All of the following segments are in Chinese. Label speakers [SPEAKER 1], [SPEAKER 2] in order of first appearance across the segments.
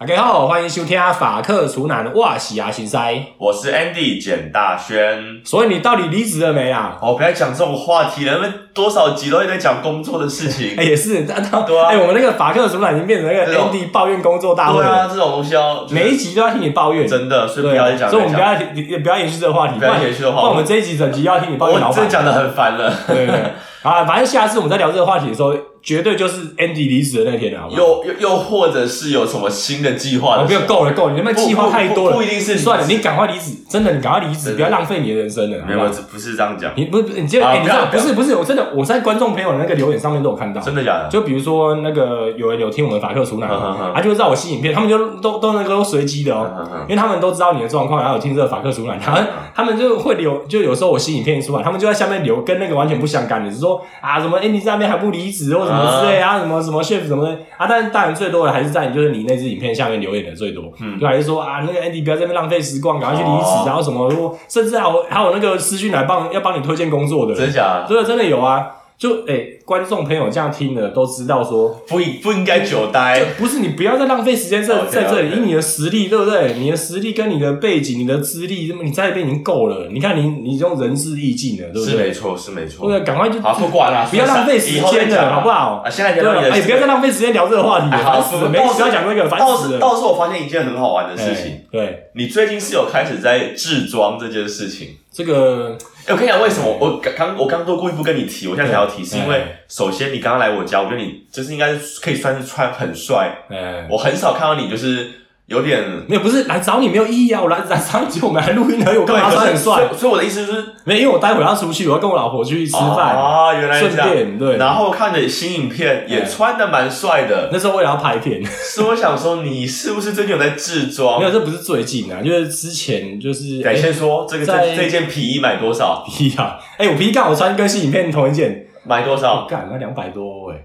[SPEAKER 1] 大家好，欢迎收听法克厨男哇西啊心塞。
[SPEAKER 2] 我是 Andy 简大轩。
[SPEAKER 1] 所以你到底离职了没 啊？
[SPEAKER 2] 哦，不要讲这种话题了，因为多少集都在讲工作的事情。
[SPEAKER 1] 哎、也是，那到
[SPEAKER 2] 对啊
[SPEAKER 1] 哎、我们那个法克厨男已经变成那
[SPEAKER 2] 对
[SPEAKER 1] 个
[SPEAKER 2] 哦
[SPEAKER 1] Andy 抱怨工作大会
[SPEAKER 2] 对
[SPEAKER 1] 了，
[SPEAKER 2] 啊，这种东西要
[SPEAKER 1] 哎每一集都要听你抱怨，
[SPEAKER 2] 真的，所以
[SPEAKER 1] 对啊
[SPEAKER 2] 不要再讲。
[SPEAKER 1] 所以我们不
[SPEAKER 2] 再讲
[SPEAKER 1] 要也不要延续这个话题，
[SPEAKER 2] 不要延续的
[SPEAKER 1] 不然
[SPEAKER 2] 话，
[SPEAKER 1] 我们这一集整集要听你抱怨老
[SPEAKER 2] 我真
[SPEAKER 1] 板
[SPEAKER 2] 的。讲的很烦了。
[SPEAKER 1] 对对对，啊，反正下次我们在聊这个话题的时候，绝对就是 Andy 离职的那天了，好不好？
[SPEAKER 2] 又又又或者是有什么新的计划
[SPEAKER 1] 我
[SPEAKER 2] 的
[SPEAKER 1] 不
[SPEAKER 2] 时
[SPEAKER 1] 要
[SPEAKER 2] 候？
[SPEAKER 1] 够了，够了，你那边
[SPEAKER 2] 不
[SPEAKER 1] 计划
[SPEAKER 2] 不
[SPEAKER 1] 太
[SPEAKER 2] 不
[SPEAKER 1] 多了
[SPEAKER 2] 不。一定是
[SPEAKER 1] 算了，你赶快离职，真的，你赶快离职，
[SPEAKER 2] 真的
[SPEAKER 1] 不要浪费你的人生了。
[SPEAKER 2] 没
[SPEAKER 1] 好不好
[SPEAKER 2] 有，这不是这样讲，
[SPEAKER 1] 你不你这
[SPEAKER 2] 啊
[SPEAKER 1] 哎，你
[SPEAKER 2] 不
[SPEAKER 1] 知
[SPEAKER 2] 要
[SPEAKER 1] 道
[SPEAKER 2] 不
[SPEAKER 1] 不
[SPEAKER 2] 要
[SPEAKER 1] 是不是，我真的我在观众朋友的那个留言上面都有看到，
[SPEAKER 2] 真的假的？
[SPEAKER 1] 就比如说那个有人有听我们法克厨男
[SPEAKER 2] 嗯嗯
[SPEAKER 1] 嘛，
[SPEAKER 2] 嗯
[SPEAKER 1] 他就会知道我新影片，他们就都都能够随机的哦，
[SPEAKER 2] 嗯嗯嗯
[SPEAKER 1] 因为他们都知道你的状况，然后有听这个法克厨男，他们
[SPEAKER 2] 嗯
[SPEAKER 1] 他们就会留，就有时候我新影片一出来，他们就在下面留跟那个完全不相干的，是说啊什么哎、你在那边还不离职或什么之类啊，什么什么 chef 什么的啊，但是当然最多的还是在就是你那支影片下面留言的最多，
[SPEAKER 2] 嗯
[SPEAKER 1] 就还是说啊那个 Andy 不要在那边浪费时光，赶快去离职，
[SPEAKER 2] 哦
[SPEAKER 1] 然后什么，如果甚至还有还有那个私讯来帮要帮你推荐工作的，
[SPEAKER 2] 真假的？
[SPEAKER 1] 真的真的有啊。就哎、观众朋友这样听的都知道说，
[SPEAKER 2] 不应不应该久待。
[SPEAKER 1] 不是你不要再浪费时间在
[SPEAKER 2] 哦
[SPEAKER 1] 在这里，
[SPEAKER 2] 了解
[SPEAKER 1] 以你的实力，对不对？你的实力跟你的背景、你的资历，你在里边已经够了。你看你你这种仁至义尽了，对不
[SPEAKER 2] 是
[SPEAKER 1] 对？
[SPEAKER 2] 没错，是没错。
[SPEAKER 1] 对，赶快就
[SPEAKER 2] 好，不管了，
[SPEAKER 1] 不要浪费时
[SPEAKER 2] 以后再
[SPEAKER 1] 间
[SPEAKER 2] 讲
[SPEAKER 1] 了，
[SPEAKER 2] 啊
[SPEAKER 1] 好不？好？
[SPEAKER 2] 啊，现在
[SPEAKER 1] 对
[SPEAKER 2] 讲到
[SPEAKER 1] 啊，
[SPEAKER 2] 你的
[SPEAKER 1] 哎、
[SPEAKER 2] 事
[SPEAKER 1] 不要再浪费时间聊这个话题了，
[SPEAKER 2] 哎好
[SPEAKER 1] 烦死了，
[SPEAKER 2] 不
[SPEAKER 1] 没
[SPEAKER 2] 到
[SPEAKER 1] 事
[SPEAKER 2] 时
[SPEAKER 1] 要讲这个，烦
[SPEAKER 2] 倒
[SPEAKER 1] 死
[SPEAKER 2] 是
[SPEAKER 1] 了。
[SPEAKER 2] 倒是我发现一件很好玩的事情，
[SPEAKER 1] 哎对
[SPEAKER 2] 你最近是有开始在制装这件事情。
[SPEAKER 1] 这个
[SPEAKER 2] 哎，我跟你
[SPEAKER 1] 嗯
[SPEAKER 2] 讲为什么我刚刚我刚都故意不跟你提，我现在才要提，是因为
[SPEAKER 1] 哎
[SPEAKER 2] 首先你刚刚来我家，我觉得你就是应该是可以算是穿很帅，
[SPEAKER 1] 哎、
[SPEAKER 2] 我很少看到你就是有点
[SPEAKER 1] 没有不是来找你没有意义啊，我来来找你，只有我们来录音而已，我干嘛
[SPEAKER 2] 对
[SPEAKER 1] 说
[SPEAKER 2] 可是
[SPEAKER 1] 很帅？
[SPEAKER 2] 所以所以我的意思就是
[SPEAKER 1] 没有，因为我待会要出去，我要跟我老婆去吃饭。
[SPEAKER 2] 啊，原来是
[SPEAKER 1] 顺
[SPEAKER 2] 这样。
[SPEAKER 1] 便对，
[SPEAKER 2] 然后看着新影片也
[SPEAKER 1] 哎
[SPEAKER 2] 穿的蛮帅的，
[SPEAKER 1] 那时候为了要拍片，
[SPEAKER 2] 所以我想说你是不是最近有在制装
[SPEAKER 1] 没？有，这不是最近啊，就是之前就是哎
[SPEAKER 2] 等一下先说这个
[SPEAKER 1] 在
[SPEAKER 2] 这这件皮衣买多少？
[SPEAKER 1] 皮啊，哎、我皮干我穿跟新影片同一件，
[SPEAKER 2] 买多
[SPEAKER 1] 哦，
[SPEAKER 2] 少？
[SPEAKER 1] 干那两百多哎、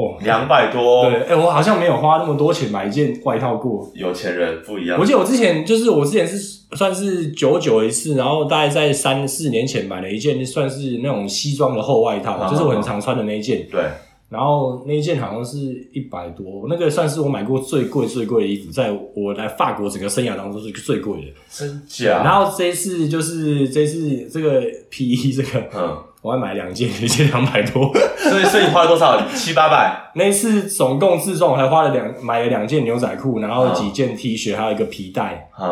[SPEAKER 1] 哦，
[SPEAKER 2] 两百多哦。
[SPEAKER 1] 对，哎、我好像没有花那么多钱买一件外套过。
[SPEAKER 2] 有钱人不一样
[SPEAKER 1] 我。记得我之前就是我之前是算是九九一次，然后大概在三四年前买了一件算是那种西装的厚外套，
[SPEAKER 2] 嗯
[SPEAKER 1] 就是我很常穿的那一件。
[SPEAKER 2] 对，
[SPEAKER 1] 然后那一件好像是一百多，那个算是我买过最贵最贵的衣服，在我来法国整个生涯当中是最贵的。
[SPEAKER 2] 真
[SPEAKER 1] 然
[SPEAKER 2] 假？
[SPEAKER 1] 后这一次就是这一次这个 P E 这个，
[SPEAKER 2] 嗯，
[SPEAKER 1] 我还买两件，一件两百多。
[SPEAKER 2] 所以所以你花了多少？ 七八百？
[SPEAKER 1] 那一次总共自重，我还花了两买了两件牛仔裤，然后几件 T 恤，还有一个皮带，
[SPEAKER 2] 嗯，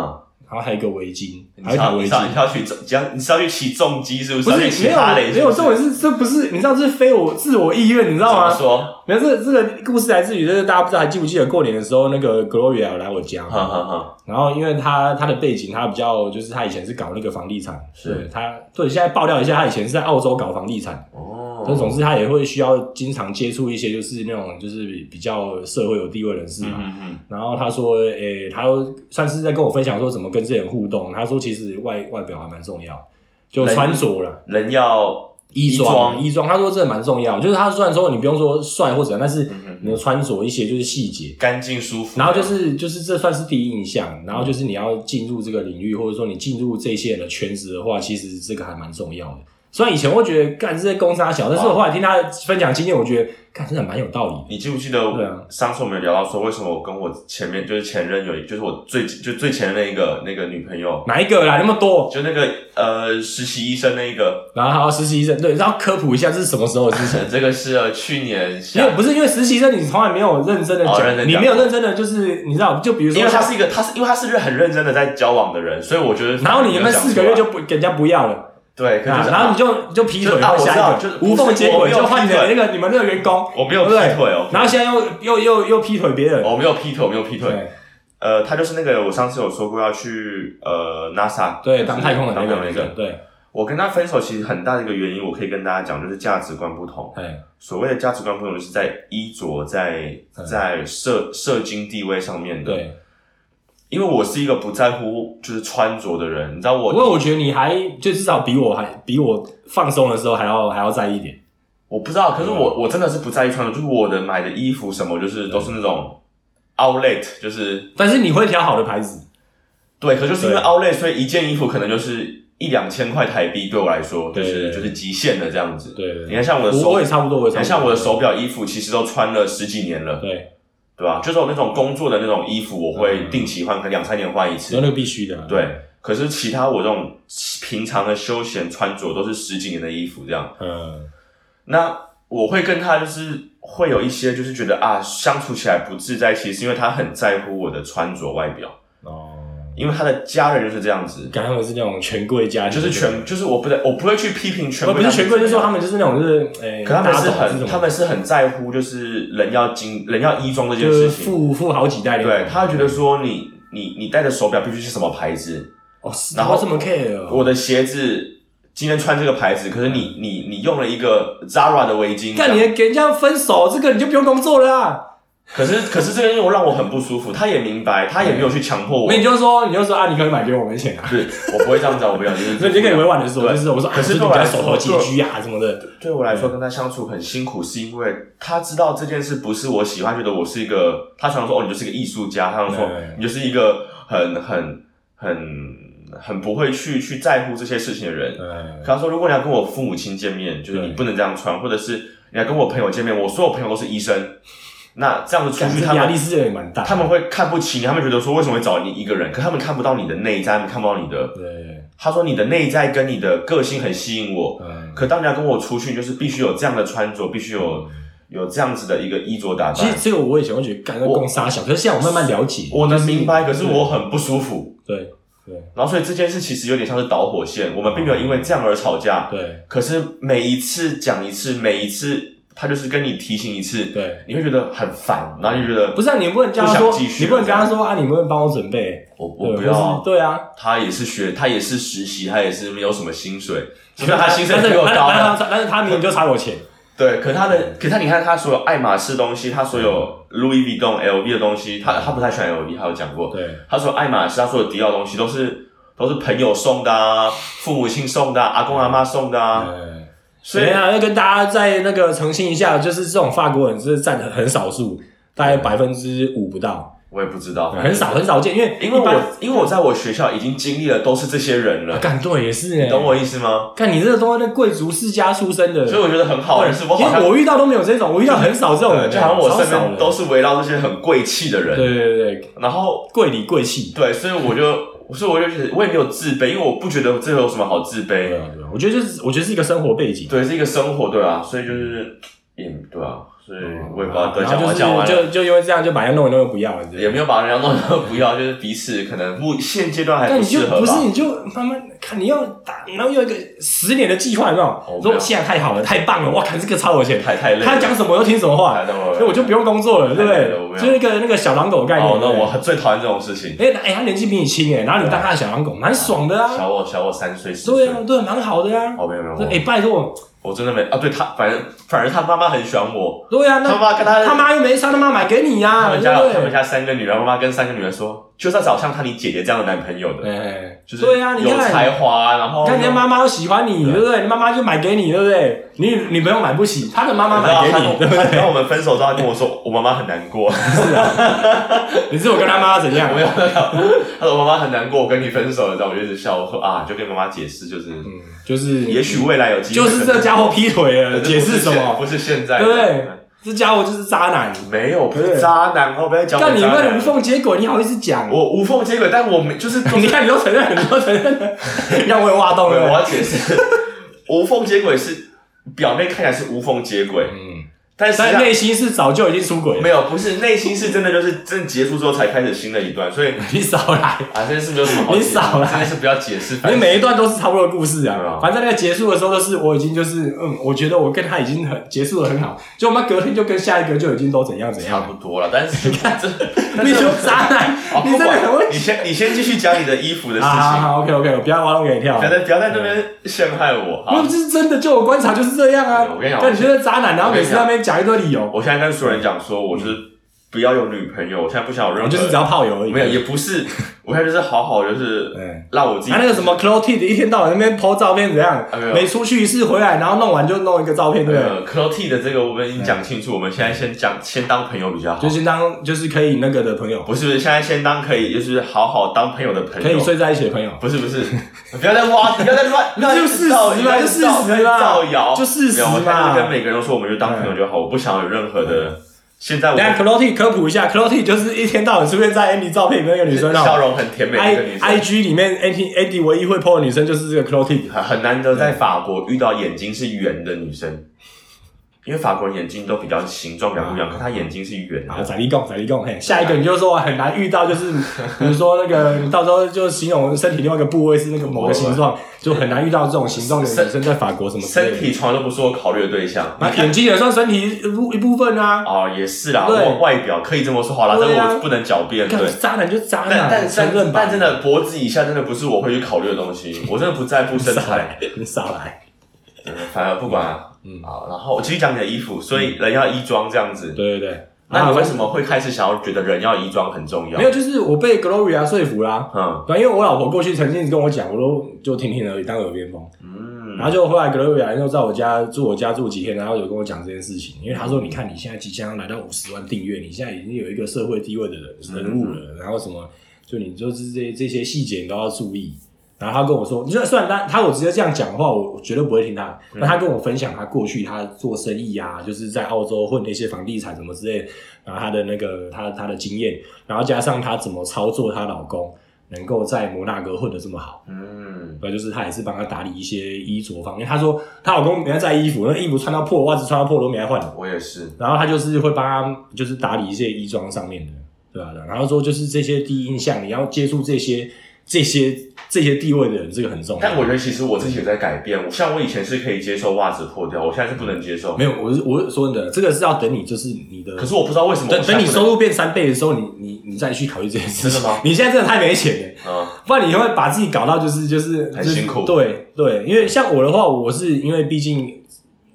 [SPEAKER 1] 然后还有一个围巾，
[SPEAKER 2] 你
[SPEAKER 1] 还有一
[SPEAKER 2] 是
[SPEAKER 1] 条
[SPEAKER 2] 要
[SPEAKER 1] 围巾。
[SPEAKER 2] 你是要你是要去重，你要你是要去骑重机是不是？
[SPEAKER 1] 不
[SPEAKER 2] 要
[SPEAKER 1] 是没
[SPEAKER 2] 去骑
[SPEAKER 1] 有
[SPEAKER 2] 哈雷
[SPEAKER 1] 没
[SPEAKER 2] 是
[SPEAKER 1] 有，
[SPEAKER 2] 不是？
[SPEAKER 1] 这种是这不是你知道这是非我自我意愿，你知道啊
[SPEAKER 2] 怎么
[SPEAKER 1] 吗？
[SPEAKER 2] 说？
[SPEAKER 1] 没有这这个故事来自于就是大家不知道还记不记得过年的时候那个 Gloria 有来我家，
[SPEAKER 2] 哈哈哈，
[SPEAKER 1] 然后因为他他的背景，他比较就是他以前是搞那个房地产，
[SPEAKER 2] 是
[SPEAKER 1] 对他对现在爆料一下，他以前是在澳洲搞房地产，
[SPEAKER 2] 哦
[SPEAKER 1] 那、总之他也会需要经常接触一些就是那种就是比较社会有地位人士
[SPEAKER 2] 嗯
[SPEAKER 1] 嘛。
[SPEAKER 2] 嗯嗯，
[SPEAKER 1] 然后他说，诶、他算是在跟我分享说怎么跟这些人互动。他说其实外外表还蛮重要，就
[SPEAKER 2] 人
[SPEAKER 1] 穿着啦。
[SPEAKER 2] 人要
[SPEAKER 1] 衣
[SPEAKER 2] 衣
[SPEAKER 1] 装，
[SPEAKER 2] 装
[SPEAKER 1] 衣装，他说这蛮重要。就是他虽然说你不用说帅或者，但是
[SPEAKER 2] 嗯嗯
[SPEAKER 1] 你的穿着一些就是细节，
[SPEAKER 2] 干净舒服，
[SPEAKER 1] 然后就是就是这算是第一印象，然后就是你要进入这个领域，或者说你进入这些人的圈子的话，其实这个还蛮重要的。虽然以前我会觉得干这些公司啊小，但是我后来听他分享经验，我觉得干真的蛮有道理的。
[SPEAKER 2] 你记不记
[SPEAKER 1] 对啊
[SPEAKER 2] 得上次我们有聊到说，为什么我跟我前面就是前任有一，就是我最就最前任那一个那个女朋友，
[SPEAKER 1] 哪一个啦？那么多，
[SPEAKER 2] 就那个呃实习医生那一个，
[SPEAKER 1] 然后还有实习生，对，然后科普一下这是什么时候的事情。
[SPEAKER 2] 这个是呃去年
[SPEAKER 1] 因
[SPEAKER 2] 夏
[SPEAKER 1] 为不是因为实习生，你从来没有认真的
[SPEAKER 2] 哦认
[SPEAKER 1] 讲，
[SPEAKER 2] 真
[SPEAKER 1] 你
[SPEAKER 2] 讲
[SPEAKER 1] 没有认真的就是你知道，就比如说
[SPEAKER 2] 因为他是一个，他是因为他是一个很认真的在交往的人，所以我觉得。
[SPEAKER 1] 然后你们四个月就不给人家不要了，
[SPEAKER 2] 对，可是就是
[SPEAKER 1] 啊然后你就你就劈腿
[SPEAKER 2] 就啊
[SPEAKER 1] 换下一
[SPEAKER 2] 我
[SPEAKER 1] 个
[SPEAKER 2] 知道就是，不是
[SPEAKER 1] 无缝接
[SPEAKER 2] 我
[SPEAKER 1] 轨
[SPEAKER 2] 没有
[SPEAKER 1] 就换你
[SPEAKER 2] 劈
[SPEAKER 1] 的
[SPEAKER 2] 腿
[SPEAKER 1] 那个你们那个员工，
[SPEAKER 2] 我没有劈
[SPEAKER 1] 对不
[SPEAKER 2] 腿哦，
[SPEAKER 1] 然后现在又又又又劈腿别人，
[SPEAKER 2] 我没有劈腿，我没有哦劈腿。
[SPEAKER 1] 对
[SPEAKER 2] 呃，他就是那个我上次有说过要去呃 NASA
[SPEAKER 1] 对，当太空人那
[SPEAKER 2] 当
[SPEAKER 1] 个
[SPEAKER 2] 太
[SPEAKER 1] 那
[SPEAKER 2] 空
[SPEAKER 1] 个，对，
[SPEAKER 2] 我跟他分手其实很大的一个原因，我可以跟大家讲，就是价值观不同。
[SPEAKER 1] 哎，
[SPEAKER 2] 所谓的价值观不同，就是在衣着、在
[SPEAKER 1] 嗯
[SPEAKER 2] 在社社经地位上面的。
[SPEAKER 1] 对。
[SPEAKER 2] 因为我是一个不在乎就是穿着的人，你知道
[SPEAKER 1] 不
[SPEAKER 2] 我
[SPEAKER 1] 过我觉得你还就至少比我还比我放松的时候还要还要在意一点，
[SPEAKER 2] 我不知道，可是
[SPEAKER 1] 嗯
[SPEAKER 2] 我我真的是不在意穿着，就是我的买的衣服什么，就是都是那种 outlet，就是
[SPEAKER 1] 但是你会挑好的牌子，
[SPEAKER 2] 对，可就是因为
[SPEAKER 1] 对
[SPEAKER 2] Outlet，所以一件衣服可能就是一两千块台币，对我来说就
[SPEAKER 1] 对对
[SPEAKER 2] 是
[SPEAKER 1] 对
[SPEAKER 2] 就是极限了这样子。
[SPEAKER 1] 对对对
[SPEAKER 2] 你看像我的
[SPEAKER 1] 我
[SPEAKER 2] 手，
[SPEAKER 1] 我也
[SPEAKER 2] 你
[SPEAKER 1] 差不多，我也差
[SPEAKER 2] 看
[SPEAKER 1] 不多
[SPEAKER 2] 像我的手表、衣服，其实都穿了十几年了。
[SPEAKER 1] 对
[SPEAKER 2] 对吧？就是有那种工作的那种衣服，我会
[SPEAKER 1] 嗯
[SPEAKER 2] 定期换，可能两三年换一次
[SPEAKER 1] 那。那个必须的啊。
[SPEAKER 2] 对，可是其他我这种平常的休闲穿着都是十几年的衣服这样。
[SPEAKER 1] 嗯，
[SPEAKER 2] 那我会跟他就是会有一些就是觉得啊相处起来不自在，其实是因为他很在乎我的穿着外表，
[SPEAKER 1] 哦，
[SPEAKER 2] 因为他的家人就是这样子，
[SPEAKER 1] 感觉我是那种权贵家庭，
[SPEAKER 2] 就是全就是我不得我不会去批评权
[SPEAKER 1] 我
[SPEAKER 2] 贵，
[SPEAKER 1] 不是权贵，就是说他
[SPEAKER 2] 们
[SPEAKER 1] 们就是那种就是，哎，
[SPEAKER 2] 怎么样，可他们是
[SPEAKER 1] 大家懂这
[SPEAKER 2] 很
[SPEAKER 1] 种
[SPEAKER 2] 他们是很在乎就是人要精人要衣装这件
[SPEAKER 1] 就
[SPEAKER 2] 事
[SPEAKER 1] 是
[SPEAKER 2] 情，
[SPEAKER 1] 富富好几代的那
[SPEAKER 2] 对
[SPEAKER 1] 种，
[SPEAKER 2] 他会觉得说你你你戴的手表必须是什么牌子，
[SPEAKER 1] 哦，是
[SPEAKER 2] 然后
[SPEAKER 1] 我怎么 care？哦
[SPEAKER 2] 我的鞋子今天穿这个牌子，可是你你你用了一个 Zara 的围巾，
[SPEAKER 1] 干你给人家分手，这个你就不用工作了啊！
[SPEAKER 2] 可是可是这个因为让我很不舒服，他也明白，他也没有去强迫我
[SPEAKER 1] 那，你就说，你就说啊，你可以买给我们钱啊。
[SPEAKER 2] 对，我不会这样讲，我不想 就是。
[SPEAKER 1] 所以你就可以委婉的说，
[SPEAKER 2] 对
[SPEAKER 1] 就是我说，啊
[SPEAKER 2] 可是
[SPEAKER 1] 就
[SPEAKER 2] 对
[SPEAKER 1] 你
[SPEAKER 2] 我
[SPEAKER 1] 家
[SPEAKER 2] 来
[SPEAKER 1] 手头
[SPEAKER 2] 说
[SPEAKER 1] 拮据啊什么的，
[SPEAKER 2] 对我
[SPEAKER 1] 嗯
[SPEAKER 2] 来说，跟他相处很辛苦，是因为他知道这件事不是我喜欢，觉得我是一个，他常常说哦，你就是一个艺术家，他常说
[SPEAKER 1] 对
[SPEAKER 2] 你就是一个很很很很不会去去在乎这些事情的人。
[SPEAKER 1] 嗯
[SPEAKER 2] 可，他说，如果你要跟我父母亲见面，就是你
[SPEAKER 1] 对
[SPEAKER 2] 不能这样穿，或者是你要跟我朋友见面，我所有朋友都是医生，那这样子出
[SPEAKER 1] 感
[SPEAKER 2] 去
[SPEAKER 1] 觉
[SPEAKER 2] 他
[SPEAKER 1] 压力
[SPEAKER 2] 们。
[SPEAKER 1] 是也蛮大。
[SPEAKER 2] 他们会看不起你，他们觉得说为什么会找你一个人？可他们看不到你的内在，他们看不到你的。
[SPEAKER 1] 对，
[SPEAKER 2] 他说你的内在跟你的个性很吸引我，
[SPEAKER 1] 嗯，
[SPEAKER 2] 可当你要跟我出去，就是必须有这样的穿着，必须有有这样子的一个衣着打
[SPEAKER 1] 其实
[SPEAKER 2] 扮。
[SPEAKER 1] 这个我以前会觉得干那
[SPEAKER 2] 我
[SPEAKER 1] 公沙小，可是现在我慢慢了解，
[SPEAKER 2] 我能明白，
[SPEAKER 1] 就
[SPEAKER 2] 可
[SPEAKER 1] 是
[SPEAKER 2] 是我很不舒服。
[SPEAKER 1] 对对
[SPEAKER 2] 然后，所以这件事其实有点像是导火线，我们并没有因为这样而吵架。
[SPEAKER 1] 对
[SPEAKER 2] 可是每一次讲一次，每一次他就是跟你提醒一次，
[SPEAKER 1] 对，
[SPEAKER 2] 你会觉得很烦，然后你就觉得
[SPEAKER 1] 不是啊，你不能叫他
[SPEAKER 2] 不
[SPEAKER 1] 说
[SPEAKER 2] 想继，续
[SPEAKER 1] 你不能跟他说啊，你能不能帮我准备？
[SPEAKER 2] 我
[SPEAKER 1] 对
[SPEAKER 2] 我不
[SPEAKER 1] 或
[SPEAKER 2] 要
[SPEAKER 1] 是。对啊，
[SPEAKER 2] 他也是学，他也是实习，他也是没有什么薪水，虽然他薪水比我高
[SPEAKER 1] 但是
[SPEAKER 2] 啊
[SPEAKER 1] 但是但是他明明就差我钱，
[SPEAKER 2] 对，可他的，可他你看他所有爱马仕东西，他所有 Louis Vuitton、LV 的东西，他他不太喜欢 LV，他有讲过，
[SPEAKER 1] 对
[SPEAKER 2] 他所有爱马仕，他所有迪奥的东西都是都是朋友送的啊，父母亲送的啊，阿公阿妈送的啊，
[SPEAKER 1] 嗯。所
[SPEAKER 2] 所
[SPEAKER 1] 以
[SPEAKER 2] 以
[SPEAKER 1] 啊，要跟大家再那个澄清一下，就是这种法国人是占很少数，大概百分之五不到，
[SPEAKER 2] 我也不知道，
[SPEAKER 1] 很少很少见，因为
[SPEAKER 2] 因为
[SPEAKER 1] 一般
[SPEAKER 2] 我因为我在我学校已经经历了都是这些人
[SPEAKER 1] 啊
[SPEAKER 2] 了，
[SPEAKER 1] 干对也是哎，
[SPEAKER 2] 你懂我意思吗？
[SPEAKER 1] 看你这个东西，那贵族世家出身的，
[SPEAKER 2] 所以我觉得很好玩，是我
[SPEAKER 1] 因
[SPEAKER 2] 好
[SPEAKER 1] 为
[SPEAKER 2] 像
[SPEAKER 1] 我遇到都没有这种，我遇到很少这种人，
[SPEAKER 2] 就好像我
[SPEAKER 1] 超
[SPEAKER 2] 身
[SPEAKER 1] 少的
[SPEAKER 2] 边都是围绕这些很贵气的
[SPEAKER 1] 对
[SPEAKER 2] 人，
[SPEAKER 1] 对对对，
[SPEAKER 2] 然后
[SPEAKER 1] 贵里贵气。
[SPEAKER 2] 对，所以我就，所以我就觉得我也没有自卑，因为我不觉得这有什么好自
[SPEAKER 1] 对
[SPEAKER 2] 卑。
[SPEAKER 1] 啊，对啊，我觉得就是我觉得是一个生活背景。
[SPEAKER 2] 对，是一个生活，对啊，所以就是也对啊，所以我也不知道，对，
[SPEAKER 1] 嗯啊然
[SPEAKER 2] 讲
[SPEAKER 1] 后
[SPEAKER 2] 完
[SPEAKER 1] 就
[SPEAKER 2] 讲完
[SPEAKER 1] 是
[SPEAKER 2] 了，
[SPEAKER 1] 就就因为这样就把人家弄一弄又不要了，
[SPEAKER 2] 也没有把人家弄得不要，就是彼此可能目现阶段还
[SPEAKER 1] 但
[SPEAKER 2] 不
[SPEAKER 1] 你就
[SPEAKER 2] 适合
[SPEAKER 1] 不是
[SPEAKER 2] 吧。
[SPEAKER 1] 你就慢慢看，你要打，然后有一个十年的计划，你知道
[SPEAKER 2] 哦
[SPEAKER 1] 吗？
[SPEAKER 2] 没有
[SPEAKER 1] 说现在太好了，太棒了，哇，看这个超有钱，
[SPEAKER 2] 太太累了，
[SPEAKER 1] 他讲什么我就听什么话，所以我就不用工作了，对不
[SPEAKER 2] 太累了我
[SPEAKER 1] 对？
[SPEAKER 2] 没有
[SPEAKER 1] 就是一个那个小狼狗概念。
[SPEAKER 2] 哦，那
[SPEAKER 1] 对不对
[SPEAKER 2] 我最讨厌这种事情。
[SPEAKER 1] 哎哎，他年纪比你轻哎，然后你当他的小狼狗，蛮爽的啊。
[SPEAKER 2] 小我小我三岁四
[SPEAKER 1] 对
[SPEAKER 2] 岁。
[SPEAKER 1] 啊，对，蛮好的啊。
[SPEAKER 2] 哦，没有没有，
[SPEAKER 1] 对
[SPEAKER 2] 我
[SPEAKER 1] 哎，拜托，
[SPEAKER 2] 我真的没啊。对他，反正反而他妈妈很喜欢我，
[SPEAKER 1] 对啊，
[SPEAKER 2] 他
[SPEAKER 1] 那
[SPEAKER 2] 妈跟他
[SPEAKER 1] 他妈又没差，他妈买给你呀，
[SPEAKER 2] 他们
[SPEAKER 1] 对
[SPEAKER 2] 家有他
[SPEAKER 1] 不
[SPEAKER 2] 们
[SPEAKER 1] 对？
[SPEAKER 2] 家三个女儿，妈妈跟三个女儿说，就是要找像他你姐姐这样的男朋友的。
[SPEAKER 1] 哎，
[SPEAKER 2] 就是
[SPEAKER 1] 对啊，你
[SPEAKER 2] 有
[SPEAKER 1] 看。
[SPEAKER 2] 才华，然后
[SPEAKER 1] 看人家妈妈都喜欢你，
[SPEAKER 2] 哦
[SPEAKER 1] 对
[SPEAKER 2] 对
[SPEAKER 1] 不对？你妈妈就买给你，对不对？你你朋友买不起，他的妈妈买给你，对不
[SPEAKER 2] 然后他
[SPEAKER 1] 对？
[SPEAKER 2] 然后我们分手之后，他跟我说我妈妈很难过，
[SPEAKER 1] 你是我跟他妈怎样
[SPEAKER 2] 我？没有，他说我妈妈很难过，我跟你分手了，然后我就一直笑，我说啊，就跟妈妈解释，就是
[SPEAKER 1] 嗯，就是
[SPEAKER 2] 也许未来有机会，
[SPEAKER 1] 就是这家伙劈腿
[SPEAKER 2] 可是
[SPEAKER 1] 了，
[SPEAKER 2] 不是
[SPEAKER 1] 解释什
[SPEAKER 2] 现
[SPEAKER 1] 么？
[SPEAKER 2] 不是现在，
[SPEAKER 1] 对不对这家伙就是渣男，
[SPEAKER 2] 没有，不是
[SPEAKER 1] 对
[SPEAKER 2] 渣男哦，不要讲我
[SPEAKER 1] 但你
[SPEAKER 2] 渣
[SPEAKER 1] 问无
[SPEAKER 2] 男，
[SPEAKER 1] 缝接轨，你好意思讲？
[SPEAKER 2] 我无缝接轨，但我没就是
[SPEAKER 1] 你看你都承认，你都承认 了，让我也挖洞
[SPEAKER 2] 我
[SPEAKER 1] 了。
[SPEAKER 2] 要解释，无缝接轨是表面看起来是无缝接轨，
[SPEAKER 1] 嗯，
[SPEAKER 2] 但是
[SPEAKER 1] 但内心是早就已经出轨了
[SPEAKER 2] 没。有，不是内心是真的，就是真结束之后才开始新的一段，所以
[SPEAKER 1] 你少 来，
[SPEAKER 2] 啊，真的是没有什么好
[SPEAKER 1] 你
[SPEAKER 2] 解释，
[SPEAKER 1] 少来
[SPEAKER 2] 真的是不要解释，
[SPEAKER 1] 因
[SPEAKER 2] 反
[SPEAKER 1] 为
[SPEAKER 2] 正
[SPEAKER 1] 每一段都是差不多的故事
[SPEAKER 2] 对啊
[SPEAKER 1] 啊。反正那个结束的时候，都是我已经就是嗯，我觉得我跟他已经很结束的很好，就我们隔天就跟下一个就已经都怎样怎
[SPEAKER 2] 差
[SPEAKER 1] 样。
[SPEAKER 2] 不多哦了，但是你看这，
[SPEAKER 1] 你就渣男
[SPEAKER 2] 好，
[SPEAKER 1] 你真的很会
[SPEAKER 2] 你先你先继续讲你的衣服的事
[SPEAKER 1] 啊！好
[SPEAKER 2] 情，
[SPEAKER 1] 好，OK OK，我不要挖洞给你跳
[SPEAKER 2] 不。要在不要在那边陷害我
[SPEAKER 1] 不
[SPEAKER 2] 哈。
[SPEAKER 1] 这是真的，就我观察就是这样啊。
[SPEAKER 2] 啊我跟你讲
[SPEAKER 1] 但你觉得渣男，然后每次在那边讲一堆理由，
[SPEAKER 2] 我现在跟所有人讲说，我就是不要有女朋友，我现在不想有任
[SPEAKER 1] 我嗯
[SPEAKER 2] 何，
[SPEAKER 1] 哦就是只要泡友而已。
[SPEAKER 2] 没有，也不是， 我现在就是好好 就是
[SPEAKER 1] 嗯，
[SPEAKER 2] 让我自己
[SPEAKER 1] 他那个什么 Clotilde 一天到晚在那边 po 照片怎样
[SPEAKER 2] 啊没有，
[SPEAKER 1] 每出去一次回来，然后弄完就弄一个照片，对不对？哎
[SPEAKER 2] 呃 c l o t 的这个我们已经讲清楚，我们现在先讲先当朋友比较好
[SPEAKER 1] 就，先当就是可以那个的朋友，
[SPEAKER 2] 不是不是，现在先当可以就是好好当朋友的朋
[SPEAKER 1] 可以
[SPEAKER 2] 友。
[SPEAKER 1] 睡在一起的朋友。
[SPEAKER 2] 不是不是，不要再挖，不要再 乱，不要再
[SPEAKER 1] 就事实
[SPEAKER 2] 造
[SPEAKER 1] 嘛
[SPEAKER 2] 不要再
[SPEAKER 1] 就事
[SPEAKER 2] 造
[SPEAKER 1] 实
[SPEAKER 2] 不要再
[SPEAKER 1] 嘛
[SPEAKER 2] 造谣
[SPEAKER 1] 就事实啊
[SPEAKER 2] 没有我现在
[SPEAKER 1] 嘛嗯
[SPEAKER 2] 就跟每个人都说，我们就当朋友就好，我不想有任何的现在我
[SPEAKER 1] 等下 c l o t y 科普一下 c l o t y 就是一天到晚出现在 Andy 照片里面一个女生
[SPEAKER 2] 笑
[SPEAKER 1] 哦。
[SPEAKER 2] 容很甜美的
[SPEAKER 1] I
[SPEAKER 2] 一个女生
[SPEAKER 1] I G 里面 Andy Andy 唯一会 po 的女生就是这个 c l o t y
[SPEAKER 2] 很很难得在法国遇到眼睛是圆的女生，因为法国人眼睛都比较形状比较不一样，可她眼睛是圆
[SPEAKER 1] 啊，
[SPEAKER 2] 的。
[SPEAKER 1] 展立贡，展立贡，嘿，下一个你就说很难遇到，就是比如说那个，你到时候就形容身体另外一个部位是那个某个形状，就很难遇到这种形状的女生在法国什么之类
[SPEAKER 2] 身
[SPEAKER 1] 的。
[SPEAKER 2] 体从来都不是我考虑的对象。
[SPEAKER 1] 那眼睛也算身体一部一部分啊，
[SPEAKER 2] 哦，也是啦，
[SPEAKER 1] 对
[SPEAKER 2] 我外表可以这么说好啦，
[SPEAKER 1] 对
[SPEAKER 2] 但
[SPEAKER 1] 啊
[SPEAKER 2] 是我不能狡辩，
[SPEAKER 1] 干
[SPEAKER 2] 对。
[SPEAKER 1] 渣男就渣
[SPEAKER 2] 但
[SPEAKER 1] 男，
[SPEAKER 2] 但
[SPEAKER 1] 承
[SPEAKER 2] 但
[SPEAKER 1] 认吧，
[SPEAKER 2] 但真的脖子以下真的不是我会去考虑的东西， 我真的不在乎身
[SPEAKER 1] 少
[SPEAKER 2] 材，
[SPEAKER 1] 来，你少来，
[SPEAKER 2] 反而不管啊。
[SPEAKER 1] 嗯
[SPEAKER 2] 好，然后我继续讲你的衣服，所以人要衣装这样子。
[SPEAKER 1] 对对对，
[SPEAKER 2] 那
[SPEAKER 1] 啊
[SPEAKER 2] 你为什么会开始想要觉得人要衣装很重要
[SPEAKER 1] 没？有，就是我被 Gloria 说服啦。
[SPEAKER 2] 嗯
[SPEAKER 1] 对，啊因为我老婆过去曾经跟我讲，我都就听听而已，当耳边风。
[SPEAKER 2] 嗯，
[SPEAKER 1] 然后就后来 Gloria 又在我家住我家住几天，然后有跟我讲这件事情，因为他说：“你看你现在即将来到五十万订阅，你现在已经有一个社会地位的人
[SPEAKER 2] 嗯
[SPEAKER 1] 人物了，然后什么，就你就是这这些细节你都要注意。”然后他跟我说，就虽然他他我直接这样讲的话，我我绝对不会听他。
[SPEAKER 2] 嗯
[SPEAKER 1] 那他跟我分享他过去他做生意啊，就是在澳洲混那些房地产什么之类的，然后他的那个他他的经验，然后加上他怎么操作她老公能够在摩纳哥混得这么好。
[SPEAKER 2] 嗯，
[SPEAKER 1] 对，就是她也是帮她打理一些衣着方面。她说她老公没在晒衣服，那衣服穿到破，袜子穿到破都没来换的。
[SPEAKER 2] 我也是。
[SPEAKER 1] 然后她就是会帮她就是打理一些衣装上面的，对吧、对啊然后说就是这些第一印象，你要接触这些这些这些地位的人，这个很重要。
[SPEAKER 2] 但我觉得其实我自己有在改变，我像我以前是可以接受袜子破掉，我现在是不能接受。
[SPEAKER 1] 没有，我是我是说真的，这个是要等你就是你的，
[SPEAKER 2] 可是我不知道为什么我
[SPEAKER 1] 等
[SPEAKER 2] 现在
[SPEAKER 1] 等
[SPEAKER 2] 不能。
[SPEAKER 1] 你收入变三倍的时候，你你你再去考虑这件事情。
[SPEAKER 2] 真的吗
[SPEAKER 1] 你现在真的太没钱了。
[SPEAKER 2] 嗯，
[SPEAKER 1] 不然你会把自己搞到就是就是
[SPEAKER 2] 很辛苦
[SPEAKER 1] 就是对对，因为像我的话，我是因为毕竟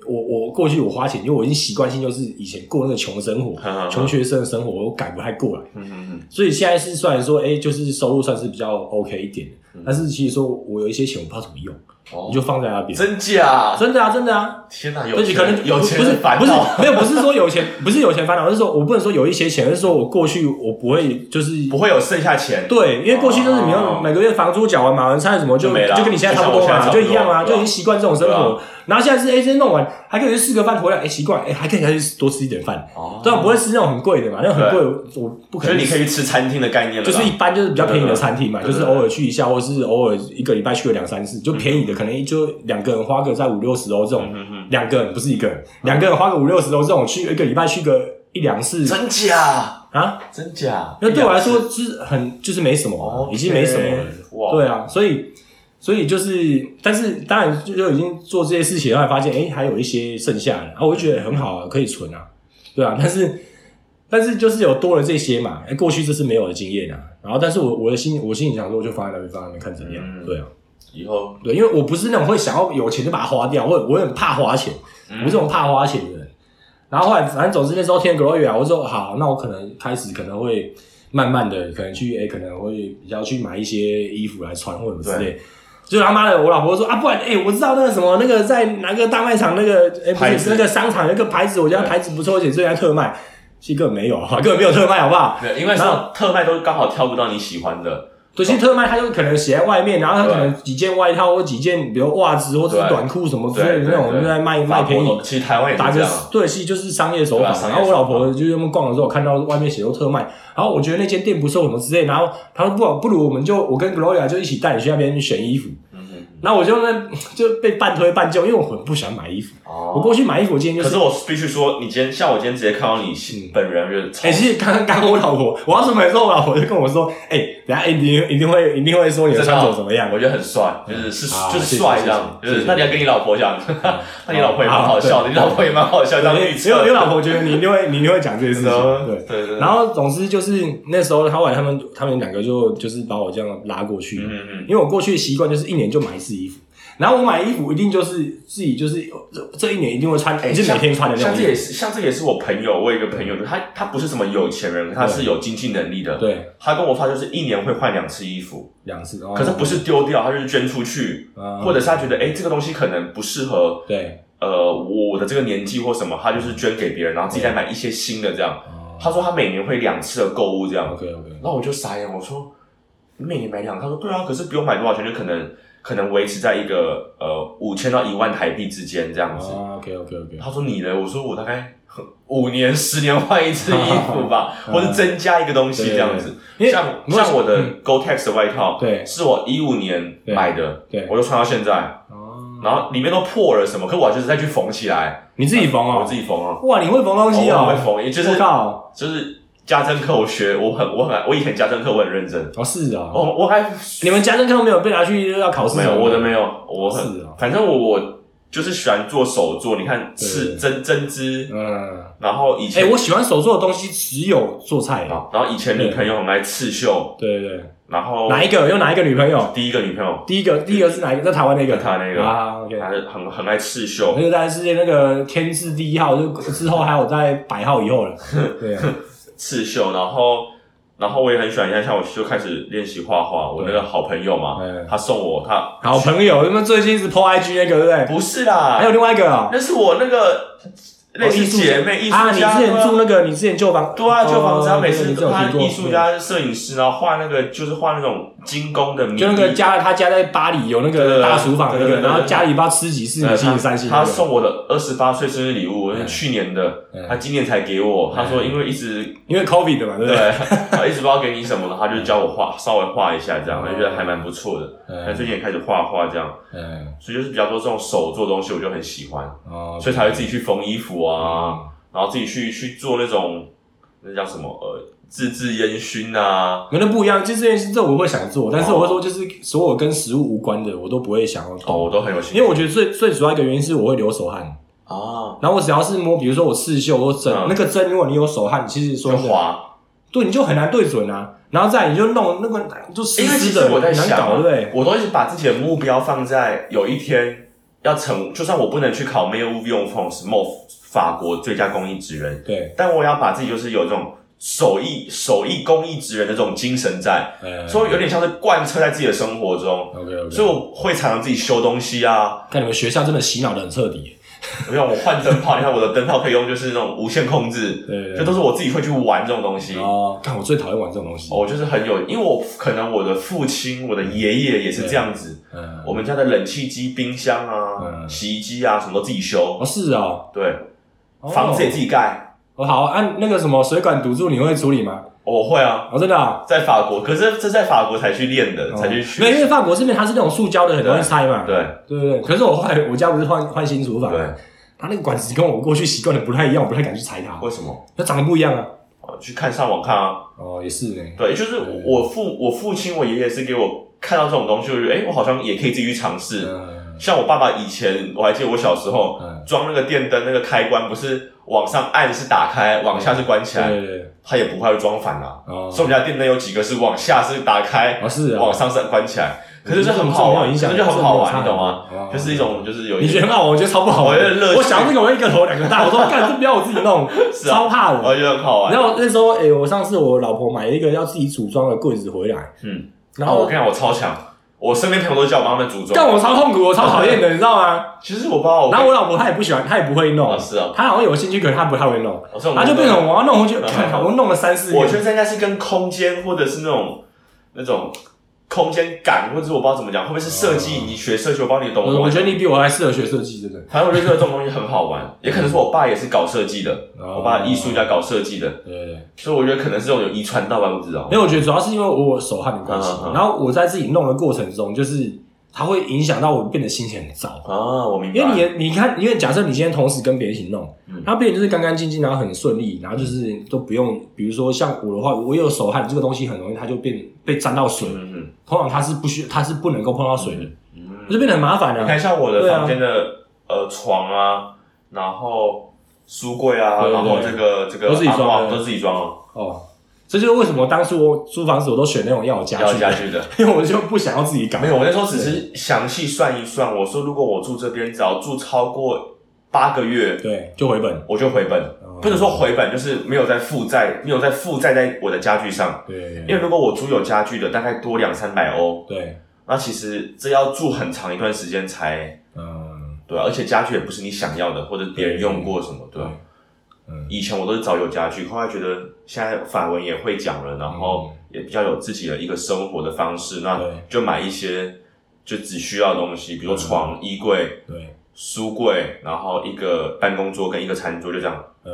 [SPEAKER 1] 我我过去我花钱，因为我已经习惯性就是以前过那个穷生活
[SPEAKER 2] 嗯嗯嗯、
[SPEAKER 1] 穷学生的生活，我改不太过来。
[SPEAKER 2] 嗯嗯嗯，
[SPEAKER 1] 所以现在是虽然说，哎、就是收入算是比较 OK 一点的，但是其实说我有一些钱我不知道怎么用，
[SPEAKER 2] 嗯哦
[SPEAKER 1] 我就放在那边。
[SPEAKER 2] 真假？
[SPEAKER 1] 真的啊，真的啊，
[SPEAKER 2] 天哪，有
[SPEAKER 1] 而且
[SPEAKER 2] 钱
[SPEAKER 1] 可能
[SPEAKER 2] 有钱
[SPEAKER 1] 不是
[SPEAKER 2] 人烦
[SPEAKER 1] 不是
[SPEAKER 2] 恼，
[SPEAKER 1] 没有不是说有钱不是有钱烦恼，是说我不能说有一些钱，而是说我过去我不会就是
[SPEAKER 2] 不会有剩下钱。
[SPEAKER 1] 对，因为过去就是你
[SPEAKER 2] 哦
[SPEAKER 1] 要每个月房租缴完，买完菜什么就
[SPEAKER 2] 就没了
[SPEAKER 1] 就跟你现在差不多
[SPEAKER 2] 就像
[SPEAKER 1] 嘛，
[SPEAKER 2] 我现在差不
[SPEAKER 1] 就
[SPEAKER 2] 多
[SPEAKER 1] 一样啊，
[SPEAKER 2] 对
[SPEAKER 1] 就
[SPEAKER 2] 啊
[SPEAKER 1] 已经习惯这种生
[SPEAKER 2] 对啊
[SPEAKER 1] 活。然后现在是哎，今天弄完还可以去吃个饭回来，哎，习惯哎，还可以再去多吃一点饭，
[SPEAKER 2] 哦
[SPEAKER 1] 但我不会吃那种很贵的嘛，那种很贵我我不可
[SPEAKER 2] 所以
[SPEAKER 1] 能
[SPEAKER 2] 你可
[SPEAKER 1] 吃。
[SPEAKER 2] 以去吃餐厅的概念了
[SPEAKER 1] 就
[SPEAKER 2] 啦。
[SPEAKER 1] 是一般就是比较便宜的餐厅嘛，
[SPEAKER 2] 对对
[SPEAKER 1] 就
[SPEAKER 2] 对嗯
[SPEAKER 1] 是偶尔去一下，或是偶尔一个礼拜去个两三次，就便宜的，可能就两个人花个在五六十欧这种，
[SPEAKER 2] 嗯嗯
[SPEAKER 1] 两个人不是一个人，两个人花个五六十欧这种，去一个礼拜去个一两次
[SPEAKER 2] 嗯，真假？
[SPEAKER 1] 啊，
[SPEAKER 2] 真假？
[SPEAKER 1] 那对我来说是很就是没什么啊，
[SPEAKER 2] OK
[SPEAKER 1] 已经没什么了。
[SPEAKER 2] 哇
[SPEAKER 1] 对啊，所以所以就是，但是当然就就已经做这些事情，后来发现哎、诶还有一些剩下的，啊，我就觉得很好啊，可以存啊，对啊，但是但是就是有多了这些嘛，哎、过去这是没有的经验啊。然后，但是我我的心我心里想说，我就放在那边，放在那边看怎么样。
[SPEAKER 2] 嗯
[SPEAKER 1] 对啊，
[SPEAKER 2] 以后
[SPEAKER 1] 对，因为我不是那种会想要有钱就把它花掉，我我很怕花钱，
[SPEAKER 2] 嗯
[SPEAKER 1] 我是那种怕花钱的人。然后后来，反正总之那时候天 Gloria，我就说好，那我可能开始可能会慢慢的，可能去哎、可能会比较去买一些衣服来穿或者之
[SPEAKER 2] 嗯
[SPEAKER 1] 类。就他妈的，我老婆说啊，不然哎、我知道那个什么那个在哪个大卖场那个哎、不
[SPEAKER 2] 牌
[SPEAKER 1] 是
[SPEAKER 2] 子
[SPEAKER 1] 是那个商场那个牌子，我觉得
[SPEAKER 2] 对
[SPEAKER 1] 牌子不错，而且最近在特卖，其实根本没有，啊，根本没有特卖，好不好？
[SPEAKER 2] 对，因为
[SPEAKER 1] 然
[SPEAKER 2] 像特卖都刚好挑不到你喜欢的，
[SPEAKER 1] 对，其实特卖它就可能写在外面，然后它可能几件外套或几件，比如袜子或者是
[SPEAKER 2] 对
[SPEAKER 1] 短裤什么之类的
[SPEAKER 2] 对对
[SPEAKER 1] 那种，
[SPEAKER 2] 对
[SPEAKER 1] 就在卖卖
[SPEAKER 2] 法国
[SPEAKER 1] 便宜
[SPEAKER 2] 都，其实台湾也是
[SPEAKER 1] 打
[SPEAKER 2] 这
[SPEAKER 1] 个
[SPEAKER 2] 样啊。
[SPEAKER 1] 对，其实就是商业手
[SPEAKER 2] 对
[SPEAKER 1] 法。
[SPEAKER 2] 啊商业
[SPEAKER 1] 然后我老
[SPEAKER 2] 手法
[SPEAKER 1] 婆就是们逛的时候，我看到外面写说特卖，然后我觉得那间店不错什么之类，然后她说不不如我们就我跟 Gloria 就一起带你去那边选衣服。
[SPEAKER 2] 嗯嗯，
[SPEAKER 1] 然后我就那 就被半推半就，因为我很不喜欢买衣服。
[SPEAKER 2] 哦
[SPEAKER 1] 我过去买衣服，我今天就
[SPEAKER 2] 可是
[SPEAKER 1] 是。
[SPEAKER 2] 我必须说，你今天像我今天直接看到你本人，就是超
[SPEAKER 1] 哎、其实刚刚我老婆，我要出门的时候，我老婆就跟我说：“哎、等一下一定一定会一定会说你的
[SPEAKER 2] 真的
[SPEAKER 1] 穿
[SPEAKER 2] 哦
[SPEAKER 1] 着怎么样。”
[SPEAKER 2] 我觉得很帅，就是是
[SPEAKER 1] 啊
[SPEAKER 2] 就是帅
[SPEAKER 1] 谢谢
[SPEAKER 2] 这样，
[SPEAKER 1] 谢
[SPEAKER 2] 就
[SPEAKER 1] 谢
[SPEAKER 2] 是那你要跟你老婆讲， 那你老婆也蛮
[SPEAKER 1] 好
[SPEAKER 2] 好笑的，
[SPEAKER 1] 对
[SPEAKER 2] 你老婆也蛮好笑，这样
[SPEAKER 1] 因
[SPEAKER 2] 预
[SPEAKER 1] 为
[SPEAKER 2] 测
[SPEAKER 1] 只有有老婆觉得你一定会你一定会讲这些事
[SPEAKER 2] 真
[SPEAKER 1] 情，
[SPEAKER 2] 的
[SPEAKER 1] 对。
[SPEAKER 2] 对对，
[SPEAKER 1] 然后总之就是那时候，他后来他们他们两个就就是把我这样拉过去，
[SPEAKER 2] 嗯嗯
[SPEAKER 1] 因为我过去的习惯就是一年就买一次衣服，然后我买衣服一定就是自己就是这这一年一定会穿，
[SPEAKER 2] 嗯，
[SPEAKER 1] 就是每天穿的那
[SPEAKER 2] 像
[SPEAKER 1] 种
[SPEAKER 2] 这
[SPEAKER 1] 衣服。
[SPEAKER 2] 也是像这也是我朋友，我有一个朋友，他他不是什么有钱人，他是有经济能力的，，
[SPEAKER 1] 对，
[SPEAKER 2] 他跟我发就是一年会换两次衣服，
[SPEAKER 1] 两次。
[SPEAKER 2] 可是不
[SPEAKER 1] 是，
[SPEAKER 2] 是丢掉，他就是捐出去，
[SPEAKER 1] 嗯
[SPEAKER 2] 或者是他觉得哎这个东西可能不适合。
[SPEAKER 1] 对，
[SPEAKER 2] 呃，我的这个年纪或什么，他就是捐给别人，然后自己再买一些新的这
[SPEAKER 1] 哦
[SPEAKER 2] 样。他说他每年会两次的购物这样。
[SPEAKER 1] OK OK，
[SPEAKER 2] 然后我就傻眼，我说你每年买两个，他说对啊，可是不用买多少钱，就可能可能维持在一个呃五千到一万台币之间这样子。
[SPEAKER 1] 啊 OK OK OK，
[SPEAKER 2] 他说你呢？我说我大概五年、十年换一次衣服吧，
[SPEAKER 1] 嗯
[SPEAKER 2] 或者增加一个东西这样子。
[SPEAKER 1] 因为
[SPEAKER 2] 像
[SPEAKER 1] 如果
[SPEAKER 2] 像我的
[SPEAKER 1] 嗯
[SPEAKER 2] GoTex 的外套，
[SPEAKER 1] 对
[SPEAKER 2] 是我一五年
[SPEAKER 1] 对
[SPEAKER 2] 买的，
[SPEAKER 1] 对
[SPEAKER 2] 我就穿到现在，
[SPEAKER 1] 哦，
[SPEAKER 2] 然后里面都破了什么，可我就是再去缝起来，
[SPEAKER 1] 你自己缝
[SPEAKER 2] 我
[SPEAKER 1] 哦
[SPEAKER 2] 自，己缝哦，
[SPEAKER 1] 哇，你会缝东西
[SPEAKER 2] 我很会
[SPEAKER 1] 哦，
[SPEAKER 2] 缝，也就是
[SPEAKER 1] 我靠，
[SPEAKER 2] 就是家政课我学，我很我很我以前家政课我很认真，
[SPEAKER 1] 哦是哦，
[SPEAKER 2] 我我还
[SPEAKER 1] 你们家政课没有被拿去要考试
[SPEAKER 2] 没
[SPEAKER 1] 什么
[SPEAKER 2] 有我的没有，我很
[SPEAKER 1] 是哦
[SPEAKER 2] 反正我我就是喜欢做手做，你看
[SPEAKER 1] 对
[SPEAKER 2] 刺针针织，
[SPEAKER 1] 嗯，
[SPEAKER 2] 然后以
[SPEAKER 1] 哎，
[SPEAKER 2] 前
[SPEAKER 1] 我喜欢手做的东西只有做菜，
[SPEAKER 2] 然后以前女朋友很爱刺绣，
[SPEAKER 1] 对对对，
[SPEAKER 2] 然后
[SPEAKER 1] 哪一个有哪一个女朋友？
[SPEAKER 2] 第一个女朋友
[SPEAKER 1] 第一个第一个是哪一个？在台湾那个，
[SPEAKER 2] 台湾那个
[SPEAKER 1] 啊，OK，
[SPEAKER 2] 她很很爱刺绣
[SPEAKER 1] 那，个大概是那个天字第一号，就之后还有在百号以后 了，对啊，
[SPEAKER 2] 刺绣，然后然后我也很喜欢，像像我就开始练习画画，我那个好朋友嘛，
[SPEAKER 1] 嗯
[SPEAKER 2] 他送我他哎
[SPEAKER 1] 好朋友，他们最近是 PO IG 那个，对不对？
[SPEAKER 2] 不是啦，
[SPEAKER 1] 还有另外一个哦，
[SPEAKER 2] 那是我那个类似姐妹艺术
[SPEAKER 1] 啊，你
[SPEAKER 2] 家，
[SPEAKER 1] 之前住
[SPEAKER 2] 那
[SPEAKER 1] 那个，你之前旧房，
[SPEAKER 2] 对啊，就房子他
[SPEAKER 1] 哦
[SPEAKER 2] 每
[SPEAKER 1] 对
[SPEAKER 2] 次
[SPEAKER 1] 你之前有
[SPEAKER 2] 他
[SPEAKER 1] 提过
[SPEAKER 2] 艺术家、摄影师，然后画那个就是画那种精工的迷，
[SPEAKER 1] 对嗯就那个家，他家在巴黎有那
[SPEAKER 2] 对对
[SPEAKER 1] 个
[SPEAKER 2] 对
[SPEAKER 1] 大厨房那
[SPEAKER 2] 对对
[SPEAKER 1] 个，
[SPEAKER 2] 对对
[SPEAKER 1] 然后家里不知道吃几次
[SPEAKER 2] 呃
[SPEAKER 1] 米其
[SPEAKER 2] 他
[SPEAKER 1] 林三星那
[SPEAKER 2] 他
[SPEAKER 1] 个，
[SPEAKER 2] 送我的二十八岁生日礼物，是
[SPEAKER 1] 嗯
[SPEAKER 2] 去年的
[SPEAKER 1] 嗯，
[SPEAKER 2] 他今年才给我。他说因为一直
[SPEAKER 1] 因为 COVID 的嘛，对不
[SPEAKER 2] 对，
[SPEAKER 1] 对？
[SPEAKER 2] 啊一直不知道给你什么了，他就教我画，稍微画一下这样，我就觉得还蛮不错的。那最近也开始画画这样，
[SPEAKER 1] 嗯，
[SPEAKER 2] 所以就是比较多这种手做的东西，我就很喜欢，
[SPEAKER 1] 哦
[SPEAKER 2] 所以才会自己去缝衣服啊，
[SPEAKER 1] 啊，
[SPEAKER 2] 然后自己去去做那种那叫什么呃自制烟熏啊，
[SPEAKER 1] 可能不一样，就这件事，这我会想做，但是
[SPEAKER 2] 哦
[SPEAKER 1] 我会说，就是所有跟食物无关的，我都不会想要
[SPEAKER 2] 哦，
[SPEAKER 1] 动，
[SPEAKER 2] 我都很有兴趣。
[SPEAKER 1] 因为哦我觉得最最主要一个原因是我会流手汗。
[SPEAKER 2] 啊，
[SPEAKER 1] 然后我只要是摸，比如说我刺绣或针，
[SPEAKER 2] 嗯
[SPEAKER 1] 那个针如果你有手汗，其实说
[SPEAKER 2] 就
[SPEAKER 1] 真的，
[SPEAKER 2] 滑，
[SPEAKER 1] 对，你就很难对准啊。然后再来你就弄那个就湿
[SPEAKER 2] 因为其
[SPEAKER 1] 湿
[SPEAKER 2] 实
[SPEAKER 1] 的，欸
[SPEAKER 2] 我在
[SPEAKER 1] 很难
[SPEAKER 2] 想啊
[SPEAKER 1] 搞，对不对？
[SPEAKER 2] 我都一直把自己的目标放在有一天要成，就算我不能去考 m a i l v i o n France MOF 法国最佳公益职人，
[SPEAKER 1] 对，
[SPEAKER 2] 但我也要把自己就是有这种手艺手艺公益职人的这种精神在，
[SPEAKER 1] 呃
[SPEAKER 2] 所以有点像是贯彻在自己的生活中。
[SPEAKER 1] OK OK，
[SPEAKER 2] 所以我会常常自己修东西啊，
[SPEAKER 1] 看你们学校真的洗脑的很彻底，
[SPEAKER 2] 我像我换灯泡，你看我的灯泡可以用就是那种无线控制，
[SPEAKER 1] 对对对
[SPEAKER 2] 这都是我自己会去玩这种东西。
[SPEAKER 1] 哦，看我最讨厌玩这种东西，
[SPEAKER 2] 我就是很有，因为我可能我的父亲、我的爷爷也是这样子，
[SPEAKER 1] 嗯，
[SPEAKER 2] 我们家的冷气机、冰箱啊、
[SPEAKER 1] 嗯
[SPEAKER 2] 洗衣机啊，什么都自己修
[SPEAKER 1] 哦，是哦，
[SPEAKER 2] 对，
[SPEAKER 1] 哦
[SPEAKER 2] 房子也自己盖，
[SPEAKER 1] 哦好按那个什么水管堵住你会处理吗？
[SPEAKER 2] 我会啊，
[SPEAKER 1] 哦，真的啊，在
[SPEAKER 2] 在法国，可是这在法国才去练的，才去
[SPEAKER 1] 哦没有，
[SPEAKER 2] 学，
[SPEAKER 1] 因为法国这边它是那种塑胶的，很容易拆嘛，
[SPEAKER 2] 对
[SPEAKER 1] 对对对。可是我后来我家不是换换新厨房，
[SPEAKER 2] 对，
[SPEAKER 1] 它那个管子跟我过去习惯的不太一样，我不太敢去拆它，
[SPEAKER 2] 为什么？
[SPEAKER 1] 它长得不一样啊。
[SPEAKER 2] 啊去看上网看啊，
[SPEAKER 1] 哦，也是呢。
[SPEAKER 2] 对，就是
[SPEAKER 1] 对
[SPEAKER 2] 我父我父亲我爷爷是给我看到这种东西，我就觉得哎，我好像也可以自己去尝试。
[SPEAKER 1] 嗯，
[SPEAKER 2] 像我爸爸以前，我还记得我小时候
[SPEAKER 1] 嗯
[SPEAKER 2] 装那个电灯那个开关，不是往上按是打开，往下是关起
[SPEAKER 1] 对
[SPEAKER 2] 来，
[SPEAKER 1] 对对，
[SPEAKER 2] 他也不会装反啊。
[SPEAKER 1] 嗯哦，
[SPEAKER 2] 所以我们家电灯有几个是往下是打开，
[SPEAKER 1] 哦是啊
[SPEAKER 2] 往，上是关起来，可是这很好玩，
[SPEAKER 1] 影响，
[SPEAKER 2] 可是就很好
[SPEAKER 1] 这没有差
[SPEAKER 2] 玩，你懂吗？
[SPEAKER 1] 哦
[SPEAKER 2] 就是一种就是有一
[SPEAKER 1] 你觉得很好玩，我觉得超不好玩
[SPEAKER 2] 我觉得乐趣
[SPEAKER 1] 我想这个，我一个头两个大，我 说干这不要我自己弄，
[SPEAKER 2] 是啊
[SPEAKER 1] 超怕
[SPEAKER 2] 我
[SPEAKER 1] 的。
[SPEAKER 2] 觉得很好玩。
[SPEAKER 1] 然后那时候，哎，我上次我老婆买一个要自己组装的柜子回来，
[SPEAKER 2] 嗯，
[SPEAKER 1] 然
[SPEAKER 2] 哦我
[SPEAKER 1] 后
[SPEAKER 2] 跟你讲，我超强，我身边朋友都叫我帮他们组
[SPEAKER 1] 干
[SPEAKER 2] 装。
[SPEAKER 1] 我超痛苦，我超讨厌 的，你知道吗？
[SPEAKER 2] 其实我不知道我，
[SPEAKER 1] 然后我老婆她也不喜欢，她也不会弄
[SPEAKER 2] 哦，是啊，
[SPEAKER 1] 她好像有兴趣，可是她不太会弄，
[SPEAKER 2] 我这种
[SPEAKER 1] 然后就变成我要弄回去，
[SPEAKER 2] 嗯
[SPEAKER 1] 看 我弄了三四
[SPEAKER 2] 我
[SPEAKER 1] 年
[SPEAKER 2] 觉，得这应该是跟空间或者是那种那种空间感，或者是我不知道怎么讲，会不会是设计？
[SPEAKER 1] 哦
[SPEAKER 2] 你学设计，我帮你懂。
[SPEAKER 1] 我我觉得你比我还适合学设计，真的。
[SPEAKER 2] 反正我就觉得这种东西很好玩，也可能是我爸也是搞设计的，
[SPEAKER 1] 哦
[SPEAKER 2] 我爸艺术家搞设计的，
[SPEAKER 1] 对对对。
[SPEAKER 2] 所以我觉得可能是这种有遗传到吧，不知道
[SPEAKER 1] 没。有，我觉得主要是因为我手汗的关系
[SPEAKER 2] 嗯嗯，嗯
[SPEAKER 1] 然后我在自己弄的过程中，就是它会影响到我变得心情很糟。
[SPEAKER 2] 啊，我明白。
[SPEAKER 1] 因为你，你看，因为假设你今天同时跟别人一起弄
[SPEAKER 2] 嗯，
[SPEAKER 1] 那别人就是干干净净，然后很顺利，然后就是都不用，比如说像我的话，我有手汗这个东西，很容易它就变被沾到水，
[SPEAKER 2] 嗯
[SPEAKER 1] 通常它是不需，它是不能够碰到水的，
[SPEAKER 2] 嗯
[SPEAKER 1] 就变得很麻烦
[SPEAKER 2] 你
[SPEAKER 1] 了。
[SPEAKER 2] 看像我的
[SPEAKER 1] 对啊
[SPEAKER 2] 房间的呃床啊，然后书柜啊，
[SPEAKER 1] 对对
[SPEAKER 2] 然后这个这个
[SPEAKER 1] 都自己装的
[SPEAKER 2] 阿嬷都自己装哦，
[SPEAKER 1] 哦，这就是为什么当初我租房子我都选那种要有家
[SPEAKER 2] 要
[SPEAKER 1] 具
[SPEAKER 2] 家
[SPEAKER 1] 的，
[SPEAKER 2] 具的。
[SPEAKER 1] 因为我就不想要自己搞
[SPEAKER 2] 没。有，我那时候只是详细算一算，我说如果我住这边，只要住超过八个月，
[SPEAKER 1] 对，就回本。
[SPEAKER 2] 我就回本。
[SPEAKER 1] 哦
[SPEAKER 2] 不能说回本，就是没有在负债，没有在负债在我的家具上。
[SPEAKER 1] 对
[SPEAKER 2] 因为如果我租有家具的，大概多两三百欧，
[SPEAKER 1] 对，
[SPEAKER 2] 那其实这要住很长一段时间才
[SPEAKER 1] 嗯，
[SPEAKER 2] 对啊、而且家具也不是你想要的，或者别人用过什么，对吧、
[SPEAKER 1] 对嗯
[SPEAKER 2] 以前我都是找有家具，后来觉得现在法文也会讲了，然后也比较有自己的一个生活的方式，那
[SPEAKER 1] 嗯对嗯
[SPEAKER 2] 就买一些就只需要的东西，比如说床、衣柜、
[SPEAKER 1] 对
[SPEAKER 2] 书柜，然后一个办公桌跟一个餐桌，就这样，
[SPEAKER 1] 嗯，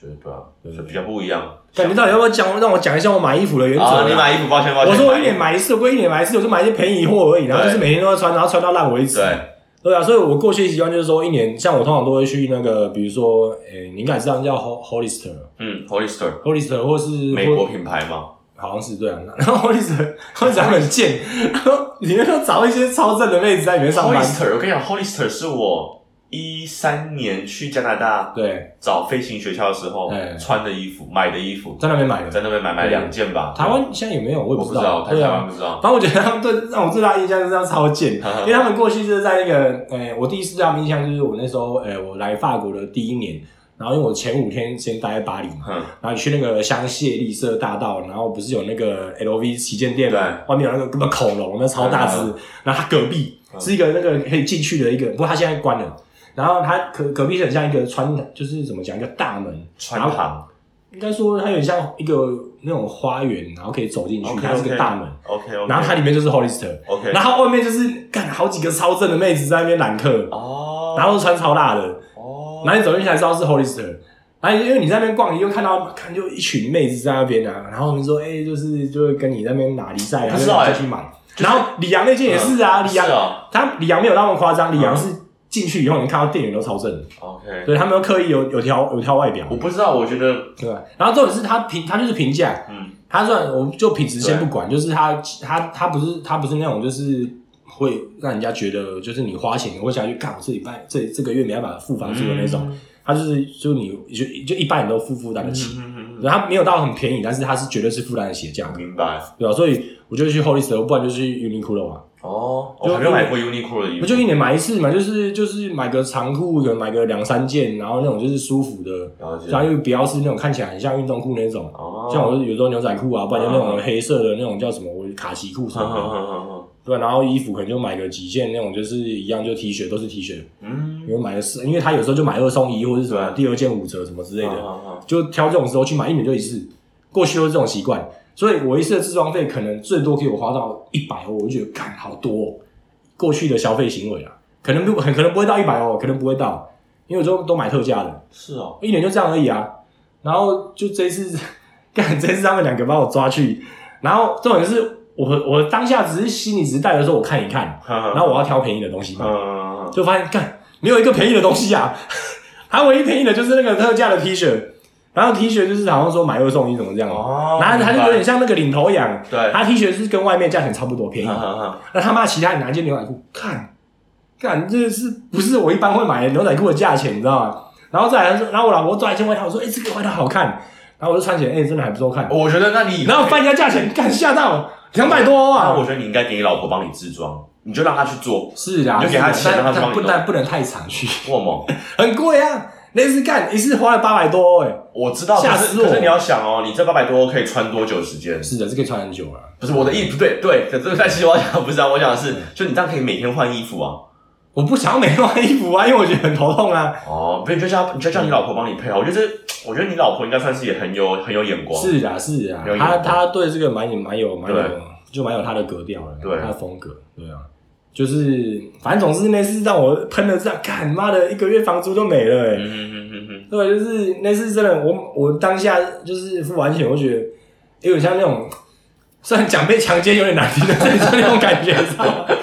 [SPEAKER 2] 就是对啊，
[SPEAKER 1] 对
[SPEAKER 2] 就比较不一样。
[SPEAKER 1] 感觉到底要不要讲让我讲一下我买衣服的原则
[SPEAKER 2] 啊，
[SPEAKER 1] 啊？
[SPEAKER 2] 你买衣服，抱歉抱歉，
[SPEAKER 1] 我说我一
[SPEAKER 2] 衣服
[SPEAKER 1] 年买一次，我不会一年买一次，我就买一些便宜货而已，然后就是每天都要穿，然后穿到烂为止。
[SPEAKER 2] 对，
[SPEAKER 1] 对啊，所以我过去的习惯就是说，一年像我通常都会去那个，比如说，诶、你应该知道叫 Hol- Hollister 吗。
[SPEAKER 2] 嗯，Hollister，
[SPEAKER 1] Hollister 或是
[SPEAKER 2] 美国品牌嘛，
[SPEAKER 1] 好像是对啊，然后 Hollister 他长很贱，然后里面都找一些超正的妹子在里面上班。
[SPEAKER 2] Hollister，我跟你讲，Hollister 是我一三年去加拿大
[SPEAKER 1] 对，
[SPEAKER 2] 找飞行学校的时候
[SPEAKER 1] 哎
[SPEAKER 2] 穿的衣服，买的衣服，
[SPEAKER 1] 在那边买的。
[SPEAKER 2] 在那边买买两件吧。
[SPEAKER 1] 台湾现在有没有？我也
[SPEAKER 2] 我不
[SPEAKER 1] 知道。
[SPEAKER 2] 我台
[SPEAKER 1] 对
[SPEAKER 2] 台
[SPEAKER 1] 啊，
[SPEAKER 2] 湾不知道。
[SPEAKER 1] 反正我觉得他们对让我最大的印象就是这样超贱，因 为他们过去就是在那个，诶、我第一次对他们印象就是我那时候，诶、我来法国的第一年，然后因为我前五天先待在巴黎嘛，
[SPEAKER 2] 哼，
[SPEAKER 1] 然后你去那个香榭丽舍大道，然后不是有那个 LV 旗舰店
[SPEAKER 2] 对
[SPEAKER 1] 嘛，外面有那个根本恐龙，那超大只
[SPEAKER 2] 嗯，
[SPEAKER 1] 然后它隔壁是一个那个可以进去的一个，不过它现在关了。然后它隔隔壁是很像一个穿，就是怎么讲一个大门，
[SPEAKER 2] 穿
[SPEAKER 1] 然后
[SPEAKER 2] 堂
[SPEAKER 1] 应该说它有点像一个那种花园，然后可以走进去，它是个大门，
[SPEAKER 2] OK OK，
[SPEAKER 1] 然后它里面就是 Hollister，
[SPEAKER 2] OK，
[SPEAKER 1] 然后外面就是干好几个超正的妹子在那边揽客，
[SPEAKER 2] 哦，
[SPEAKER 1] 然后穿超辣的，
[SPEAKER 2] 哦，
[SPEAKER 1] 然后你走进去才知道是 Hollister。然后因为你在那边逛，你就看到看就一群妹子在那边啊，然后你说哎、就是就是跟你那边拿离赛，啊然
[SPEAKER 2] 不
[SPEAKER 1] 后
[SPEAKER 2] 知道
[SPEAKER 1] 再
[SPEAKER 2] 欸
[SPEAKER 1] 去买。然后李阳那件也是啊，李阳
[SPEAKER 2] 是哦
[SPEAKER 1] 他李阳没有那么夸张，李阳
[SPEAKER 2] 嗯
[SPEAKER 1] 是进去以后你看到店员都超正的，
[SPEAKER 2] OK，
[SPEAKER 1] 对他们有刻意有有挑有挑外表
[SPEAKER 2] 我，不知道，我觉得
[SPEAKER 1] 对吧？然后重点是他评他就是评价，
[SPEAKER 2] 嗯
[SPEAKER 1] 他算我们就品质先
[SPEAKER 2] 对
[SPEAKER 1] 不管，就是他他他不是他不是那种就是会让人家觉得就是你花钱我想去看我这礼拜这这个月没办法付房租的那种。
[SPEAKER 2] 嗯
[SPEAKER 1] 他就是就你就就一般人都负负担得起，
[SPEAKER 2] 嗯嗯嗯
[SPEAKER 1] 然后他没有到很便宜，但是他是绝对是负担得起的价
[SPEAKER 2] 嗯
[SPEAKER 1] 格，
[SPEAKER 2] 明白
[SPEAKER 1] 对啊吧、所以我就去 Hollister，不然就去 Uniqlo 啊，
[SPEAKER 2] 哦，
[SPEAKER 1] 就
[SPEAKER 2] 我还没有买过 Uniqlo 的衣
[SPEAKER 1] 我
[SPEAKER 2] 服，
[SPEAKER 1] 就一年买一次嘛，就是就是买个长裤，可能买个两三件，然后那种就是舒服的，
[SPEAKER 2] 了解
[SPEAKER 1] 然后又不要是那种看起来很像运动裤那种，
[SPEAKER 2] 哦，
[SPEAKER 1] 像我有时候牛仔裤啊，不然就那种
[SPEAKER 2] 嗯
[SPEAKER 1] 黑色的那种叫什么我卡其裤什
[SPEAKER 2] 哼哼
[SPEAKER 1] 么的，
[SPEAKER 2] 哼哼哼
[SPEAKER 1] 对吧、然后衣服可能就买个几件那种，就是一样就 T 恤都是 T 恤，
[SPEAKER 2] 嗯，
[SPEAKER 1] 因为买了四，因为他有时候就买二送一或者是什么
[SPEAKER 2] 对啊哦
[SPEAKER 1] 第二件五折什么之类的。
[SPEAKER 2] 哼哼哼
[SPEAKER 1] 就挑这种时候去买，一年就一次，过去都是这种习惯，所以我一次的自装费可能最多给我花到一百欧，我就觉得干好多、哦，过去的消费行为啊，可能不很可能不会到一百欧，哦可能不会到，因为我都都买特价的，
[SPEAKER 2] 是哦，
[SPEAKER 1] 一年就这样而已啊。然后就这一次，干这一次他们两个把我抓去，然后重点是我我当下只是心里只是带着说我看一看，
[SPEAKER 2] 然
[SPEAKER 1] 然后我要挑便宜的东西嘛，
[SPEAKER 2] 嗯，
[SPEAKER 1] 就发现干没有一个便宜的东西啊， 它唯一便宜的就是那个特价的 T 恤，然后 T 恤就是好像说买二送一怎么这样，
[SPEAKER 2] 哦
[SPEAKER 1] 然后它就有点像那个领头羊，
[SPEAKER 2] 对，
[SPEAKER 1] 它 T 恤是跟外面价钱差不多便宜，
[SPEAKER 2] 哼哼哼
[SPEAKER 1] 那他妈其他你拿一件牛仔裤，看，看这是不是我一般会买的牛仔裤的价钱，你知道吗？然后再来他说，然后我老婆抓一件外套，我说哎、这个外套好看，然后我就穿起来，哎、真的还不错看，
[SPEAKER 2] 我觉得那哦你哦
[SPEAKER 1] 然后翻一下价钱，干吓到两百多欧
[SPEAKER 2] 那
[SPEAKER 1] 啊！
[SPEAKER 2] 我觉得你应该给你老婆帮你自装，你就让她去做，
[SPEAKER 1] 是的，
[SPEAKER 2] 你就给他钱
[SPEAKER 1] 但
[SPEAKER 2] 让他
[SPEAKER 1] 但
[SPEAKER 2] 帮你
[SPEAKER 1] 不
[SPEAKER 2] 弄
[SPEAKER 1] 但不能太常去。
[SPEAKER 2] 做梦。
[SPEAKER 1] 很贵啊！那次干一次花了八百多哎、
[SPEAKER 2] 我知道，
[SPEAKER 1] 吓
[SPEAKER 2] 可
[SPEAKER 1] 死
[SPEAKER 2] 是
[SPEAKER 1] 我
[SPEAKER 2] 可是你要想哦，你这八百多可以穿多久时间？
[SPEAKER 1] 是的，这可以穿很久啊了。
[SPEAKER 2] 不是我的意，不对，对，这这但其实我想不是啊，我想
[SPEAKER 1] 嗯
[SPEAKER 2] 的是，就你这样可以每天换衣服啊。
[SPEAKER 1] 我不想要每天换衣服啊，因为我觉得很头痛啊。
[SPEAKER 2] 哦，不然你就叫你就叫你老婆帮你配啊。我觉得这，我觉得你老婆应该算是也很有很有眼光。
[SPEAKER 1] 是啊，是啊
[SPEAKER 2] 有，眼
[SPEAKER 1] 他
[SPEAKER 2] 光
[SPEAKER 1] 他对这个蛮有蛮有蛮有
[SPEAKER 2] 对，
[SPEAKER 1] 就蛮有他的格调了，
[SPEAKER 2] 对
[SPEAKER 1] 他的风格，对啊，就是反正总之那次让我喷了这样，干妈的一个月房租都没了哎、
[SPEAKER 2] 嗯哼哼哼哼，
[SPEAKER 1] 对，就是那次真的，我我当下就是付完钱，我觉得欸有点像那种， 虽然讲被强奸有点难听，但是那种感觉，你知道吗？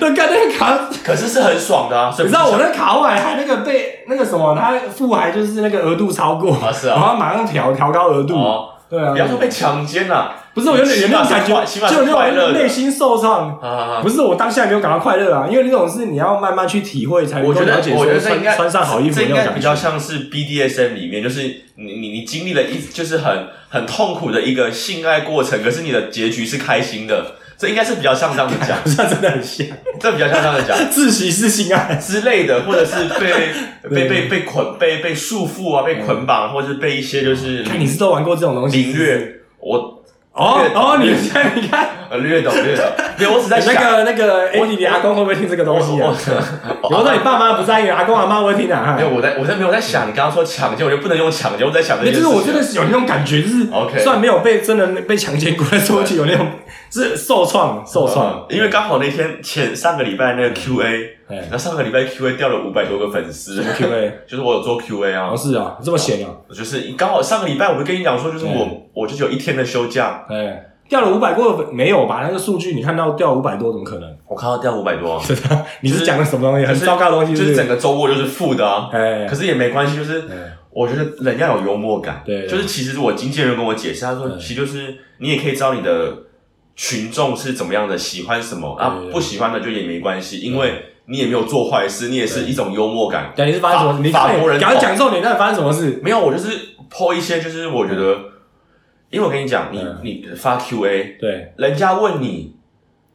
[SPEAKER 1] 就干那个卡
[SPEAKER 2] 可是是很爽的啊。所以
[SPEAKER 1] 你知道我那卡外还那个被那个什么，他付还就是那个额度超过，
[SPEAKER 2] 啊是
[SPEAKER 1] 然
[SPEAKER 2] 啊，
[SPEAKER 1] 后马上调调高额度。
[SPEAKER 2] 哦，
[SPEAKER 1] 对啊
[SPEAKER 2] 不，要说被强奸啊了
[SPEAKER 1] 不是我有点有那种感觉，
[SPEAKER 2] 起码
[SPEAKER 1] 就是有
[SPEAKER 2] 快
[SPEAKER 1] 那
[SPEAKER 2] 乐
[SPEAKER 1] 种
[SPEAKER 2] 的
[SPEAKER 1] 内心受创。
[SPEAKER 2] 啊。
[SPEAKER 1] 不是我当下没有感到快乐啊，因为那种是你要慢慢去体会才能
[SPEAKER 2] 我
[SPEAKER 1] 够
[SPEAKER 2] 觉得
[SPEAKER 1] 了解，
[SPEAKER 2] 我
[SPEAKER 1] 说
[SPEAKER 2] 觉得这
[SPEAKER 1] 穿
[SPEAKER 2] 应该
[SPEAKER 1] 穿上好衣服
[SPEAKER 2] 这
[SPEAKER 1] 那
[SPEAKER 2] 应
[SPEAKER 1] 种
[SPEAKER 2] 该
[SPEAKER 1] 感
[SPEAKER 2] 比较
[SPEAKER 1] 觉。，
[SPEAKER 2] 像是 BDSM 里面，就是你你你经历了一就是很很痛苦的一个性爱过程，可是你的结局是开心的，这应该是比较像这样子讲
[SPEAKER 1] 像真的很像，
[SPEAKER 2] 这比较像这样子讲
[SPEAKER 1] 自习是性爱，
[SPEAKER 2] 之类的，或者是 被被被被捆被被束缚啊，被捆绑，或者是被一些就是
[SPEAKER 1] 嗯看你是都玩过这种东西。
[SPEAKER 2] 凌虐，我
[SPEAKER 1] 哦
[SPEAKER 2] 略懂
[SPEAKER 1] 哦，你
[SPEAKER 2] 略
[SPEAKER 1] 现在你看
[SPEAKER 2] 呃略懂 略懂，没有，我只在想
[SPEAKER 1] 那个那个 Andy，你阿公会不会听这个东西啊？
[SPEAKER 2] 我哦
[SPEAKER 1] 我 说你爸妈不在意，阿公阿妈会听啊
[SPEAKER 2] 没。有，我在我在没有在想，你刚刚说抢劫，我就不能用抢劫，我在想这
[SPEAKER 1] 对，
[SPEAKER 2] 件
[SPEAKER 1] 哎就
[SPEAKER 2] 事
[SPEAKER 1] 是
[SPEAKER 2] 情。啊
[SPEAKER 1] 我真的是有那种感觉，就是
[SPEAKER 2] OK
[SPEAKER 1] 虽然没有被真的被强奸过，但是我就有那种是受创，受创
[SPEAKER 2] 嗯，因为刚好那天前上个礼拜那个 Q A，
[SPEAKER 1] 哎
[SPEAKER 2] 那上个礼拜 Q A 掉了五百多个粉丝，
[SPEAKER 1] ，QA，
[SPEAKER 2] 就是我有做 Q A 啊
[SPEAKER 1] 哦，是啊，这么闲啊，
[SPEAKER 2] 就是刚好上个礼拜我就跟你讲说，就是我我就只有一天的休假，
[SPEAKER 1] 哎，掉了五百多个粉没有吧？那个数据你看到掉五百多，怎么可能？
[SPEAKER 2] 我看到掉五百多，
[SPEAKER 1] 真的？你是讲的什么东西？很糟糕的东西
[SPEAKER 2] 就是
[SPEAKER 1] 不
[SPEAKER 2] 是
[SPEAKER 1] 是
[SPEAKER 2] 整个周末就是负的啊。
[SPEAKER 1] 哎
[SPEAKER 2] 可，是也没关系，就是
[SPEAKER 1] 哎
[SPEAKER 2] 我觉得人要有幽默感。
[SPEAKER 1] 对
[SPEAKER 2] 就是其实我经纪人跟我解释，他说
[SPEAKER 1] 对
[SPEAKER 2] 其实就是你也可以知道你的群众是怎么样的，喜欢什么啊
[SPEAKER 1] 对，对
[SPEAKER 2] 不喜欢的就也没关系，因为你也没有做坏事，你也是一种幽默感。
[SPEAKER 1] 等你是发生什么？
[SPEAKER 2] 法
[SPEAKER 1] 你
[SPEAKER 2] 法国人哦
[SPEAKER 1] 赶快讲重点，到底发生什么事？
[SPEAKER 2] 没有，我就是抛一些，就是我觉得，因为我跟你讲，你
[SPEAKER 1] 嗯
[SPEAKER 2] 你发 Q&A，
[SPEAKER 1] 对
[SPEAKER 2] 人家问你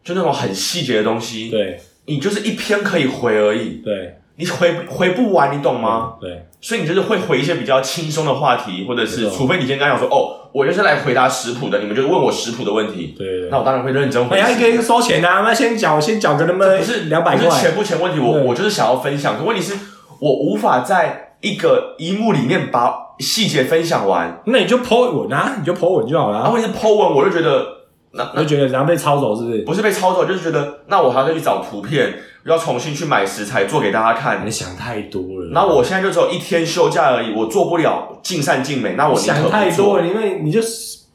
[SPEAKER 2] 就那种很细节的东西，
[SPEAKER 1] 对
[SPEAKER 2] 你就是一篇可以回而已，
[SPEAKER 1] 对，
[SPEAKER 2] 你回回不完，你懂吗？
[SPEAKER 1] 对
[SPEAKER 2] 所以你就是会回一些比较轻松的话题，或者
[SPEAKER 1] 没
[SPEAKER 2] 是
[SPEAKER 1] 错
[SPEAKER 2] 除非你今天刚讲说哦，我就是来回答食谱的，你们就问我食谱的问题，
[SPEAKER 1] 对对
[SPEAKER 2] 那
[SPEAKER 1] 对。
[SPEAKER 2] 我当然会认真
[SPEAKER 1] 哎
[SPEAKER 2] 回
[SPEAKER 1] 呀，
[SPEAKER 2] 答。
[SPEAKER 1] 一个一个收钱啊！那先缴，先缴个那么
[SPEAKER 2] 不是
[SPEAKER 1] 两百
[SPEAKER 2] 不
[SPEAKER 1] 块嗯
[SPEAKER 2] 是，钱不钱问题，我
[SPEAKER 1] 对
[SPEAKER 2] 我就是想要分享。可问题是我无法在一个一幕里面把细节分享完，
[SPEAKER 1] 那你就 po 文啊，你就 po 文就好了
[SPEAKER 2] 然
[SPEAKER 1] 啊。
[SPEAKER 2] 后一直 Po 文，我就觉得那
[SPEAKER 1] 我就觉得人家被抄走是不是？
[SPEAKER 2] 不是被抄走，就是觉得那我还要再去找图片，要重新去买食材做给大家看
[SPEAKER 1] 你。想太多了。
[SPEAKER 2] 然后我现在就只有一天休假而已，我做不了尽善尽美，那我宁可
[SPEAKER 1] 想
[SPEAKER 2] 不
[SPEAKER 1] 太
[SPEAKER 2] 做
[SPEAKER 1] 多了，因为你就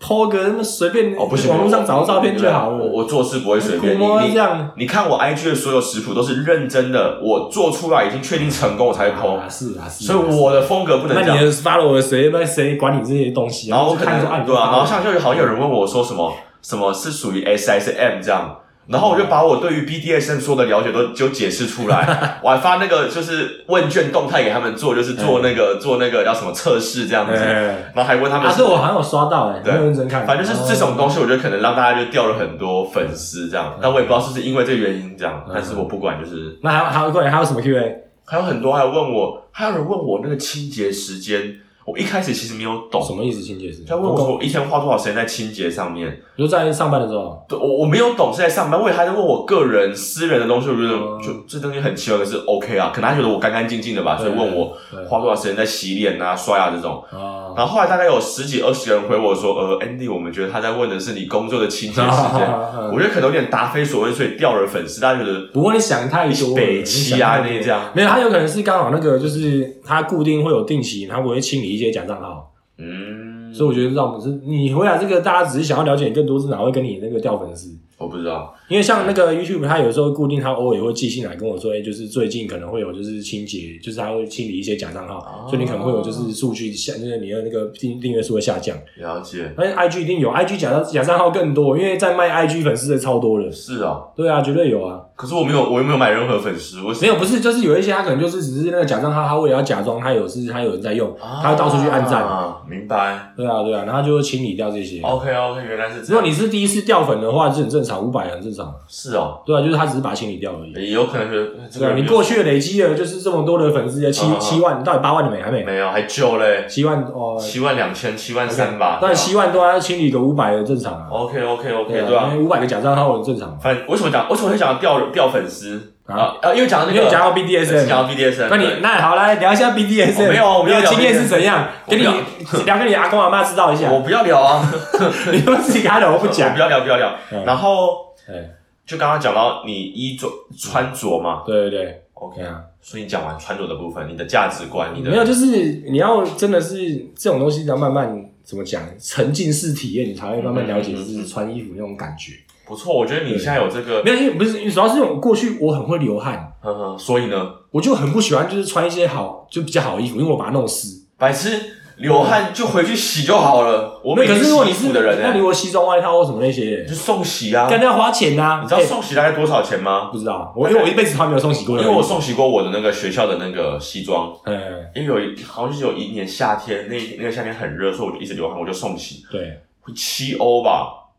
[SPEAKER 1] po 个那么随便，
[SPEAKER 2] 哦，不行，
[SPEAKER 1] 网络上找个照片就好
[SPEAKER 2] 我
[SPEAKER 1] 了。
[SPEAKER 2] 我做事不会随便，
[SPEAKER 1] 估摸啊
[SPEAKER 2] 你
[SPEAKER 1] 这
[SPEAKER 2] 你
[SPEAKER 1] 样
[SPEAKER 2] 你看我 IG 的所有食谱都是认真的，我做出来已经确定成功我才会 PO，
[SPEAKER 1] 啊是啊是啊。
[SPEAKER 2] 所以我的风格不
[SPEAKER 1] 那
[SPEAKER 2] 能
[SPEAKER 1] 你
[SPEAKER 2] 这样。
[SPEAKER 1] 的 follow 谁那谁管你这些东西啊？
[SPEAKER 2] 然后我
[SPEAKER 1] 就
[SPEAKER 2] 可
[SPEAKER 1] 看
[SPEAKER 2] 能
[SPEAKER 1] 着啊，你
[SPEAKER 2] 对啊，然后
[SPEAKER 1] follow
[SPEAKER 2] 像就好像有人问我说什么什么是属于 S 还是 M 这样。然后我就把我对于 BDSM 说的了解都就解释 出来，我还发那个就是问卷动态给他们做，就是做那个做那个叫什么测试这样子，
[SPEAKER 1] 哎
[SPEAKER 2] 然后还问他
[SPEAKER 1] 嗯
[SPEAKER 2] 们
[SPEAKER 1] 啊，
[SPEAKER 2] 是
[SPEAKER 1] 这我好像有刷到哎，没
[SPEAKER 2] 对
[SPEAKER 1] 有认真看。
[SPEAKER 2] 反正就是这种
[SPEAKER 1] 哦
[SPEAKER 2] 东西，我觉得可能让大家就掉了很多粉丝这
[SPEAKER 1] 嗯
[SPEAKER 2] 样，但我也不知道是不是因为这个原因这样，但是我不管，就是
[SPEAKER 1] 那还有还有过来还有什么 Q&A？
[SPEAKER 2] 还有很多还有问我，还有人问我那个清洁时间，我一开始其实没有
[SPEAKER 1] 什
[SPEAKER 2] 懂，
[SPEAKER 1] 么意思？清洁是？
[SPEAKER 2] 他问我说我一天花多少时间在清洁上面，
[SPEAKER 1] 你说在上班的时候，啊
[SPEAKER 2] 对我我没有懂是在上班，我也还在问我个人私人的东西，我觉得
[SPEAKER 1] 嗯
[SPEAKER 2] 就这东西很奇怪，可是 OK 啊，可能他觉得我干干净净的吧，所以问我
[SPEAKER 1] 对
[SPEAKER 2] 花多少时间在洗脸啊、刷牙这种，
[SPEAKER 1] 啊，
[SPEAKER 2] 然后后来大概有十几二十个人回我说，呃，Andy，我们觉得他在问的是你工作的清洁时间。
[SPEAKER 1] 嗯
[SPEAKER 2] 我觉得可能有点答非所问，所以掉了粉丝。大家觉得
[SPEAKER 1] 不过你想太多了，
[SPEAKER 2] 北
[SPEAKER 1] 你
[SPEAKER 2] 七
[SPEAKER 1] 想
[SPEAKER 2] 啊
[SPEAKER 1] 太
[SPEAKER 2] 那
[SPEAKER 1] 多
[SPEAKER 2] 些这样，
[SPEAKER 1] 没有，他有可能是刚好那个，就是他固定会有定期，他会清理一些假账号，
[SPEAKER 2] 嗯，
[SPEAKER 1] 所以我觉得这种是你回来这个，大家只是想要了解你更多，是哪会跟你那个掉粉丝？
[SPEAKER 2] 我不知道，
[SPEAKER 1] 因为像那个 YouTube，他有时候固定，他偶尔也会寄信来跟我说，哎、就是最近可能会有就是清洁，就是他会清理一些假账号，
[SPEAKER 2] 哦
[SPEAKER 1] 所以你可能会有就是数据下，就是你的那个订订阅数会下降。
[SPEAKER 2] 了解，
[SPEAKER 1] 但是 IG 一定有，IG 假账假账号更多，因为在卖 IG 粉丝的超多了。
[SPEAKER 2] 是啊。
[SPEAKER 1] 对啊，绝对有啊。
[SPEAKER 2] 可是我没有，我又没有买任何粉丝，我
[SPEAKER 1] 没有，不是，就是有一些他可能就是只是那个假账号，他为了要假装他有是他有人在用，他会到处去按赞。
[SPEAKER 2] 啊，明白。
[SPEAKER 1] 对啊，对啊，然后就会清理掉这些。
[SPEAKER 2] OK OK，原来是
[SPEAKER 1] 如
[SPEAKER 2] 这
[SPEAKER 1] 果
[SPEAKER 2] 样。
[SPEAKER 1] 你是第一次掉粉的话，是很正常，五百很正常。
[SPEAKER 2] 是哦，
[SPEAKER 1] 对啊，就是他只是把它清理掉而已。
[SPEAKER 2] 也有可能觉得呃这
[SPEAKER 1] 对
[SPEAKER 2] 个
[SPEAKER 1] 啊，
[SPEAKER 2] 人
[SPEAKER 1] 你过去累积了就是这么多的粉丝，七
[SPEAKER 2] 嗯嗯嗯
[SPEAKER 1] 七万，到底八万了没？还没？
[SPEAKER 2] 没有，还旧嘞，
[SPEAKER 1] 七万哦，
[SPEAKER 2] 七万两千，七万三吧。
[SPEAKER 1] 但七万多要清理个五百的正常啊。
[SPEAKER 2] OK 啊 OK OK，对
[SPEAKER 1] 对啊，
[SPEAKER 2] 啊。
[SPEAKER 1] 因为五百个假账号很正常嘛。
[SPEAKER 2] 反正为什么讲，为什么会讲到掉掉粉丝
[SPEAKER 1] 啊
[SPEAKER 2] 啊？啊，因为讲到那
[SPEAKER 1] 因为
[SPEAKER 2] 个，
[SPEAKER 1] 讲到
[SPEAKER 2] 讲
[SPEAKER 1] BDSM，
[SPEAKER 2] 到 BDSM，
[SPEAKER 1] 那你
[SPEAKER 2] 对
[SPEAKER 1] 那好来聊一下 BDSM，
[SPEAKER 2] 我没有我没有
[SPEAKER 1] 你的
[SPEAKER 2] 聊
[SPEAKER 1] 经验
[SPEAKER 2] BDSM
[SPEAKER 1] 是怎样？
[SPEAKER 2] 我
[SPEAKER 1] 给你
[SPEAKER 2] 没有
[SPEAKER 1] 聊给你阿公阿妈知道一下，
[SPEAKER 2] 我不要聊啊，
[SPEAKER 1] 你们自己跟他聊，我不
[SPEAKER 2] 我
[SPEAKER 1] 讲
[SPEAKER 2] 不。要聊，不要聊
[SPEAKER 1] 嗯。
[SPEAKER 2] 然后
[SPEAKER 1] 哎，
[SPEAKER 2] 就刚刚讲到你衣着穿着嘛
[SPEAKER 1] 对对对
[SPEAKER 2] ，OK，
[SPEAKER 1] ，OK 啊。
[SPEAKER 2] 所以你讲完穿着的部分，你的价值观，你的
[SPEAKER 1] 没有，就是你要真的是这种东西，要慢慢怎么讲，沉浸式体验，你才会慢慢了解，
[SPEAKER 2] 嗯嗯
[SPEAKER 1] 就
[SPEAKER 2] 嗯
[SPEAKER 1] 是穿衣服那种感觉。
[SPEAKER 2] 不错，我觉得你现在有这个，
[SPEAKER 1] 没有，因为不是，主要是我过去我很会流汗，
[SPEAKER 2] 呵呵，所以呢，
[SPEAKER 1] 我就很不喜欢就是穿一些好就比较好的衣服，因为我把它弄湿。
[SPEAKER 2] 白痴流汗就回去洗就好了。我
[SPEAKER 1] 那嗯
[SPEAKER 2] 每
[SPEAKER 1] 可
[SPEAKER 2] 天
[SPEAKER 1] 是
[SPEAKER 2] 洗
[SPEAKER 1] 如果你
[SPEAKER 2] 衣
[SPEAKER 1] 是
[SPEAKER 2] 服的人
[SPEAKER 1] 那你
[SPEAKER 2] 呢，
[SPEAKER 1] 我西装外套或什么那些
[SPEAKER 2] 你，就送洗啊。
[SPEAKER 1] 干掉花钱呐、
[SPEAKER 2] 你知道
[SPEAKER 1] 哎
[SPEAKER 2] 送洗大概多少钱吗？
[SPEAKER 1] 不知道，我因为我一辈子从来没有送洗过
[SPEAKER 2] 因
[SPEAKER 1] 的衣
[SPEAKER 2] 为
[SPEAKER 1] 服，
[SPEAKER 2] 我送洗过我的那个学校的那个西装，
[SPEAKER 1] 嗯，
[SPEAKER 2] 因为有一好像是有一年夏天，那那个夏天很热，所以我就一直流汗，我就送洗，
[SPEAKER 1] 对，
[SPEAKER 2] 会七欧吧，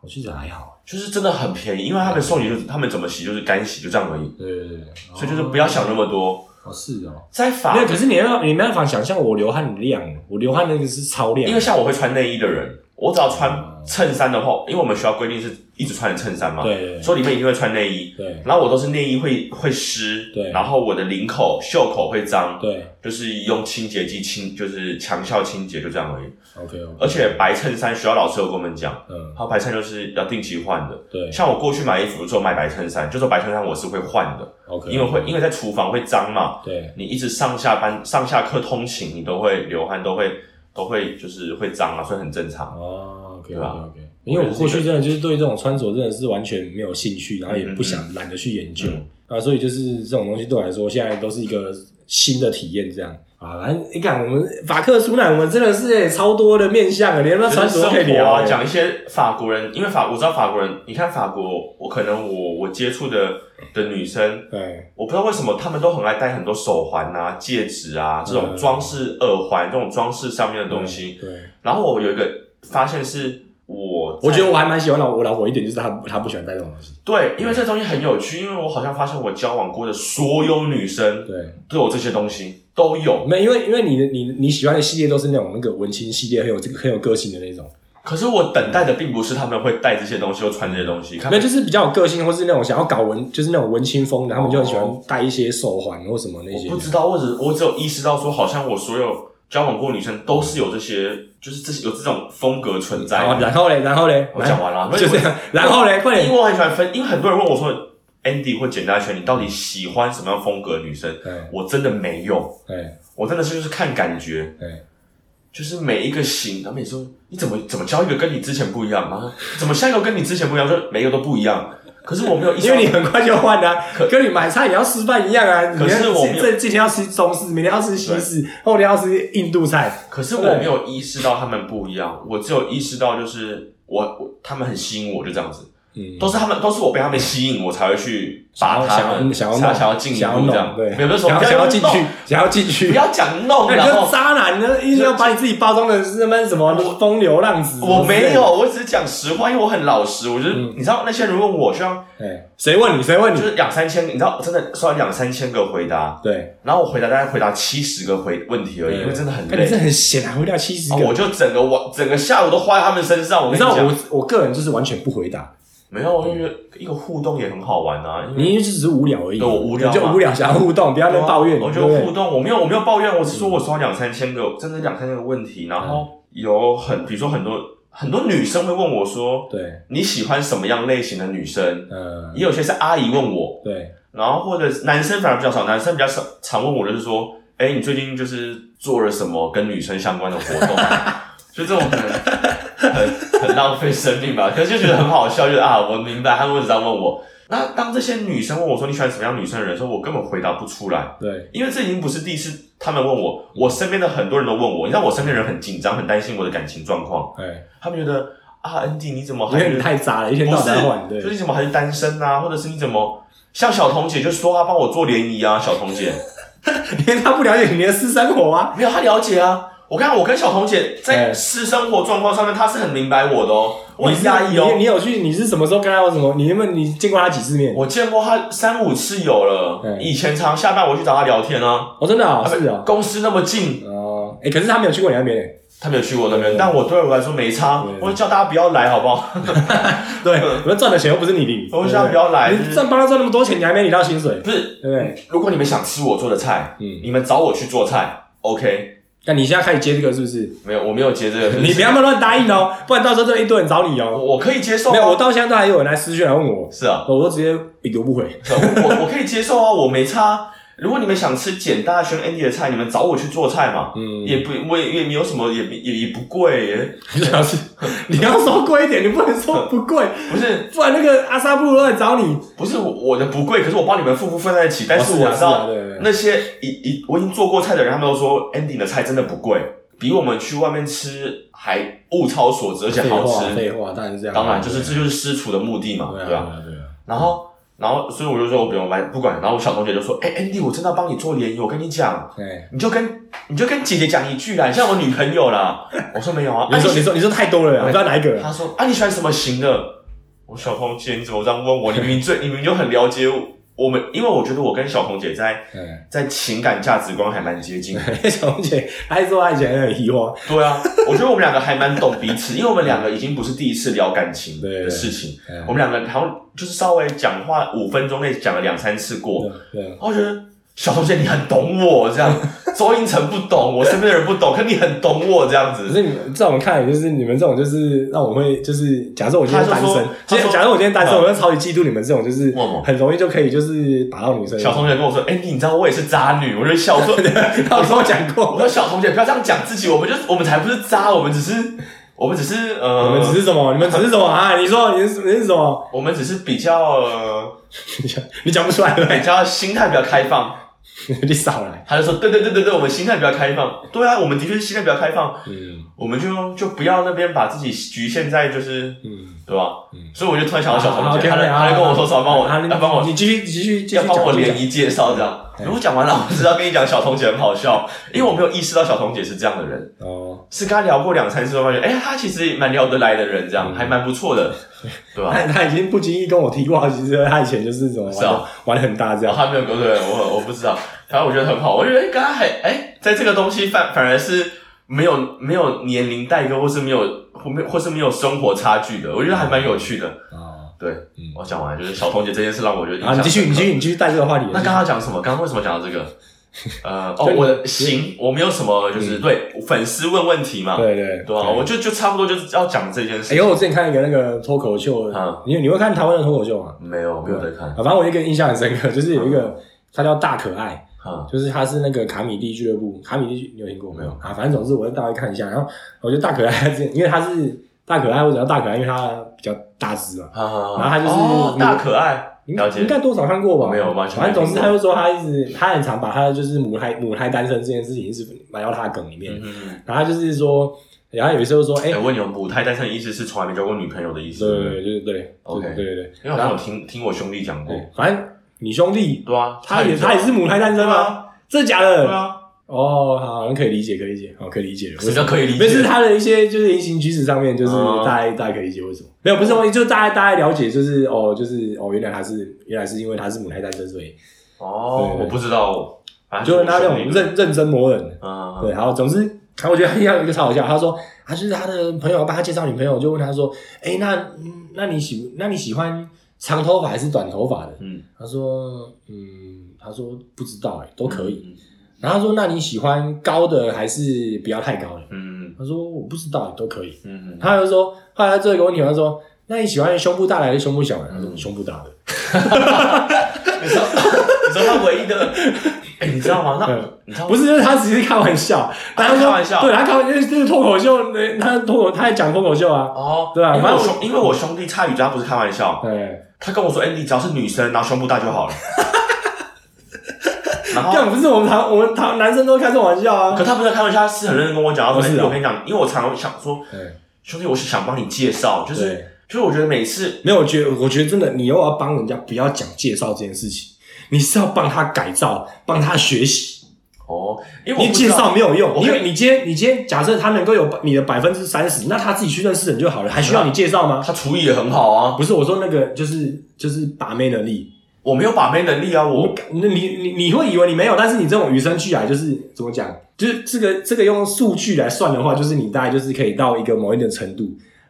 [SPEAKER 1] 我其实还好，
[SPEAKER 2] 就是真的很便宜，因为他们送
[SPEAKER 1] 哦
[SPEAKER 2] 洗就是他们怎么洗就是干洗就这样而已，
[SPEAKER 1] 对对对，
[SPEAKER 2] 所以就是不要想那么多。
[SPEAKER 1] 哦，是哦，
[SPEAKER 2] 在法
[SPEAKER 1] 没有，可是你要你没办法想象我流汗的量，我流汗那个是超量，哦
[SPEAKER 2] 因为像我会穿内衣的人，我只要穿衬衫的话，因为我们学校规定是一直穿着衬衫嘛，
[SPEAKER 1] 对对
[SPEAKER 2] 所以里面一定会穿内衣。
[SPEAKER 1] 对
[SPEAKER 2] 然后我都是内衣会会湿，
[SPEAKER 1] 对
[SPEAKER 2] 然后我的领口、袖口会脏，
[SPEAKER 1] 对
[SPEAKER 2] 就是用清洁剂清，就是强效清洁，就这样而已。
[SPEAKER 1] ，OK OK，
[SPEAKER 2] 而且白衬衫，学校老师有跟我们讲，
[SPEAKER 1] 嗯，
[SPEAKER 2] 他白衬就是要定期换的。
[SPEAKER 1] 对
[SPEAKER 2] 像我过去买衣服的时候买白衬衫，就说白衬衫我是会换的，
[SPEAKER 1] ，OK，
[SPEAKER 2] 呃因为会因为在厨房会脏嘛，
[SPEAKER 1] 对
[SPEAKER 2] 你一直上下班、上下课通勤，你都会流汗，都会都会就是会脏啊，所以很正常。
[SPEAKER 1] 哦，OK
[SPEAKER 2] 对
[SPEAKER 1] OK
[SPEAKER 2] 吧
[SPEAKER 1] OK，因为我过去真的就是对这种穿着真的是完全没有兴趣，然后也不想懒得去研究
[SPEAKER 2] 嗯
[SPEAKER 1] 啊，所以就是这种东西对我来说现在都是一个新的体验，这样。啊，反正你看，我们法克苏奈，我们真的是、欸、超多的面向啊，连他妈穿着都可以
[SPEAKER 2] 生活
[SPEAKER 1] 聊
[SPEAKER 2] 啊，
[SPEAKER 1] 欸
[SPEAKER 2] 讲一些法国人，因为法我知道法国人，你看法国，我可能我我接触的的女生，
[SPEAKER 1] 对
[SPEAKER 2] 我不知道为什么她们都很爱戴很多手环啊、戒指啊这种装饰耳环、这种装饰上面的东西。
[SPEAKER 1] 对，
[SPEAKER 2] 然后我有一个发现是我在，
[SPEAKER 1] 我觉得我还蛮喜欢老我老婆一点，就是她她不喜欢戴这种东西。
[SPEAKER 2] 对，因为这东西很有趣，因为我好像发现我交往过的所有女生
[SPEAKER 1] 对，
[SPEAKER 2] 都有这些东西，都有。
[SPEAKER 1] 没有因为因为你的你你喜欢的系列都是那种那个文青系列，很有这个很有个性的那种，
[SPEAKER 2] 可是我等待的并不是他们会戴这些东西或穿这些东西，他
[SPEAKER 1] 没有
[SPEAKER 2] 们
[SPEAKER 1] 就是比较有个性，或是那种想要搞文，就是那种文青风的，他们就很喜欢
[SPEAKER 2] 哦
[SPEAKER 1] 戴一些手环或什么那些
[SPEAKER 2] 我不。知道，我只我只有意识到说，好像我所有交往过的女生都是有这些，就是这些有这种风格存在。
[SPEAKER 1] 然啊后然后嘞，然后嘞，
[SPEAKER 2] 我讲完了，
[SPEAKER 1] 就这样，然后嘞，快
[SPEAKER 2] 因
[SPEAKER 1] 点。
[SPEAKER 2] 为我很喜欢分，因为很多人问我说，Andy 或简单圈，你到底喜欢什么样风格的女生？
[SPEAKER 1] 哎
[SPEAKER 2] 我真的没有，
[SPEAKER 1] 哎
[SPEAKER 2] 我真的是就是看感觉，
[SPEAKER 1] 哎，
[SPEAKER 2] 就是每一个型，他们也说你怎么怎么交一个跟你之前不一样，然后怎么下一个跟你之前不一样，就每一个都不一样。可是我没有意识
[SPEAKER 1] 因
[SPEAKER 2] 到，
[SPEAKER 1] 为你很快就换啦，跟你买菜也要吃饭一样啊。
[SPEAKER 2] 可是
[SPEAKER 1] 你看
[SPEAKER 2] 我没有
[SPEAKER 1] 这这今天要吃中式，明天要吃西式，后天要吃印度菜。
[SPEAKER 2] 可是我没有意识到他们不一样，我只有意识到就是我我他们很吸引我，就这样子，
[SPEAKER 1] 嗯，
[SPEAKER 2] 都是他们都是我被他们吸引，我才会去拔
[SPEAKER 1] 想
[SPEAKER 2] 他
[SPEAKER 1] 要
[SPEAKER 2] 们，
[SPEAKER 1] 想要
[SPEAKER 2] 才
[SPEAKER 1] 弄
[SPEAKER 2] 想要进一
[SPEAKER 1] 想要
[SPEAKER 2] 步这样，
[SPEAKER 1] 弄对，
[SPEAKER 2] 没有那时候
[SPEAKER 1] 想要
[SPEAKER 2] 不
[SPEAKER 1] 想要进
[SPEAKER 2] 弄
[SPEAKER 1] 去，想要进去
[SPEAKER 2] 不。要讲弄，
[SPEAKER 1] 那你
[SPEAKER 2] 然
[SPEAKER 1] 就是
[SPEAKER 2] 后
[SPEAKER 1] 渣男呢，一直要把你自己包装的是什么什么风流浪子。
[SPEAKER 2] 我没有，，我只是讲实话，因为我很老实，我就是、
[SPEAKER 1] 嗯
[SPEAKER 2] 你知道那些人问我，像
[SPEAKER 1] 哎，谁问你？谁问
[SPEAKER 2] 就
[SPEAKER 1] 你？
[SPEAKER 2] 是两三千，你知道真的收到两三千个回答，
[SPEAKER 1] 对，
[SPEAKER 2] 然后我回答大概回答七十个回问题而已，因为真的很
[SPEAKER 1] 看你
[SPEAKER 2] 累
[SPEAKER 1] 这。很闲啊，回答七十
[SPEAKER 2] 啊
[SPEAKER 1] 个。
[SPEAKER 2] 我就整个晚整个下午都花在他们身上，我
[SPEAKER 1] 你
[SPEAKER 2] 跟
[SPEAKER 1] 知
[SPEAKER 2] 你
[SPEAKER 1] 道
[SPEAKER 2] 讲，
[SPEAKER 1] 我我个人就是完全不回答，
[SPEAKER 2] 没有，因为一个互动也很好玩啊。因为
[SPEAKER 1] 你就只是无聊而已。
[SPEAKER 2] 对我无聊嘛啊
[SPEAKER 1] 你就无聊，想要互动，不要在那边抱怨。
[SPEAKER 2] 我
[SPEAKER 1] 对
[SPEAKER 2] 就
[SPEAKER 1] 不对嗯
[SPEAKER 2] 互动，我没有我没有抱怨，我是说我刷两三千个，真的两三千个问题，然后有很比如说很多很多女生会问我说
[SPEAKER 1] 对，
[SPEAKER 2] 你喜欢什么样类型的女生，
[SPEAKER 1] 呃，
[SPEAKER 2] 也有些是阿姨问我，
[SPEAKER 1] 对，
[SPEAKER 2] 然后或者是男生反而比较少，男生比较少常问我就是说，哎，你最近就是做了什么跟女生相关的活动啊？就这种可能很很浪费生命吧，可是就觉得很好笑，就是啊，我明白他们为什么要问我。那当这些女生问我说你喜欢什么样女生的人的时候，我根本回答不出来。
[SPEAKER 1] 对，
[SPEAKER 2] 因为这已经不是第一次他们问我，我身边的很多人都问我，你知道我身边人很紧张，很担心我的感情状况，
[SPEAKER 1] 哎，
[SPEAKER 2] 他们觉得啊，N D 你怎么
[SPEAKER 1] 因
[SPEAKER 2] 还
[SPEAKER 1] 为你太渣了，一天
[SPEAKER 2] 不
[SPEAKER 1] 到晚在换，
[SPEAKER 2] 是，
[SPEAKER 1] 对
[SPEAKER 2] 就是，你怎么还是单身啊，或者是你怎么像小彤姐就说她帮我做联谊啊，小 彤姐
[SPEAKER 1] 因为他不了解你的私生活啊。
[SPEAKER 2] 没有她了解啊。我看我跟小彤姐在
[SPEAKER 1] 哎
[SPEAKER 2] 私生活状况上面，她是很明白我的哦，我
[SPEAKER 1] 你
[SPEAKER 2] 很
[SPEAKER 1] 是啊
[SPEAKER 2] 压抑哦
[SPEAKER 1] 你你，有去？你是什么时候跟他有什么？你有没有？你见过他几次面？
[SPEAKER 2] 我见过她三五次有了，
[SPEAKER 1] 嗯
[SPEAKER 2] 以前常下班我去找她聊天啊，
[SPEAKER 1] 哦，真的哦，是哦，
[SPEAKER 2] 公司那么近，
[SPEAKER 1] 哦，哎，可是他没有去过你那边 欸。
[SPEAKER 2] 他没有去过那边
[SPEAKER 1] 对，
[SPEAKER 2] 但我对我来说没差
[SPEAKER 1] 对，
[SPEAKER 2] 我就叫大家不要来，好不好？
[SPEAKER 1] 对，我们赚的钱又不是你领，
[SPEAKER 2] 我就叫大家不要来。
[SPEAKER 1] 你
[SPEAKER 2] 就是
[SPEAKER 1] 赚帮他赚那么多钱，你还没领到薪水，
[SPEAKER 2] 不是，
[SPEAKER 1] 对不对？
[SPEAKER 2] 如果你们想吃我做的菜，
[SPEAKER 1] 嗯
[SPEAKER 2] 你们找我去做菜，OK？
[SPEAKER 1] 那你现在开始接这个是不是？
[SPEAKER 2] 没有，我没有接这个，
[SPEAKER 1] 你不要乱答应哦，不然到时候就一堆人找你
[SPEAKER 2] 我
[SPEAKER 1] 哦。
[SPEAKER 2] 我可以接受啊，
[SPEAKER 1] 没有，我到现在都还有人来私讯来问我，
[SPEAKER 2] 是啊，
[SPEAKER 1] 我都直接已读不回。
[SPEAKER 2] 是啊我我我可以接受啊，我没差。如果你们想吃简大轩 Andy 的菜，你们找我去做菜嘛，
[SPEAKER 1] 嗯，
[SPEAKER 2] 也不我也也没有什么，也也也不贵，也
[SPEAKER 1] 主要是你要说贵一点，你不能说不贵，
[SPEAKER 2] 不是
[SPEAKER 1] 不然那个阿萨布鲁来找你。
[SPEAKER 2] 不是我我的不贵，可是我帮你们付不分在一起，但是
[SPEAKER 1] 哦
[SPEAKER 2] 我
[SPEAKER 1] 啊
[SPEAKER 2] 知道
[SPEAKER 1] 啊对对对
[SPEAKER 2] 那些已已我已经做过菜的人，他们都说 Andy 的菜真的不贵，比我们去外面吃还物超所值，而且
[SPEAKER 1] 废
[SPEAKER 2] 好
[SPEAKER 1] 话，
[SPEAKER 2] 吃。
[SPEAKER 1] 废话，当然是这样。啊
[SPEAKER 2] 当然，就是这就是私厨的目的嘛，
[SPEAKER 1] 对啊，
[SPEAKER 2] 对
[SPEAKER 1] 对啊，
[SPEAKER 2] 吧、
[SPEAKER 1] 对啊。
[SPEAKER 2] 然后，然后，所以我就说我不用买，不管。然后我小同学就说：“哎、a n d y 我真的要帮你做联谊，我跟你讲，
[SPEAKER 1] 哎，
[SPEAKER 2] 你就跟你就跟姐姐讲一句啦，你像我女朋友 啦。”我说没有啊，
[SPEAKER 1] 哎你说
[SPEAKER 2] 啊
[SPEAKER 1] 你说你说太多了啦，我不知道哪一个了。
[SPEAKER 2] 他说啊，你喜欢什么型的？我小红姐，你怎么这样问我？你明明最，你明明就很了解我我们因为我觉得我跟小红姐在
[SPEAKER 1] 嗯，
[SPEAKER 2] 在情感价值观还蛮接近的。
[SPEAKER 1] 哎小红姐，还说她以前很疑惑，
[SPEAKER 2] 对啊，我觉得我们两个还蛮懂彼 此，因为我们两个已经不是第一次聊感情
[SPEAKER 1] 对
[SPEAKER 2] 的事情，
[SPEAKER 1] 嗯
[SPEAKER 2] 我们两个好像就是稍微讲话五分钟内讲了两三次过，
[SPEAKER 1] 对啊，
[SPEAKER 2] 然后我觉得小同学你很懂我这 样，周英成不懂，我身边的人不懂，可你很懂我这样
[SPEAKER 1] 可
[SPEAKER 2] 子。
[SPEAKER 1] 是你们在我们看来，就是你们这种，就是让我会，就是假设我今天单
[SPEAKER 2] 他
[SPEAKER 1] 身
[SPEAKER 2] 就说，
[SPEAKER 1] 今
[SPEAKER 2] 他
[SPEAKER 1] 天
[SPEAKER 2] 说
[SPEAKER 1] 假设我今天单身，
[SPEAKER 2] 嗯
[SPEAKER 1] 我就超级嫉妒你们这种，就是
[SPEAKER 2] 为什么
[SPEAKER 1] 很容易就可以就是把到女生。
[SPEAKER 2] 小同学跟我说：“哎、你知道我也是渣女。”我就笑 说：“
[SPEAKER 1] 他有跟我讲
[SPEAKER 2] 我
[SPEAKER 1] 过，
[SPEAKER 2] 说小同学不要这样讲自己，我们就我们才不是渣，我们只是我们只是呃，
[SPEAKER 1] 你们只是什么？你们只是什么啊？你说你是你是什么？
[SPEAKER 2] 我们只是比较、呃、
[SPEAKER 1] 你讲你讲不出来对不
[SPEAKER 2] 比较心态比较开放。”
[SPEAKER 1] 对？你少来，
[SPEAKER 2] 他就说：“对对对对对，我们心态比较开放。对啊，我们的确是心态比较开放，
[SPEAKER 1] 嗯
[SPEAKER 2] 我们就就不要那边把自己局限在就是，
[SPEAKER 1] 嗯，
[SPEAKER 2] 对吧？所以我就突然想到小
[SPEAKER 1] 好
[SPEAKER 2] 同
[SPEAKER 1] 好
[SPEAKER 2] 学，他
[SPEAKER 1] 好
[SPEAKER 2] 就他就跟我说什么，帮我
[SPEAKER 1] 啊好你
[SPEAKER 2] 要帮我
[SPEAKER 1] 你继续继续继续
[SPEAKER 2] 要帮我
[SPEAKER 1] 讲继续讲
[SPEAKER 2] 联谊介绍这样。如果讲完了，我知道跟你讲小童姐很好笑，因为我没有意识到小童姐是这样的人，
[SPEAKER 1] 哦，
[SPEAKER 2] 是跟她聊过两三次，我发现哎，她其实蛮聊得来的人，
[SPEAKER 1] 嗯
[SPEAKER 2] 这样还蛮不 错的，对吧？
[SPEAKER 1] 他他已经不经意跟我提过，其实他以前就是怎么玩
[SPEAKER 2] 是
[SPEAKER 1] 的
[SPEAKER 2] 啊
[SPEAKER 1] 玩的很大这样。
[SPEAKER 2] 然后他没有勾兑我，我不知道。反正我觉得很好，我觉得哎刚刚还哎，在这个东西反反而是没有没有年龄代沟，或是没有或没有或是没有生活差距的，我觉得还蛮有趣的。
[SPEAKER 1] 哦，
[SPEAKER 2] 对，
[SPEAKER 1] 嗯
[SPEAKER 2] 我讲完了就是小童姐这件事让我觉得印
[SPEAKER 1] 好，
[SPEAKER 2] 象
[SPEAKER 1] 你继续
[SPEAKER 2] 深
[SPEAKER 1] 你
[SPEAKER 2] 刻
[SPEAKER 1] 继续你继续带这个话题。
[SPEAKER 2] 那刚刚讲什么？刚刚为什么讲到这 个？呃，
[SPEAKER 1] 就
[SPEAKER 2] 哦，
[SPEAKER 1] 你嗯
[SPEAKER 2] 我的行，我没有什么，就是对粉丝问问题嘛，
[SPEAKER 1] 对对
[SPEAKER 2] 对啊，我就就差不多就是要讲这件事
[SPEAKER 1] 哎，。因为我之前看一个那个脱口秀
[SPEAKER 2] 啊，
[SPEAKER 1] 你你会看台湾的脱口秀吗？
[SPEAKER 2] 没有，没有在看
[SPEAKER 1] 啊，。反正我一个印象很深刻，就是有一个他叫大可爱，
[SPEAKER 2] 嗯
[SPEAKER 1] 就是他是那个卡米蒂俱乐部，卡米蒂你有听过
[SPEAKER 2] 没有
[SPEAKER 1] 啊？反正总之我就大概看一下，然后我觉得大可爱之前，因为他是大可爱，我只要大可爱，因为他比较大只嘛，
[SPEAKER 2] 好好好
[SPEAKER 1] 然后他就是
[SPEAKER 2] 哦大可爱，
[SPEAKER 1] 你
[SPEAKER 2] 了解
[SPEAKER 1] 应该多少看过吧？
[SPEAKER 2] 没有完全
[SPEAKER 1] 反正总之
[SPEAKER 2] 没
[SPEAKER 1] 他
[SPEAKER 2] 听
[SPEAKER 1] 就说他一直他很常把他就是母胎母胎单身这件事情一直埋到他的梗里面，
[SPEAKER 2] 嗯嗯
[SPEAKER 1] 然后他就是说，然后有时候说哎。
[SPEAKER 2] 哎、我问你，母胎单身的意思是从来没交过女朋友的意思？
[SPEAKER 1] 对对对对对
[SPEAKER 2] OK
[SPEAKER 1] 对对对，
[SPEAKER 2] 因为好像有听听我兄弟讲过。
[SPEAKER 1] 对反正你兄弟
[SPEAKER 2] 对啊，
[SPEAKER 1] 他也
[SPEAKER 2] 差
[SPEAKER 1] 他
[SPEAKER 2] 一
[SPEAKER 1] 也
[SPEAKER 2] 点
[SPEAKER 1] 是母胎单身
[SPEAKER 2] 对
[SPEAKER 1] 吗？
[SPEAKER 2] 啊
[SPEAKER 1] 真的假
[SPEAKER 2] 对
[SPEAKER 1] 的？
[SPEAKER 2] 啊，
[SPEAKER 1] 哦，好，可以理解，可以理解，好，可以理解。
[SPEAKER 2] 什么叫可以理
[SPEAKER 1] 没有，就是
[SPEAKER 2] 解？
[SPEAKER 1] 他的一些就是言行举止上面，就是
[SPEAKER 2] 哦
[SPEAKER 1] 大家、大家可以理解为什么没有，不是问题，就大家大家了解，就是哦，就是哦，原来他是原来是因为他是母胎单身，所以
[SPEAKER 2] 哦
[SPEAKER 1] 对，对
[SPEAKER 2] 我不知道，反正
[SPEAKER 1] 就是
[SPEAKER 2] 我
[SPEAKER 1] 他那
[SPEAKER 2] 兄
[SPEAKER 1] 种
[SPEAKER 2] 弟
[SPEAKER 1] 认认真磨 人。
[SPEAKER 2] 嗯，
[SPEAKER 1] 对，好，总之，然后我觉得他有一个超好笑，他说他就是他的朋友帮他介绍女朋友，就问他说，哎，那嗯那你喜那你喜欢长头发还是短头发的？
[SPEAKER 2] 嗯，
[SPEAKER 1] 他说，嗯，他说不知道、哎，都
[SPEAKER 2] 不
[SPEAKER 1] 可以。。然后他说，那你喜欢高的还是不要太高的？
[SPEAKER 2] 嗯嗯
[SPEAKER 1] 他说我不知道，都可以。
[SPEAKER 2] 嗯，嗯
[SPEAKER 1] 他就说，后来他最后一个问题，他说：“那你喜欢胸部大的还是胸部小的？”他说：“
[SPEAKER 2] 嗯
[SPEAKER 1] 胸部大的。
[SPEAKER 2] 你知道你知道他唯一 的，哎，你知道吗？
[SPEAKER 1] 嗯
[SPEAKER 2] 那你知”道
[SPEAKER 1] 不是，就是他只是开玩笑，但他
[SPEAKER 2] 他
[SPEAKER 1] 说
[SPEAKER 2] 开玩笑
[SPEAKER 1] 对他开玩笑，就是脱口秀，呃他脱口他在讲脱口秀啊，
[SPEAKER 2] 哦，
[SPEAKER 1] 对啊
[SPEAKER 2] 因为
[SPEAKER 1] 反
[SPEAKER 2] 我
[SPEAKER 1] 正
[SPEAKER 2] 兄因为我兄弟蔡宇佳不是开玩笑，
[SPEAKER 1] 对，
[SPEAKER 2] 他跟我说，哎，你只要是女生，然后胸部大就好了。 然后
[SPEAKER 1] 但不是我们台我们台男生都开这种玩笑啊
[SPEAKER 2] 可，他不是在开玩笑，他是很认真跟我讲。他
[SPEAKER 1] 不
[SPEAKER 2] 说
[SPEAKER 1] 是：“
[SPEAKER 2] 哎
[SPEAKER 1] 啊
[SPEAKER 2] 我跟你讲，因为我常常想说，
[SPEAKER 1] 对，
[SPEAKER 2] 兄弟，我是想帮你介绍，就是
[SPEAKER 1] 对
[SPEAKER 2] 就是，我觉得每次
[SPEAKER 1] 没有，我觉得我觉得真的，你又要帮人家不要讲介绍这件事情，你是要帮他改造，帮他学习，
[SPEAKER 2] 哦，因为我
[SPEAKER 1] 你
[SPEAKER 2] 不知
[SPEAKER 1] 介
[SPEAKER 2] 道
[SPEAKER 1] 绍没有用，
[SPEAKER 2] 我
[SPEAKER 1] 因
[SPEAKER 2] 跟
[SPEAKER 1] 为你今天你今天假设他能够有你的百分之三十，那他自己去认识人就好了，还需要你介绍吗？
[SPEAKER 2] 他厨艺也很好啊，
[SPEAKER 1] 不是我说那个，就是就是把妹能力。
[SPEAKER 2] 我没有把妹能力啊，
[SPEAKER 1] 我
[SPEAKER 2] 我
[SPEAKER 1] 你你你会以为你没有，但是你这种与生俱来就是怎么讲？就是这个这个用数据来算的话，就是你大概就是可以到一个某一定的程度，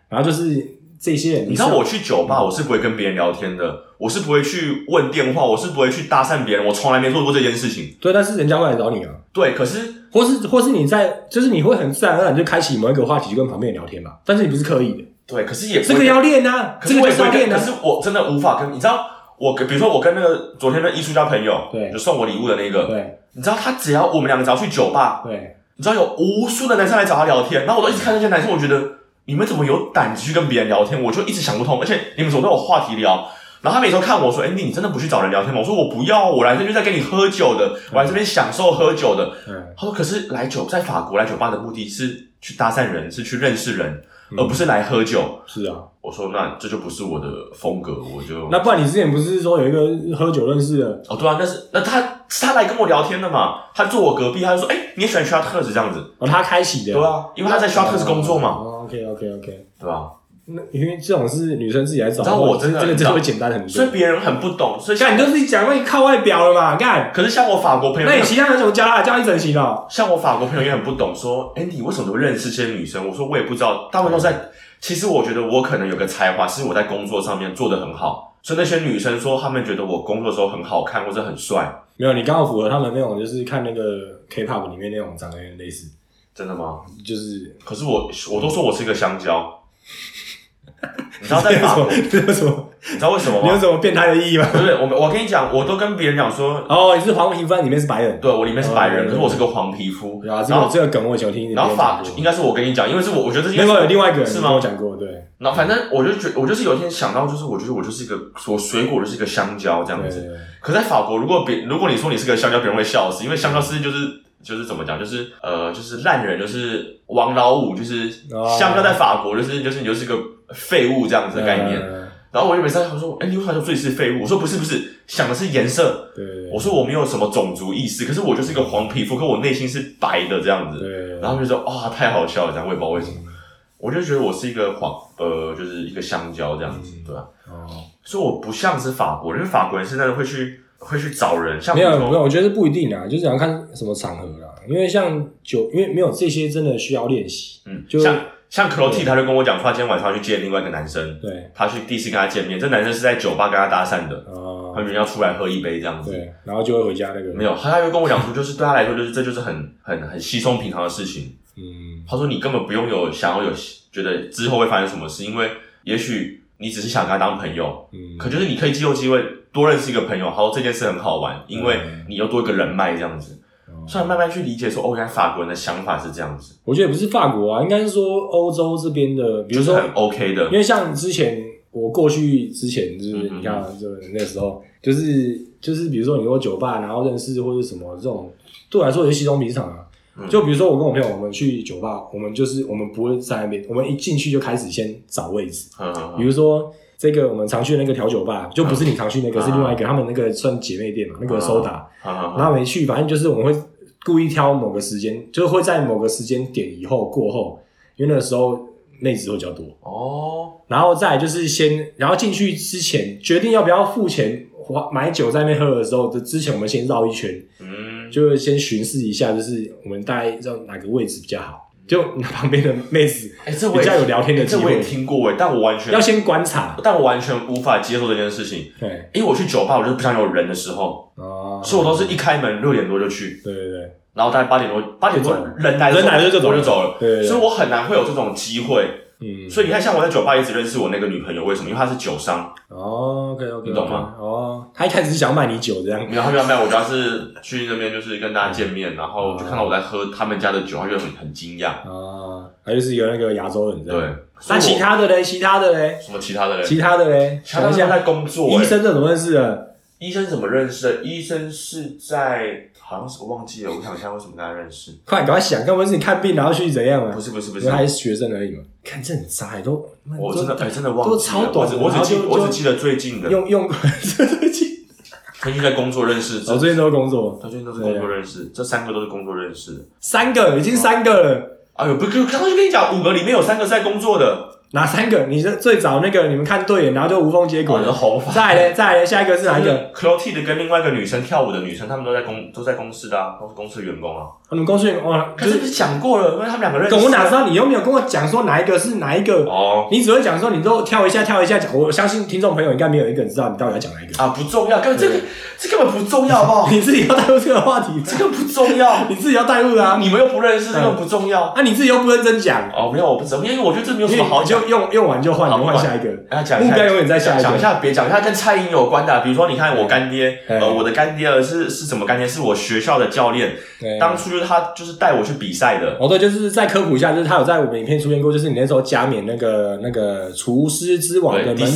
[SPEAKER 1] 然后就是这些人，
[SPEAKER 2] 你知道我去酒吧，我是不会跟别人聊天的，我是不会去问电话，我是不会去搭讪别人，我从来没做过这件事情。
[SPEAKER 1] 对，但是人家会来找你啊，
[SPEAKER 2] 对，可是
[SPEAKER 1] 或是或是你在就是你会很自然而然就开启某一个话题就跟旁边人聊天嘛，但是你不是刻意的，
[SPEAKER 2] 对，可是也不
[SPEAKER 1] 这
[SPEAKER 2] 会
[SPEAKER 1] 个要练啊，
[SPEAKER 2] 可
[SPEAKER 1] 这
[SPEAKER 2] 是
[SPEAKER 1] 个就
[SPEAKER 2] 我也
[SPEAKER 1] 是
[SPEAKER 2] 不
[SPEAKER 1] 要
[SPEAKER 2] 会跟，
[SPEAKER 1] 练
[SPEAKER 2] 可
[SPEAKER 1] 啊，
[SPEAKER 2] 是我真的无法跟，你知道。我跟比如说，我跟那个昨天的艺术家朋友，
[SPEAKER 1] 对
[SPEAKER 2] 就送我礼物的那个，
[SPEAKER 1] 对
[SPEAKER 2] 你知道他只要我们两个只要去酒吧，
[SPEAKER 1] 对，
[SPEAKER 2] 你知道有无数的男生来找他聊天，然后我都一直看那些男生，我觉得你们怎么有胆子去跟别人聊天？我就一直想不通，而且你们总都有话题聊。然后他每次都看我说：“哎、你真的不去找人聊天吗？”我说：“我不要，我来这边就在跟你喝酒的，我来这边享受喝酒的。
[SPEAKER 1] 嗯，”
[SPEAKER 2] 他说：“可是来酒在法国来酒吧的目的是去搭讪人，是去认识人，
[SPEAKER 1] 嗯
[SPEAKER 2] 而不是来喝酒。
[SPEAKER 1] 是啊，”
[SPEAKER 2] 我说：“那这就不是我的风格，我就
[SPEAKER 1] 那不然你之前不是说有一个喝酒认识的，
[SPEAKER 2] 哦对啊，但是那他是他来跟我聊天的嘛，他坐我隔壁，他就说：‘哎、你也喜欢 s h o t 这样子？’
[SPEAKER 1] 哦，他开启的，
[SPEAKER 2] 对，啊，因为他在 s h o t 工作嘛，
[SPEAKER 1] 哦，OK OK OK，
[SPEAKER 2] 对吧？
[SPEAKER 1] 那因为这种是女生自己来找，
[SPEAKER 2] 你知道我真的
[SPEAKER 1] 这个
[SPEAKER 2] 很
[SPEAKER 1] 真的会
[SPEAKER 2] 早
[SPEAKER 1] 简单很
[SPEAKER 2] 所以
[SPEAKER 1] 多。
[SPEAKER 2] 别人很不懂，所以像
[SPEAKER 1] 干，你就自己讲，那你靠外表了嘛？干，
[SPEAKER 2] 可是像我法国朋友
[SPEAKER 1] 那，你其他人怎么教他？教一整形哦？
[SPEAKER 2] 像我法国朋友也很不懂，说 Andy 为什么都认识这些女生？我说我也不知道，大部分都
[SPEAKER 1] 嗯
[SPEAKER 2] 在。其实我觉得我可能有个才华，是我在工作上面做的很好，所以那些女生说她们觉得我工作的时候很好看或者很帅，
[SPEAKER 1] 没有，你刚好符合他们那种，就是看那个 K-pop 里面那种长得有点类似，
[SPEAKER 2] 真的吗？
[SPEAKER 1] 就是
[SPEAKER 2] 可是我我都说我是一个香蕉，你知道在 法国，你
[SPEAKER 1] 这有什么？
[SPEAKER 2] 知道为什么
[SPEAKER 1] 你有
[SPEAKER 2] 吗？
[SPEAKER 1] 什么变态的意义吗？
[SPEAKER 2] 不是我，我跟你讲，我都跟别人讲说，
[SPEAKER 1] 哦，你是黄皮肤，里面是白人。
[SPEAKER 2] 对我里面是白人，
[SPEAKER 1] 哦
[SPEAKER 2] 可是我是个黄皮肤，
[SPEAKER 1] 对啊，这
[SPEAKER 2] 然
[SPEAKER 1] 个
[SPEAKER 2] 后
[SPEAKER 1] 这个梗我以前有听别人
[SPEAKER 2] 然后法
[SPEAKER 1] 讲过
[SPEAKER 2] 应该是我跟你讲，因为是我我觉得这些
[SPEAKER 1] 那个有另外一个人
[SPEAKER 2] 是
[SPEAKER 1] 跟
[SPEAKER 2] 吗
[SPEAKER 1] 我？讲过，对，
[SPEAKER 2] 然后反正我就觉，我就是有一天想到，就是我觉得我就是一个我水果就是一个香蕉这样
[SPEAKER 1] 对
[SPEAKER 2] 子。
[SPEAKER 1] 对对
[SPEAKER 2] 可在法国，如果别如果你说你是个香蕉，别人会笑死，因为香蕉是就是就是怎么讲，就是呃就是烂人，就是王老五，就是
[SPEAKER 1] 哦
[SPEAKER 2] 香蕉在法国就是就是你就是个废物这样子的概念。
[SPEAKER 1] 呃
[SPEAKER 2] 然后我就每次他说，哎、你为什么说自己是废物？我说不是不是，想的是颜色。
[SPEAKER 1] 对对对
[SPEAKER 2] 我说我没有什么种族意识，可是我就是一个黄皮肤，可我内心是白的这样子。
[SPEAKER 1] 对，
[SPEAKER 2] 然后就说啊、太好笑了，这样我也不知道为什么，我就觉得我是一个黄呃，就是一个香蕉这样子，对吧、
[SPEAKER 1] 哦，
[SPEAKER 2] 啊所以我不像是法国人，因为法国人现在会去会去找人，像
[SPEAKER 1] 没
[SPEAKER 2] 比
[SPEAKER 1] 有
[SPEAKER 2] 如说
[SPEAKER 1] 没有，我觉得不一定啊，就是要看什么场合啦，因为像酒，因为没有这些真的需要练习，
[SPEAKER 2] 嗯，
[SPEAKER 1] 就
[SPEAKER 2] 像像 c l o t 他就跟我讲说，他今天晚上要去见另外一个男生，
[SPEAKER 1] 对，
[SPEAKER 2] 他去第一次跟他见面，这男生是在酒吧跟他搭讪的，他
[SPEAKER 1] 哦，
[SPEAKER 2] 们要出来喝一杯这样子。
[SPEAKER 1] 对，然后就会回家那个，
[SPEAKER 2] 没，有，他他就跟我讲说，就是对他来说，就是这就是很很很稀松平常的事情。
[SPEAKER 1] 嗯，
[SPEAKER 2] 他说你根本不用有想要有觉得之后会发生什么事，因为也许你只是想跟他当朋友，
[SPEAKER 1] 嗯
[SPEAKER 2] 可就是你可以借由机会多认识一个朋友，好，这件事很好玩，因为
[SPEAKER 1] 嗯
[SPEAKER 2] 你又多一个人脉这样子。
[SPEAKER 1] 哦
[SPEAKER 2] 所以慢慢去理解说，哦，原来法国人的想法是这样子，
[SPEAKER 1] 我觉得也不是法国啊，应该是说欧洲这边的，比
[SPEAKER 2] 就
[SPEAKER 1] 如
[SPEAKER 2] 是
[SPEAKER 1] 说
[SPEAKER 2] 很 OK 的
[SPEAKER 1] 因。为像之前我过去之前，就是
[SPEAKER 2] 嗯嗯
[SPEAKER 1] 你看啊，就是那时候，就是就是比如说你说酒吧，然后认识或者什么这种，对我来说也是稀松平常啊
[SPEAKER 2] 嗯。
[SPEAKER 1] 就比如说我跟我朋友，我们去酒吧，我们就是我们不会在那边，我们一进去就开始先找位置。
[SPEAKER 2] 嗯嗯
[SPEAKER 1] 比如说这个我们常去的那个调酒吧，就不是你常去那个，
[SPEAKER 2] 嗯
[SPEAKER 1] 是另外一个他们那个算姐妹店嘛，那个 soda。
[SPEAKER 2] 嗯
[SPEAKER 1] 然后没去，反正就是我们会故意挑某个时间，就是会在某个时间点以后过后，因为那个时候妹子会比较多。
[SPEAKER 2] 哦，
[SPEAKER 1] 然后再来就是先，然后进去之前决定要不要付钱花买酒在那边喝的时候，这之前我们先绕一圈，
[SPEAKER 2] 嗯，
[SPEAKER 1] 就是先巡视一下，就是我们大概让哪个位置比较好，就旁边的妹子
[SPEAKER 2] 哎，这我也
[SPEAKER 1] 比较有聊天的
[SPEAKER 2] 哎
[SPEAKER 1] 机
[SPEAKER 2] 这我也
[SPEAKER 1] 会，
[SPEAKER 2] 听过哎，但我完全
[SPEAKER 1] 要，先观察，
[SPEAKER 2] 但我完全无法接受这件事情，
[SPEAKER 1] 对，
[SPEAKER 2] 因为我去酒吧，我就是不想有人的时候，
[SPEAKER 1] 哦，
[SPEAKER 2] 所以我都是一开门六点多就去，
[SPEAKER 1] 对对对，
[SPEAKER 2] 然后大概八点多，八点多
[SPEAKER 1] 就走了
[SPEAKER 2] 人来的时候
[SPEAKER 1] 人来了就走
[SPEAKER 2] 我
[SPEAKER 1] 了
[SPEAKER 2] 就走了，
[SPEAKER 1] 对对对
[SPEAKER 2] 所以我很难会有这种机会。
[SPEAKER 1] 嗯，
[SPEAKER 2] 所以你看，像我在酒吧一直认识我那个女朋友，为什么？因为她是酒商，
[SPEAKER 1] 哦，OK OK，
[SPEAKER 2] 你懂吗？
[SPEAKER 1] 哦，他一开始是想买你酒这样，
[SPEAKER 2] 然后她就来我家是去那边就是跟大家见面，然后就看到我在喝他们家的酒，她就很很惊讶。
[SPEAKER 1] 啊，他就是有那个亚洲人这
[SPEAKER 2] 对
[SPEAKER 1] 样，，
[SPEAKER 2] 所
[SPEAKER 1] 那
[SPEAKER 2] 以
[SPEAKER 1] 其
[SPEAKER 2] 我
[SPEAKER 1] 他的嘞，其他的嘞，
[SPEAKER 2] 什么其他的人，
[SPEAKER 1] 其他的嘞，
[SPEAKER 2] 其他的
[SPEAKER 1] 想一
[SPEAKER 2] 人
[SPEAKER 1] 下，
[SPEAKER 2] 在工作、
[SPEAKER 1] 医
[SPEAKER 2] 欸，
[SPEAKER 1] 生这怎么认识的？
[SPEAKER 2] 医生怎么认识的？医生是在好像是我忘记了，我想一下为什么跟他认识？
[SPEAKER 1] 快赶快想，该不会是你看病然后去怎样啊
[SPEAKER 2] 不？是不是不
[SPEAKER 1] 因
[SPEAKER 2] 是
[SPEAKER 1] 为，还是学生而已嘛。看这很渣，欸都
[SPEAKER 2] 我真的哎、
[SPEAKER 1] 都
[SPEAKER 2] 真的忘记
[SPEAKER 1] 都
[SPEAKER 2] 了，
[SPEAKER 1] 超
[SPEAKER 2] 我
[SPEAKER 1] 短
[SPEAKER 2] 只
[SPEAKER 1] 的，
[SPEAKER 2] 我只记
[SPEAKER 1] 然后就
[SPEAKER 2] 我只记得最近的，
[SPEAKER 1] 用用最近，
[SPEAKER 2] 最近在工作认识，
[SPEAKER 1] 哦我最近都工作
[SPEAKER 2] 他最近都是工作认识，这三个都是工作认识的。
[SPEAKER 1] 三个，已经三个了，
[SPEAKER 2] 哎呦，不，刚刚就跟你讲，五个里面有三个是在工作的，
[SPEAKER 1] 哪三个？你是最早那个，你们看对眼，然后就无缝接轨
[SPEAKER 2] 我的
[SPEAKER 1] 了。
[SPEAKER 2] 红发。
[SPEAKER 1] 再来嘞，再来嘞，下一个是
[SPEAKER 2] 啊
[SPEAKER 1] 哪一个？
[SPEAKER 2] Clotilde 跟另外一个女生跳舞的女生，她们都在公都在公司的啊，都是公司的员工啊。
[SPEAKER 1] 哦你们公司有哦，
[SPEAKER 2] 可
[SPEAKER 1] 就是是
[SPEAKER 2] 不是讲过了？因为他们两个认识。
[SPEAKER 1] 跟我哪知道？你又没有跟我讲说哪一个是哪一个，
[SPEAKER 2] 哦
[SPEAKER 1] 你只会讲说你都跳一下跳一下讲。我相信听众朋友应该没有一个人知道你到底要讲哪一个，
[SPEAKER 2] 啊，不重要，根本这个这根本不重要，好不 好？
[SPEAKER 1] 你自己要带入这个话题，
[SPEAKER 2] 这个不重要，
[SPEAKER 1] 你自己要带入的啊。
[SPEAKER 2] 你们又不认识，这个不重要。
[SPEAKER 1] 啊，你自己又不认真讲，
[SPEAKER 2] 嗯哦，没有，我不知道，因为我觉得这没有什么好
[SPEAKER 1] 你
[SPEAKER 2] 讲。
[SPEAKER 1] 就用用完就换，
[SPEAKER 2] 好
[SPEAKER 1] 你换下一个。
[SPEAKER 2] 啊，讲一
[SPEAKER 1] 目
[SPEAKER 2] 下
[SPEAKER 1] 标永远在下一
[SPEAKER 2] 讲一
[SPEAKER 1] 个。
[SPEAKER 2] 下，别讲一下跟蔡英有关的啊、比如说你看我干爹，
[SPEAKER 1] 哎
[SPEAKER 2] 呃，我的干爹是是什么干爹？是我学校的教练，
[SPEAKER 1] 对
[SPEAKER 2] 当初就是他就是带我去比赛的，
[SPEAKER 1] 哦对，就是再科普一下，就是他有在我们影片出现过，就是你那时候加冕那个那个厨师之王
[SPEAKER 2] 对
[SPEAKER 1] 的门徒。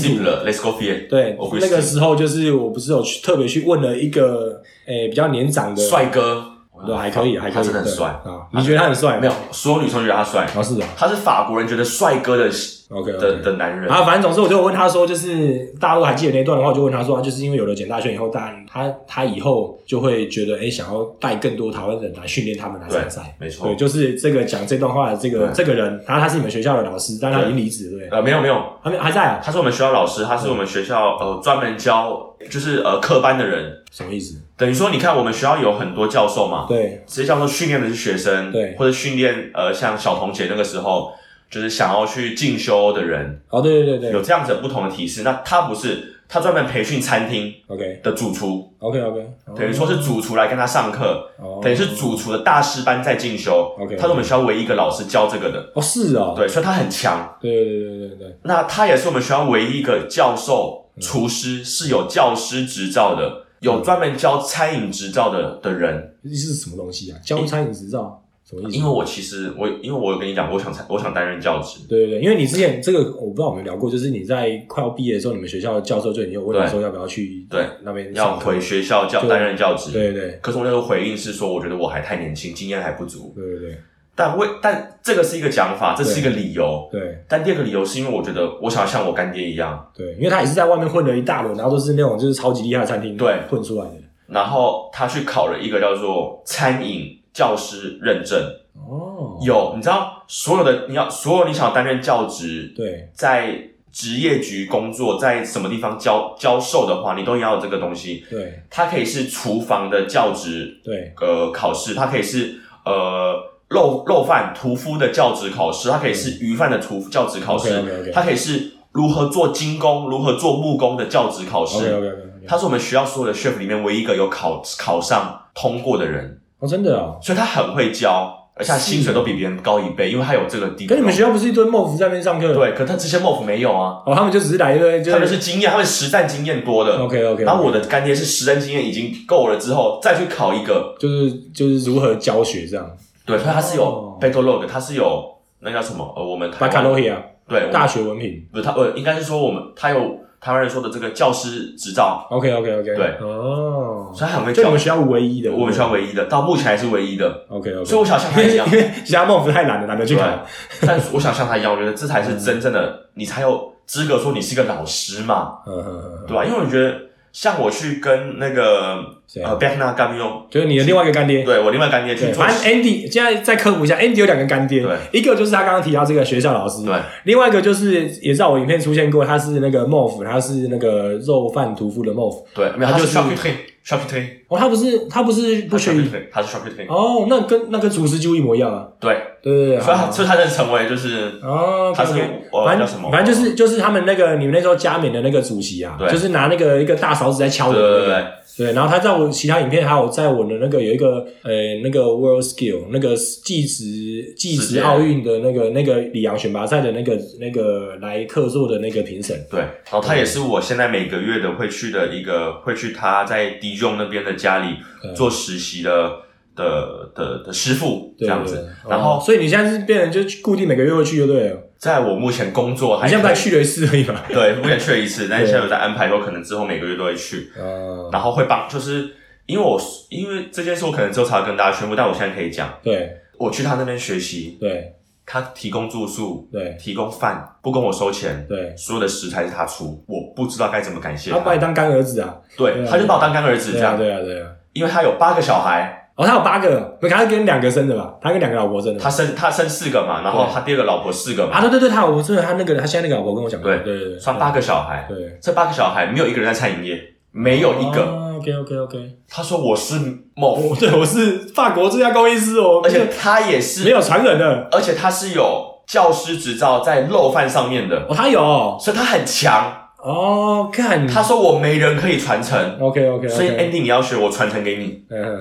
[SPEAKER 2] ，disciple，let's go fear，
[SPEAKER 1] 对
[SPEAKER 2] 我会，
[SPEAKER 1] 那个
[SPEAKER 2] 信
[SPEAKER 1] 时候就是我不是有去特别去问了一个诶、比较年长的，
[SPEAKER 2] 帅哥，
[SPEAKER 1] 对，还可以，还可
[SPEAKER 2] 他
[SPEAKER 1] 以，
[SPEAKER 2] 真的很
[SPEAKER 1] 对
[SPEAKER 2] 帅，
[SPEAKER 1] 啊！你觉得他很帅
[SPEAKER 2] 没有，所有女生觉得他帅，
[SPEAKER 1] 哦，是的，
[SPEAKER 2] 他是法国人觉得帅哥的
[SPEAKER 1] OK
[SPEAKER 2] 的
[SPEAKER 1] OK。
[SPEAKER 2] 的男人。
[SPEAKER 1] 啊，反正总之，我就问他说，就是大陆还记得那段的话，我就问他说，啊就是因为有了简大轩以后，当然他他以后就会觉得，哎、想要带更多台湾人来训练他们来参赛。
[SPEAKER 2] 没错
[SPEAKER 1] 对，就是这个讲这段话的这个
[SPEAKER 2] 哦对
[SPEAKER 1] 这个人，然后他是你们学校的老师，但他已经离职了，对不对，
[SPEAKER 2] 呃，没有没有，
[SPEAKER 1] 还没还在啊？
[SPEAKER 2] 他是我们学校老师，他是我们学校呃专门教就是呃科班的人。
[SPEAKER 1] 什么意思？
[SPEAKER 2] 等于说，你看我们学校有很多教授嘛，
[SPEAKER 1] 对，
[SPEAKER 2] 这些教授训练的是学生，
[SPEAKER 1] 对
[SPEAKER 2] 或者训练呃像小童姐那个时候就是想要去进修的人，
[SPEAKER 1] 哦，对对对
[SPEAKER 2] 有
[SPEAKER 1] 对
[SPEAKER 2] 这样子的不同的提示。那他不是，他专门培训餐厅
[SPEAKER 1] ，OK
[SPEAKER 2] 的主厨，
[SPEAKER 1] OK OK，
[SPEAKER 2] 等于说是主厨来跟他上课，
[SPEAKER 1] 哦，
[SPEAKER 2] 等于是主厨的大师班在进修。
[SPEAKER 1] OK，
[SPEAKER 2] 他是我们学校唯一一个老师教这个的，
[SPEAKER 1] 哦是哦，
[SPEAKER 2] 对，所以他很强。
[SPEAKER 1] 对对对对对对，
[SPEAKER 2] 那他也是我们学校唯一一个教授、厨师是有教师执照的，有专门教餐饮执照的的人。
[SPEAKER 1] 这是什么东西啊？教餐饮执照什么意思？
[SPEAKER 2] 因为我其实我因为我有跟你讲，我想参我想担任教职，
[SPEAKER 1] 对对对，因为你之前这个我不知道我们聊过，就是你在快要毕业的时候，你们学校的教授就已经有问你
[SPEAKER 2] 对
[SPEAKER 1] 说要不要去
[SPEAKER 2] 对
[SPEAKER 1] 那边
[SPEAKER 2] 要
[SPEAKER 1] 上课
[SPEAKER 2] 回学校教
[SPEAKER 1] 对
[SPEAKER 2] 担任教职。
[SPEAKER 1] 对对对
[SPEAKER 2] 可是我那时候回应是说，我觉得我还太年轻，经验还不足。
[SPEAKER 1] 对对
[SPEAKER 2] 但为但这个是一个讲法，这是一个理由。
[SPEAKER 1] 对
[SPEAKER 2] 但第二个理由是因为我觉得我想像我干爹一样，
[SPEAKER 1] 对，因为他也是在外面混了一大轮，然后都是那种就是超级厉害的餐厅
[SPEAKER 2] 对
[SPEAKER 1] 混出来的。
[SPEAKER 2] 然后他去考了一个叫做餐饮教师认证。
[SPEAKER 1] 哦，
[SPEAKER 2] 有，你知道所有的你要所有你想担任教职，
[SPEAKER 1] 对
[SPEAKER 2] 在职业局工作，在什么地方教教授的话，你都要有这个东西。
[SPEAKER 1] 对
[SPEAKER 2] 它可以是厨房的教职
[SPEAKER 1] 对
[SPEAKER 2] 呃考试，它可以是呃肉肉贩屠夫的教职考试，它可以是鱼贩的屠夫教职考试
[SPEAKER 1] OK，OK，OK
[SPEAKER 2] 它可以是如何做精工、如何做木工的教职考
[SPEAKER 1] ，OK
[SPEAKER 2] 试。
[SPEAKER 1] OK OK，
[SPEAKER 2] 他是我们学校所有的 chef 里面唯一一个有考考上通过的人。
[SPEAKER 1] 哦真的哦，
[SPEAKER 2] 所以他很会教，而且他薪水都比别人高一倍，因为他有这个地。
[SPEAKER 1] 可你们学校不是一堆莫福在那边上课？，
[SPEAKER 2] 对，可他这些 MOF 没有啊，
[SPEAKER 1] 哦，他们就只是来一堆，
[SPEAKER 2] 他
[SPEAKER 1] 就
[SPEAKER 2] 们是经验，他们实战经验多的。
[SPEAKER 1] OK OK，
[SPEAKER 2] 然后我的干爹是实战经验已经够了之后，再去考一个，
[SPEAKER 1] 就是就是如何教学这样。
[SPEAKER 2] 对，所以他是
[SPEAKER 1] 哦
[SPEAKER 2] 有 battle log，他是有那叫什么？呃，我们台
[SPEAKER 1] 巴
[SPEAKER 2] 湾
[SPEAKER 1] 卡洛伊啊，
[SPEAKER 2] 对，我
[SPEAKER 1] 大学文凭。
[SPEAKER 2] 不是他呃，应该是说我们他有台湾人说的这个教师执照，
[SPEAKER 1] OK OK OK，
[SPEAKER 2] 对
[SPEAKER 1] 哦，
[SPEAKER 2] 所以他很会
[SPEAKER 1] 就
[SPEAKER 2] 教
[SPEAKER 1] 你们。学校唯一的，
[SPEAKER 2] 我们学校唯一的，到目前还是唯一的，
[SPEAKER 1] OK OK，
[SPEAKER 2] 所以我想像他一样
[SPEAKER 1] 因，为 其他梦不太懒得懒得去
[SPEAKER 2] 对啊
[SPEAKER 1] 考。，
[SPEAKER 2] 但是我想像他一样，我觉得这才是真正的，你才有资格说你是个老师嘛，
[SPEAKER 1] 嗯嗯嗯，
[SPEAKER 2] 对吧？因为我觉得像我去跟那个
[SPEAKER 1] 谁啊
[SPEAKER 2] 呃 b e c k n a g a m i o
[SPEAKER 1] 就是你的另外一个干爹。
[SPEAKER 2] 对我另外干爹去
[SPEAKER 1] 对，
[SPEAKER 2] 做
[SPEAKER 1] 反，正 Andy 现在再科普一下，Andy 有两个干爹
[SPEAKER 2] 对，
[SPEAKER 1] 一个就是他刚刚提到这个学校老师，
[SPEAKER 2] 对
[SPEAKER 1] 另外一个就是也在我影片出现过，他是那个 Mof，他是那个肉贩屠夫的 Mof。
[SPEAKER 2] 对，没有
[SPEAKER 1] 他
[SPEAKER 2] 他
[SPEAKER 1] 就是
[SPEAKER 2] 是 s h o p t r e s h o p t r e
[SPEAKER 1] 哦，他不是他不是不
[SPEAKER 2] 他是
[SPEAKER 1] 学
[SPEAKER 2] s h o
[SPEAKER 1] 医
[SPEAKER 2] p t r e 他是 s h o p t r e
[SPEAKER 1] 哦，那跟那跟厨师就一模一样啊。
[SPEAKER 2] 对，
[SPEAKER 1] 对对对，
[SPEAKER 2] 所以他
[SPEAKER 1] 好
[SPEAKER 2] 所以他能成为就是
[SPEAKER 1] 哦，
[SPEAKER 2] 他是
[SPEAKER 1] OK，OK
[SPEAKER 2] 呃
[SPEAKER 1] 反
[SPEAKER 2] 叫
[SPEAKER 1] 正
[SPEAKER 2] 什么
[SPEAKER 1] 反正就是就是他们那个你们那时候加冕的那个主席啊，
[SPEAKER 2] 对
[SPEAKER 1] 就是拿那个一个大勺子在敲
[SPEAKER 2] 对
[SPEAKER 1] 的那
[SPEAKER 2] 对对
[SPEAKER 1] 个，
[SPEAKER 2] 对
[SPEAKER 1] 对，然后他在我其他影片，还有在我的那个有一个呃那个 World Skill 那个技职技
[SPEAKER 2] 世
[SPEAKER 1] 职
[SPEAKER 2] 界
[SPEAKER 1] 奥运的那个那个里昂选拔赛的那个那个来客座的那个评审，
[SPEAKER 2] 对，然后他也是我现在每个月的会去的一个会去他在 d i j o n 那边的家里
[SPEAKER 1] 对
[SPEAKER 2] 做实习的的的的师傅这
[SPEAKER 1] 对
[SPEAKER 2] 样
[SPEAKER 1] 对
[SPEAKER 2] 子
[SPEAKER 1] 对，
[SPEAKER 2] 然
[SPEAKER 1] 哦
[SPEAKER 2] 后
[SPEAKER 1] 所以你现在是变成就固定每个月会去就对了，
[SPEAKER 2] 在我目前工作还
[SPEAKER 1] 你现在
[SPEAKER 2] 可
[SPEAKER 1] 才
[SPEAKER 2] 以
[SPEAKER 1] 去了一次而已嘛，
[SPEAKER 2] 对，目前去了一次，但是
[SPEAKER 1] 对
[SPEAKER 2] 现在有在安排说，可能之后每个月都会去，
[SPEAKER 1] 嗯，
[SPEAKER 2] 然后会帮，就是因为我因为这件事我可能之后才要跟大家宣布，但我现在可以讲，
[SPEAKER 1] 对
[SPEAKER 2] 我去他那边学习，
[SPEAKER 1] 对
[SPEAKER 2] 他提供住宿，
[SPEAKER 1] 对
[SPEAKER 2] 提供饭，不跟我收钱，
[SPEAKER 1] 对，
[SPEAKER 2] 所有的食材是他出，我不知道该怎么感谢
[SPEAKER 1] 他把你
[SPEAKER 2] 他，
[SPEAKER 1] 当干儿子啊，对
[SPEAKER 2] 对，
[SPEAKER 1] 啊
[SPEAKER 2] 他就把我当干儿啊子这
[SPEAKER 1] 对啊
[SPEAKER 2] 样，
[SPEAKER 1] 对啊对啊，
[SPEAKER 2] 因为他有八个小孩，
[SPEAKER 1] 哦他有八个，没，他跟两个生的吧，他跟两个老婆生的吧，
[SPEAKER 2] 他生他生四个嘛，然后
[SPEAKER 1] 对
[SPEAKER 2] 他第二个老婆四个嘛
[SPEAKER 1] 啊，，对对对，他我真的他那个他现在那个老婆跟我讲过，
[SPEAKER 2] 对
[SPEAKER 1] 对对对，
[SPEAKER 2] 算八个小孩，
[SPEAKER 1] 对，啊
[SPEAKER 2] 这八个小孩没有一个人在餐饮业，没有一个，
[SPEAKER 1] OK OK OK，
[SPEAKER 2] 他说我是某，
[SPEAKER 1] 我哦对我是法国最佳工艺师哦，
[SPEAKER 2] 而且他也是
[SPEAKER 1] 没有传人的
[SPEAKER 2] 而且他是有教师执照在肉贩上面的，
[SPEAKER 1] 哦，他有哦，
[SPEAKER 2] 所以他很强。
[SPEAKER 1] 哦看
[SPEAKER 2] 他说我没人可以传承，
[SPEAKER 1] OK OK，
[SPEAKER 2] 所以哎 Andy 你要学，我传承给你。
[SPEAKER 1] 嗯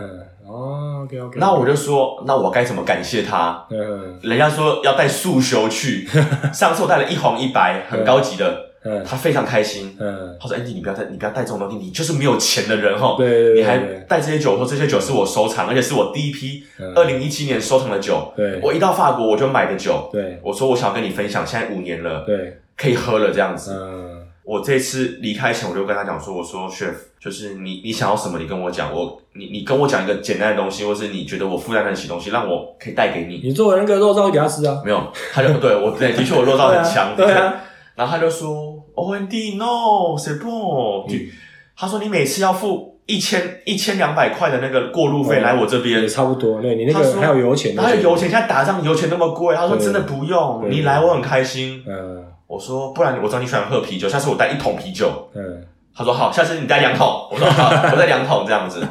[SPEAKER 1] 哦 OK OK，
[SPEAKER 2] 那我就说，那我该怎么感谢他？
[SPEAKER 1] 嗯
[SPEAKER 2] 人家说要带速 修去，上次我带了一红一白，很高级的，
[SPEAKER 1] 嗯
[SPEAKER 2] 他非常开心。
[SPEAKER 1] 嗯，
[SPEAKER 2] 他说：“Andy，你不要带，哎你不要带这种东西，你就是没有钱的人哈。
[SPEAKER 1] 对对对
[SPEAKER 2] 你还
[SPEAKER 1] 对嗯
[SPEAKER 2] 带这些酒，我说这些酒是我收藏，而且是我第一批二零一七年收藏的酒。
[SPEAKER 1] 对
[SPEAKER 2] 我一到法国我就买的酒。
[SPEAKER 1] 对
[SPEAKER 2] 我说我想要跟你分享，现在五年了，
[SPEAKER 1] 对
[SPEAKER 2] 可以喝了这样子。
[SPEAKER 1] 嗯
[SPEAKER 2] 我这次离开前，我就跟他讲说，我说 chef，就是你你想要什么，你跟我讲，我你你跟我讲一个简单的东西，或是你觉得我负担得起的东西，让我可以带给你。
[SPEAKER 1] 你做那个肉燥给他吃啊，
[SPEAKER 2] 没有，他就对我对，的确我落到
[SPEAKER 1] 对
[SPEAKER 2] 很
[SPEAKER 1] 啊，
[SPEAKER 2] 强，
[SPEAKER 1] 对
[SPEAKER 2] 的确
[SPEAKER 1] 啊，
[SPEAKER 2] 然后他就说，O N D no，谁不？
[SPEAKER 1] 嗯
[SPEAKER 2] 他说你每次要付一千一千两百块的那个过路费
[SPEAKER 1] 嗯
[SPEAKER 2] 来我这边
[SPEAKER 1] 也，差不多。对你那
[SPEAKER 2] 他
[SPEAKER 1] 个
[SPEAKER 2] 说
[SPEAKER 1] 还有油钱，
[SPEAKER 2] 他有油钱，现在打仗油钱那么贵，他说
[SPEAKER 1] 对
[SPEAKER 2] 真的不用，
[SPEAKER 1] 对
[SPEAKER 2] 你来我很开心。
[SPEAKER 1] 嗯
[SPEAKER 2] 我说不然我知道你喜欢喝啤酒，下次我带一桶啤酒。
[SPEAKER 1] 嗯
[SPEAKER 2] 他说好，下次你带两桶。我说好，我带两桶这样 子。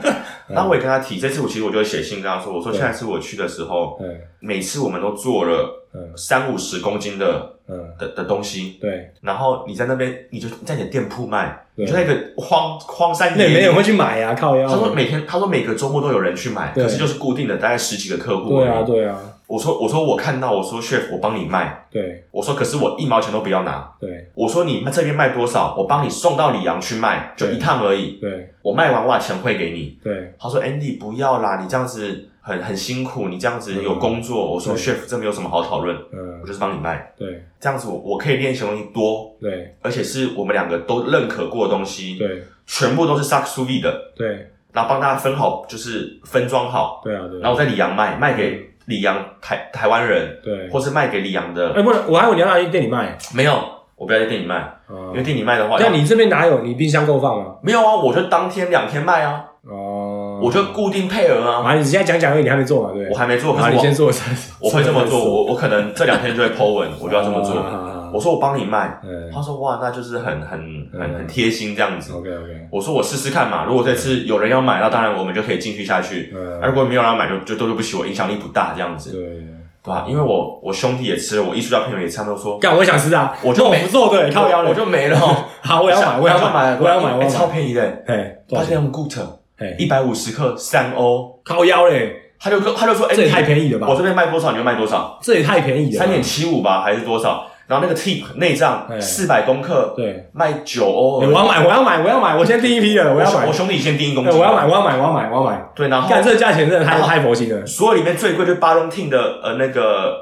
[SPEAKER 2] 然后我也跟他提，这次我其实我就会写信跟他说，我说
[SPEAKER 1] 对
[SPEAKER 2] 下次我去的时候，
[SPEAKER 1] 嗯
[SPEAKER 2] 每次我们都做了
[SPEAKER 1] 嗯
[SPEAKER 2] 三五十公斤的
[SPEAKER 1] 嗯，
[SPEAKER 2] 的的东西，
[SPEAKER 1] 对，
[SPEAKER 2] 然后你在那边你就你在你的店铺卖，
[SPEAKER 1] 对
[SPEAKER 2] 你就在一个荒荒山
[SPEAKER 1] 那也
[SPEAKER 2] 野
[SPEAKER 1] 没人
[SPEAKER 2] 岭。
[SPEAKER 1] 会去买呀，靠腰。
[SPEAKER 2] 他说每天，他说每个周末都有人去买，
[SPEAKER 1] 对
[SPEAKER 2] 可是就是固定的大概十几个客户。
[SPEAKER 1] 对啊，对啊，
[SPEAKER 2] 我说我说我看到，我说 chef 我帮你卖，
[SPEAKER 1] 对啊
[SPEAKER 2] 我说可是我一毛钱都不要拿，
[SPEAKER 1] 对
[SPEAKER 2] 我说你这边卖多少，我帮你送到里昂去卖，就
[SPEAKER 1] 对
[SPEAKER 2] 一趟而已，
[SPEAKER 1] 对
[SPEAKER 2] 我卖完我把钱汇给你。
[SPEAKER 1] 对
[SPEAKER 2] 他说 Andy 不要啦，你这样子很很辛苦，你这样子有工作。我说
[SPEAKER 1] 嗯对
[SPEAKER 2] chef 这没有什么好讨论，
[SPEAKER 1] 嗯
[SPEAKER 2] 我就是帮你卖，
[SPEAKER 1] 对
[SPEAKER 2] 这样子我我可以练习的东西多，
[SPEAKER 1] 对
[SPEAKER 2] 而且是我们两个都认可过的东西，
[SPEAKER 1] 对
[SPEAKER 2] 全部都是 sax s u v 的，
[SPEAKER 1] 对
[SPEAKER 2] 然后帮大家分好，就是分装好，
[SPEAKER 1] 对啊对，嗯
[SPEAKER 2] 然后在里昂卖，卖给里昂台台湾人，
[SPEAKER 1] 对，
[SPEAKER 2] 或是卖给里昂的
[SPEAKER 1] 哎，不能，我还有你要拿去店里卖
[SPEAKER 2] 没有，我不要在店里卖，
[SPEAKER 1] 啊
[SPEAKER 2] 因为。店里卖的话，
[SPEAKER 1] 那你这边哪有？你冰箱够放吗？
[SPEAKER 2] 没有啊？我就当天两天卖啊，
[SPEAKER 1] 哦，
[SPEAKER 2] 我就固定配额啊。
[SPEAKER 1] 啊，你现在讲讲而已，你还没做嘛，对不
[SPEAKER 2] 我
[SPEAKER 1] 对？
[SPEAKER 2] 还没做，可
[SPEAKER 1] 啊，
[SPEAKER 2] 是
[SPEAKER 1] 你先
[SPEAKER 2] 我
[SPEAKER 1] 做，
[SPEAKER 2] 我会这么做，我我可能这两天就会 Po 文，我就要这么
[SPEAKER 1] 啊
[SPEAKER 2] 做。我
[SPEAKER 1] 做。
[SPEAKER 2] 说我帮你卖，
[SPEAKER 1] 嗯
[SPEAKER 2] 他说哇，那就是很很很
[SPEAKER 1] 嗯
[SPEAKER 2] 很贴心这样子。
[SPEAKER 1] ，OK OK，
[SPEAKER 2] 我说我试试看嘛，如果这次有人要买，那当然我们就可以继续下去。那
[SPEAKER 1] 嗯，
[SPEAKER 2] 如果没有人要买，就就对不起，我影响力不大这样子，
[SPEAKER 1] 对。
[SPEAKER 2] 对吧？因为我我兄弟也吃了，我艺术家朋友也吃，他们都说
[SPEAKER 1] 干，我也想吃啊！
[SPEAKER 2] 我就
[SPEAKER 1] 那我
[SPEAKER 2] 没
[SPEAKER 1] 不做对，靠腰
[SPEAKER 2] 我
[SPEAKER 1] 了。
[SPEAKER 2] 就没了。
[SPEAKER 1] 好，我要买，我要买，我要买，我
[SPEAKER 2] 哎
[SPEAKER 1] 要
[SPEAKER 2] 超
[SPEAKER 1] 买。
[SPEAKER 2] 便宜的，
[SPEAKER 1] 哎，多
[SPEAKER 2] 八
[SPEAKER 1] 少
[SPEAKER 2] 千
[SPEAKER 1] 钱？
[SPEAKER 2] 两 good，
[SPEAKER 1] 哎，
[SPEAKER 2] 一百五十克三欧，
[SPEAKER 1] 靠腰嘞，
[SPEAKER 2] 他就跟他就说，哎、
[SPEAKER 1] 这也太
[SPEAKER 2] 你
[SPEAKER 1] 便宜了吧
[SPEAKER 2] 我？这边卖多少你就卖多少，
[SPEAKER 1] 这也太便宜了吧。
[SPEAKER 2] 三点七五吧还是多少？然后那个 tip 内
[SPEAKER 1] 哎
[SPEAKER 2] 脏四百公克
[SPEAKER 1] 对，
[SPEAKER 2] 卖九欧
[SPEAKER 1] 哎
[SPEAKER 2] 而已，
[SPEAKER 1] 我要买，我要买，我要买，我先订一批了，我
[SPEAKER 2] 我
[SPEAKER 1] 要
[SPEAKER 2] 兄
[SPEAKER 1] 买
[SPEAKER 2] 我，兄弟先订一公
[SPEAKER 1] 哎
[SPEAKER 2] 斤，
[SPEAKER 1] 我要买，我要买，我要买，我要买。
[SPEAKER 2] 对，然后
[SPEAKER 1] 干，这个价钱真的太
[SPEAKER 2] 然后
[SPEAKER 1] 太佛心了。
[SPEAKER 2] 所有里面最贵就是巴隆汀的呃那个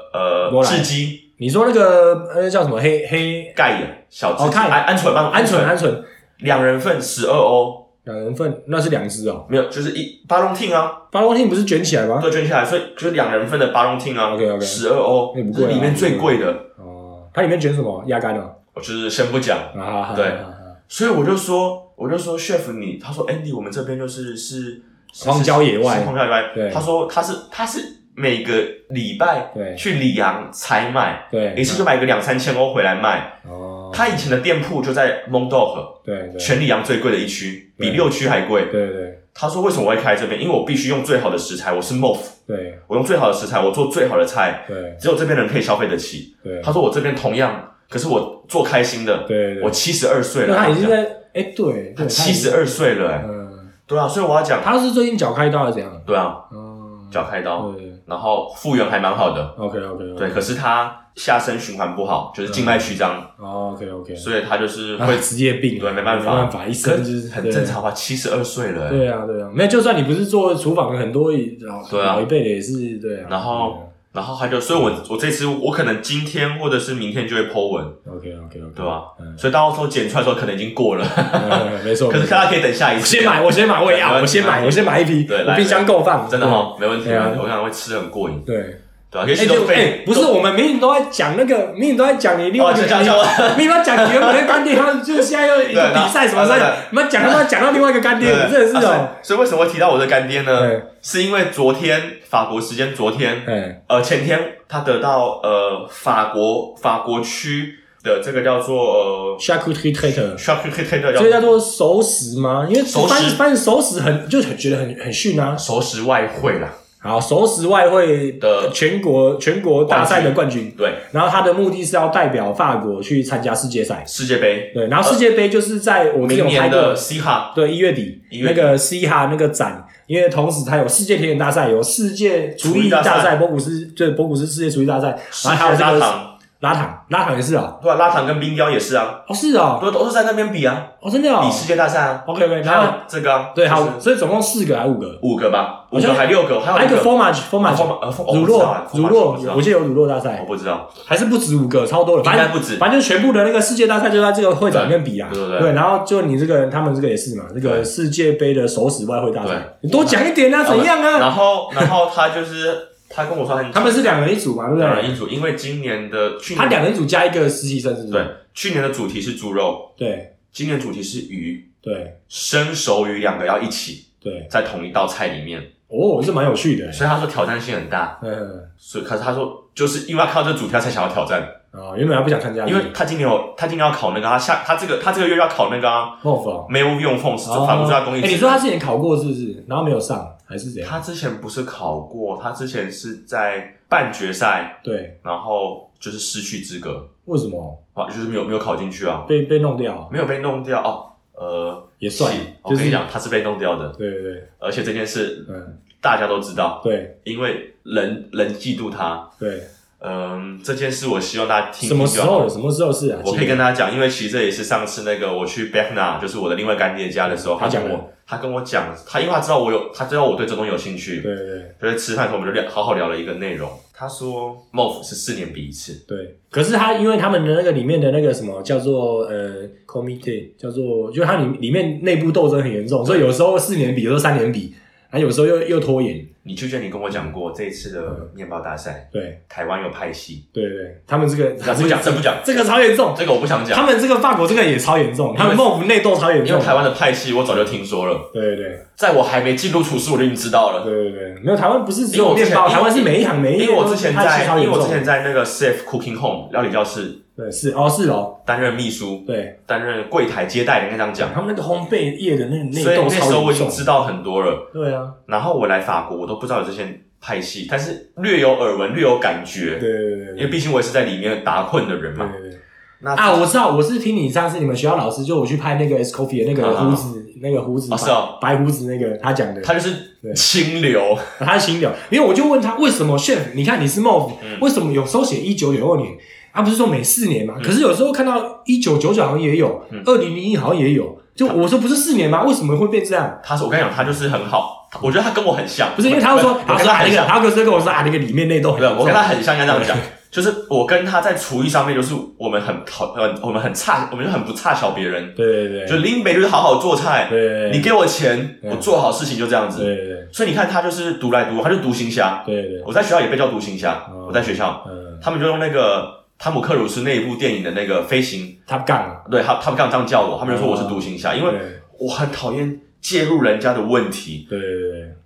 [SPEAKER 1] 罗兰
[SPEAKER 2] 呃雉鸡
[SPEAKER 1] 你说那个呃叫什么黑黑
[SPEAKER 2] 盖眼小
[SPEAKER 1] 哦
[SPEAKER 2] 雉鸡
[SPEAKER 1] 盖
[SPEAKER 2] 安鹌鹑吧，
[SPEAKER 1] 鹌鹑鹌鹑
[SPEAKER 2] 两人份十二欧，
[SPEAKER 1] 两人份，那是两只哦。
[SPEAKER 2] 没有就是一巴隆汀啊，
[SPEAKER 1] 巴洛汀不是卷起来吗？
[SPEAKER 2] 都捐下来，所以就是两人份的巴隆汀啊
[SPEAKER 1] OK，OK
[SPEAKER 2] 十二欧
[SPEAKER 1] 那也不，贵
[SPEAKER 2] 是
[SPEAKER 1] 啊
[SPEAKER 2] 里面最贵的，
[SPEAKER 1] 哦，它里面卷什么？鸭肝哦。
[SPEAKER 2] 我就是先不讲。
[SPEAKER 1] 啊，
[SPEAKER 2] 对
[SPEAKER 1] 啊啊啊
[SPEAKER 2] 所以我就说，我就说 chef 你，他说 Andy，我们这边就是是是
[SPEAKER 1] 荒郊野外
[SPEAKER 2] 是荒郊野外。
[SPEAKER 1] 对
[SPEAKER 2] 他说他是他是每个礼拜
[SPEAKER 1] 对
[SPEAKER 2] 去里昂采买，
[SPEAKER 1] 对，
[SPEAKER 2] 一次就买个两三千欧回来卖。
[SPEAKER 1] 哦，
[SPEAKER 2] 他以前的店铺就在 m o n d o g
[SPEAKER 1] 对对
[SPEAKER 2] 全里昂最贵的一区，
[SPEAKER 1] 对
[SPEAKER 2] 比六区还贵。
[SPEAKER 1] 对对
[SPEAKER 2] 他说为什么我会开这边？因为我必须用最好的食材，我是 MOF，
[SPEAKER 1] 对
[SPEAKER 2] 我用最好的食材，我做最好的菜，
[SPEAKER 1] 对
[SPEAKER 2] 只有这边人可以消费得起。
[SPEAKER 1] 对，
[SPEAKER 2] 他说我这边同样，可是我做开心的，
[SPEAKER 1] 对对，
[SPEAKER 2] 我七十二岁了，
[SPEAKER 1] 那他已经
[SPEAKER 2] 这样
[SPEAKER 1] 在哎，对，对
[SPEAKER 2] 七十，二岁了、哎
[SPEAKER 1] 他已经嗯，
[SPEAKER 2] 对啊，所以我要讲，
[SPEAKER 1] 他是最近脚开刀还是怎样？
[SPEAKER 2] 对啊，
[SPEAKER 1] 哦，
[SPEAKER 2] 脚开刀，
[SPEAKER 1] 对
[SPEAKER 2] 然后复原还蛮好的，
[SPEAKER 1] ，OK OK，
[SPEAKER 2] 对，可是他下身循环不好，就是静脉曲张，
[SPEAKER 1] ，OK OK，
[SPEAKER 2] 所以他就是
[SPEAKER 1] 会
[SPEAKER 2] 会，
[SPEAKER 1] 职业嗯病啊，
[SPEAKER 2] 对没办法
[SPEAKER 1] 没办法，一
[SPEAKER 2] 可
[SPEAKER 1] 生就是是
[SPEAKER 2] 很正。常吧，七十二岁了、
[SPEAKER 1] 对
[SPEAKER 2] 欸，
[SPEAKER 1] 对啊，对啊，没有，就算你不是做厨房的，很多老
[SPEAKER 2] 对啊
[SPEAKER 1] 老一辈的也是对啊。
[SPEAKER 2] 然后然后他就，所以我我这次我可能今天或者是明天就会 Po 文，
[SPEAKER 1] OK OK OK，
[SPEAKER 2] 对啊吧？
[SPEAKER 1] 啊嗯，
[SPEAKER 2] 所以到时候剪出来的时候可能已经过了，
[SPEAKER 1] 嗯没错。
[SPEAKER 2] 可是
[SPEAKER 1] 没错
[SPEAKER 2] 大家可以等下一
[SPEAKER 1] 我
[SPEAKER 2] 次，
[SPEAKER 1] 先买，我先买，我也要，
[SPEAKER 2] 对
[SPEAKER 1] 我先买，我先买一批，
[SPEAKER 2] 对
[SPEAKER 1] 我
[SPEAKER 2] 来
[SPEAKER 1] 冰箱够放，
[SPEAKER 2] 真的哦哈，没问题，
[SPEAKER 1] 对啊
[SPEAKER 2] 我可能会吃的很过瘾，
[SPEAKER 1] 对。对，
[SPEAKER 2] 对吧？也
[SPEAKER 1] 哎，
[SPEAKER 2] 许
[SPEAKER 1] 就
[SPEAKER 2] 都
[SPEAKER 1] 哎
[SPEAKER 2] 被，
[SPEAKER 1] 不是，我们明明都在讲那个，明明都在讲你另外
[SPEAKER 2] 哦，
[SPEAKER 1] 一
[SPEAKER 2] 就
[SPEAKER 1] 个
[SPEAKER 2] 这样
[SPEAKER 1] 干
[SPEAKER 2] 这
[SPEAKER 1] 爹，
[SPEAKER 2] 样，
[SPEAKER 1] 明明要讲你原本的干爹，他就是现在又一个比赛什么
[SPEAKER 2] 对对
[SPEAKER 1] 赛，你们讲他妈讲到另外一个干爹，你真的是哦，
[SPEAKER 2] 啊所以所以为什么会提到我的干爹呢？
[SPEAKER 1] 对，
[SPEAKER 2] 是因为昨天法国时间昨天，
[SPEAKER 1] 哎，
[SPEAKER 2] 呃，前天他得到呃法国法国区的这个叫做呃
[SPEAKER 1] 下苦推推特。
[SPEAKER 2] s h a r k e t 的
[SPEAKER 1] 所以叫做熟食吗？因为
[SPEAKER 2] 熟食
[SPEAKER 1] 翻翻熟食很就很觉得很很逊啊。
[SPEAKER 2] 熟食外汇啦。
[SPEAKER 1] 好，熟食外汇
[SPEAKER 2] 的
[SPEAKER 1] 全国全国大赛的冠军，
[SPEAKER 2] 对，
[SPEAKER 1] 然后他的目的是要代表法国去参加世界赛。
[SPEAKER 2] 世界杯
[SPEAKER 1] 对，然后世界杯就是在我们
[SPEAKER 2] 明
[SPEAKER 1] 有拍
[SPEAKER 2] 年
[SPEAKER 1] 过
[SPEAKER 2] 的，西哈，
[SPEAKER 1] 对，一月底
[SPEAKER 2] 一月
[SPEAKER 1] 那
[SPEAKER 2] 底
[SPEAKER 1] 个西哈那个展，因为同时它有世界田野大赛，有世界厨
[SPEAKER 2] 厨
[SPEAKER 1] 艺
[SPEAKER 2] 艺大
[SPEAKER 1] 大
[SPEAKER 2] 赛
[SPEAKER 1] 赛，博古斯对博古斯世界厨艺大赛，
[SPEAKER 2] 世
[SPEAKER 1] 然后还有
[SPEAKER 2] 界
[SPEAKER 1] 啊这
[SPEAKER 2] 大
[SPEAKER 1] 个，
[SPEAKER 2] 堂，
[SPEAKER 1] 拉糖，拉糖也是哦，
[SPEAKER 2] 对啊，拉糖跟冰雕也是啊，
[SPEAKER 1] 哦是哦，
[SPEAKER 2] 都都是在那边比啊，
[SPEAKER 1] 哦真的哦
[SPEAKER 2] 比世界大赛啊，
[SPEAKER 1] ，OK OK，
[SPEAKER 2] 还
[SPEAKER 1] 然后
[SPEAKER 2] 有这个啊
[SPEAKER 1] 对，
[SPEAKER 2] 就是
[SPEAKER 1] 好，所以总共四个还五个，
[SPEAKER 2] 五个吧，五
[SPEAKER 1] 好像
[SPEAKER 2] 个还六个，还有
[SPEAKER 1] 还有一个
[SPEAKER 2] 个
[SPEAKER 1] format format
[SPEAKER 2] 风马呃风
[SPEAKER 1] 乳酪乳酪，我
[SPEAKER 2] 我不知道
[SPEAKER 1] 记得有乳酪大赛
[SPEAKER 2] 我，不知道，
[SPEAKER 1] 还是不止五个，超多了，
[SPEAKER 2] 应
[SPEAKER 1] 反
[SPEAKER 2] 该
[SPEAKER 1] 正
[SPEAKER 2] 不止，
[SPEAKER 1] 反正就全部的那个世界大赛就在这个会场里面比啊，
[SPEAKER 2] 对对对
[SPEAKER 1] 然后就你这个他们这个也是嘛，这个
[SPEAKER 2] 对
[SPEAKER 1] 世界杯的首史外汇大赛，你多讲一点啊，怎样啊？
[SPEAKER 2] 然后然后他就是 他跟我说很
[SPEAKER 1] 他们是两人一组嘛，对不
[SPEAKER 2] 两人
[SPEAKER 1] 对？
[SPEAKER 2] 一组，因为今年的去
[SPEAKER 1] 他
[SPEAKER 2] 年
[SPEAKER 1] 两人一组加一个实习生，是不
[SPEAKER 2] 对
[SPEAKER 1] 是？
[SPEAKER 2] 去年的主题是猪肉，
[SPEAKER 1] 对
[SPEAKER 2] 今年主题是鱼，
[SPEAKER 1] 对
[SPEAKER 2] 生熟鱼两个要一起
[SPEAKER 1] 对，
[SPEAKER 2] 在同一道菜里面，
[SPEAKER 1] 哦，这蛮有趣 的，
[SPEAKER 2] 所以他说挑战性很大，
[SPEAKER 1] 嗯，
[SPEAKER 2] 所以可是他说就是因为他看到这主题他才想要挑战，
[SPEAKER 1] 啊，原本他不想参加，
[SPEAKER 2] 因为他今年有他今年要考那个啊他下他这个他这个月要考那个啊
[SPEAKER 1] 莫否。
[SPEAKER 2] 没有用缝是
[SPEAKER 1] 哦
[SPEAKER 2] 法国最大公益
[SPEAKER 1] 哎
[SPEAKER 2] 制。
[SPEAKER 1] 你说他之前考过是不是？然后没有上，还是怎样？
[SPEAKER 2] 他之前不是考过，他之前是在半决赛，
[SPEAKER 1] 对，
[SPEAKER 2] 然后就是失去资格，
[SPEAKER 1] 为什么
[SPEAKER 2] 哇，啊就是没有没有考进去啊，
[SPEAKER 1] 被被弄掉？
[SPEAKER 2] 没有被弄掉哦。呃，
[SPEAKER 1] 也算
[SPEAKER 2] 是，
[SPEAKER 1] 就
[SPEAKER 2] 我跟
[SPEAKER 1] 是
[SPEAKER 2] 你讲，他是被弄掉的，
[SPEAKER 1] 对对对，
[SPEAKER 2] 而且这件事
[SPEAKER 1] 嗯，
[SPEAKER 2] 大家都知道，
[SPEAKER 1] 对
[SPEAKER 2] 因为人人嫉妒他。
[SPEAKER 1] 对。
[SPEAKER 2] 嗯，这件事我希望大家听
[SPEAKER 1] 什么
[SPEAKER 2] 听
[SPEAKER 1] 时
[SPEAKER 2] 就好
[SPEAKER 1] 候？什么时候是啊？
[SPEAKER 2] 我可以跟大家讲，因为其实这也是上次那个我去 Beckna，就是我的另外干爹家的时候，
[SPEAKER 1] 他
[SPEAKER 2] 他
[SPEAKER 1] 讲
[SPEAKER 2] 跟
[SPEAKER 1] 了
[SPEAKER 2] 我他跟我讲，他因为他知道我有，他知道我对这东西有兴趣，
[SPEAKER 1] 对对
[SPEAKER 2] 就是吃饭的时候我们就聊好好聊了一个内容。他说 m o 是四年比一次，
[SPEAKER 1] 对，可是他因为他们的那个里面的那个什么叫做呃 committee，叫做就是它里里面内部斗争很严重，所以有时候四年比，有时候三年比，还有时候又又拖延。
[SPEAKER 2] 你就觉得你跟我讲过这一次的面包大赛，
[SPEAKER 1] 对
[SPEAKER 2] 台湾有派系，
[SPEAKER 1] 对对，他们这个
[SPEAKER 2] 这不讲这不讲
[SPEAKER 1] 这个超严重，
[SPEAKER 2] 这个我不想
[SPEAKER 1] 他
[SPEAKER 2] 讲，
[SPEAKER 1] 们这个法国这个也超严重，他们孟府内斗超严
[SPEAKER 2] 因
[SPEAKER 1] 重
[SPEAKER 2] 为。台湾的派系我早就听说了，
[SPEAKER 1] 对对对
[SPEAKER 2] 在我还没进入厨师我就已经知道了。
[SPEAKER 1] 对对对，没有台湾不是只有
[SPEAKER 2] 因为我之
[SPEAKER 1] 面
[SPEAKER 2] 前
[SPEAKER 1] 包，
[SPEAKER 2] 因为
[SPEAKER 1] 台湾是每一行每一
[SPEAKER 2] 因为
[SPEAKER 1] 业
[SPEAKER 2] 我
[SPEAKER 1] 都
[SPEAKER 2] 之前
[SPEAKER 1] 派系
[SPEAKER 2] 在，
[SPEAKER 1] 超
[SPEAKER 2] 因为
[SPEAKER 1] 严
[SPEAKER 2] 我之
[SPEAKER 1] 重。
[SPEAKER 2] 前在那个 Safe Cooking Home 料理教室
[SPEAKER 1] 对是哦是哦，
[SPEAKER 2] 担任秘书，
[SPEAKER 1] 对
[SPEAKER 2] 担任柜台接待的，应该这样讲。
[SPEAKER 1] 他们那个烘焙业的那个内
[SPEAKER 2] 所以
[SPEAKER 1] 斗
[SPEAKER 2] 那时候
[SPEAKER 1] 超
[SPEAKER 2] 我已
[SPEAKER 1] 严
[SPEAKER 2] 经
[SPEAKER 1] 重。
[SPEAKER 2] 知道很多了。
[SPEAKER 1] 对啊，
[SPEAKER 2] 然后我来法国，我都不知道有这些派系，但是略有耳闻，略有感
[SPEAKER 1] 对
[SPEAKER 2] 觉，
[SPEAKER 1] 对对对
[SPEAKER 2] 因为毕竟我也是在里面打混的人
[SPEAKER 1] 对
[SPEAKER 2] 嘛。
[SPEAKER 1] 对对。
[SPEAKER 2] 那
[SPEAKER 1] 啊，我知道，我是听你上次你们学校老师，就我去拍那个 S Coffee 的那个
[SPEAKER 2] 嗯嗯
[SPEAKER 1] 胡子，那个胡子
[SPEAKER 2] 哦是哦
[SPEAKER 1] 白胡子那个他讲的，
[SPEAKER 2] 他就是清流，
[SPEAKER 1] 他是新聊，因为我就问他为什么 chef，你看你是 mov，、为
[SPEAKER 2] 嗯
[SPEAKER 1] 什么有时候写一九九二年，他、不是说每四年
[SPEAKER 2] 嗯
[SPEAKER 1] 嘛？可是有时候看到一九九九好像也有，二零零一好像也有，就我说不是四年吗？为什么会变这样？
[SPEAKER 2] 他是我跟你讲，他就是很好，我觉得他跟我很像，
[SPEAKER 1] 不是因为他会说，
[SPEAKER 2] 我
[SPEAKER 1] 他
[SPEAKER 2] 跟
[SPEAKER 1] 说
[SPEAKER 2] 他
[SPEAKER 1] 啊那
[SPEAKER 2] 很
[SPEAKER 1] 个，
[SPEAKER 2] 像，
[SPEAKER 1] 他哥是跟我说啊那个里面内斗很
[SPEAKER 2] 对，
[SPEAKER 1] 严重，
[SPEAKER 2] 哦我跟他啊很像，应该这样讲，就是我跟他在厨艺上面，就是我们很讨，呃，我们很差，我们就很不差小别人，
[SPEAKER 1] 对对对，
[SPEAKER 2] 就林北就是好好做菜，
[SPEAKER 1] 对
[SPEAKER 2] 你给我钱，
[SPEAKER 1] 对
[SPEAKER 2] 我做好事情就这样子，
[SPEAKER 1] 对对对
[SPEAKER 2] 所以你看他就是独来独往，他就独行侠，
[SPEAKER 1] 对对，
[SPEAKER 2] 我在学校也被叫独行侠
[SPEAKER 1] 哦，
[SPEAKER 2] 我在学校，
[SPEAKER 1] 嗯，
[SPEAKER 2] 他们就用那个汤姆克鲁斯那一部电影的那个飞行，
[SPEAKER 1] 他干了，
[SPEAKER 2] 对他他们刚这样叫我，他们就说我是独行侠，因为
[SPEAKER 1] 哦对
[SPEAKER 2] 我很讨厌介入人家的问题。
[SPEAKER 1] 对对对。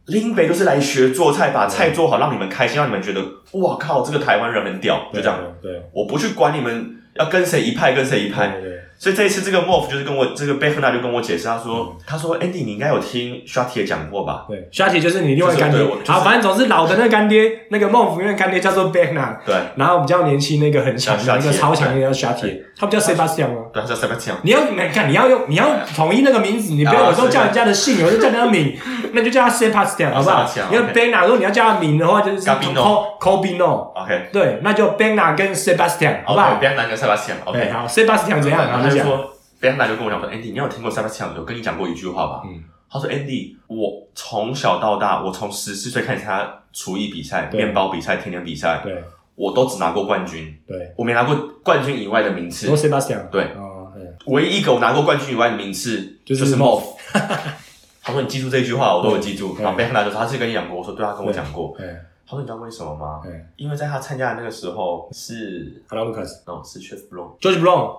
[SPEAKER 2] 林北就是来学做菜，把菜做好，让你们开心，让你们觉得哇靠，这个台湾人很屌，就这样。
[SPEAKER 1] 对，
[SPEAKER 2] 我不去管你们要跟谁一派，跟谁一派。
[SPEAKER 1] 对对
[SPEAKER 2] 所以这一次这个 Morph 就是跟我这个贝赫纳就跟我解释，他说他说 Andy 你应该有听 Shotty 讲过吧？
[SPEAKER 1] 对，夏姐就是你另外干爹
[SPEAKER 2] 就是对我，就是
[SPEAKER 1] 好，反正总之老的那个干爹，那个孟福那个干爹叫做 Beckna，
[SPEAKER 2] 对，
[SPEAKER 1] 然后比较年轻那个很强的
[SPEAKER 2] 叫
[SPEAKER 1] 那个
[SPEAKER 2] Shahtier，
[SPEAKER 1] 超强的叫夏姐，他不叫 Sebastian 吗？
[SPEAKER 2] 对，他叫 Sebastian。
[SPEAKER 1] 你要你看，你要用你要统一那个名字，你不要
[SPEAKER 2] 啊
[SPEAKER 1] 有时候
[SPEAKER 2] 是
[SPEAKER 1] 叫人家的姓，有时候叫人家 名，那就叫他 Sebastian 好不好
[SPEAKER 2] 啊 Sebastian，？
[SPEAKER 1] 你要
[SPEAKER 2] OK
[SPEAKER 1] Beckna，如果你要叫他名的话，就是
[SPEAKER 2] Gabino
[SPEAKER 1] Co Cobino，
[SPEAKER 2] OK，
[SPEAKER 1] 对，那就 Beckna 跟 Sebastian 好不好？
[SPEAKER 2] 贝赫纳跟 Sebastian。
[SPEAKER 1] 对，
[SPEAKER 2] OK，
[SPEAKER 1] 好，Sebastian 怎样？然后就
[SPEAKER 2] 然后他就
[SPEAKER 1] 讲，
[SPEAKER 2] 说贝赫纳就跟我讲说 Andy 你有听过 Sebastian 有跟你讲过一句话吧？
[SPEAKER 1] 嗯，
[SPEAKER 2] 他说 Andy 我从小到大，我从十四岁开始参加厨艺比赛、
[SPEAKER 1] 对
[SPEAKER 2] 面包比赛、甜点比赛，
[SPEAKER 1] 对
[SPEAKER 2] 我都只拿过冠军。
[SPEAKER 1] 对，
[SPEAKER 2] 我没拿过冠军以外的名次
[SPEAKER 1] 说，Sebastian，
[SPEAKER 2] 对
[SPEAKER 1] 哦，对
[SPEAKER 2] 唯一一个我拿过冠军以外的名次
[SPEAKER 1] 就是
[SPEAKER 2] Moff。他 说：“你记住这句话，我都有记住。”
[SPEAKER 1] 对
[SPEAKER 2] 然后贝克纳就说：“他是跟你讲过。”我说：“对，他啊跟我讲过。
[SPEAKER 1] 对”
[SPEAKER 2] 他说：“你知道为什么吗
[SPEAKER 1] 对？
[SPEAKER 2] 因为在他参加的那个时候是，
[SPEAKER 1] ，Hello Lucas。
[SPEAKER 2] 哦，是 Chef Brown，
[SPEAKER 1] George Brown，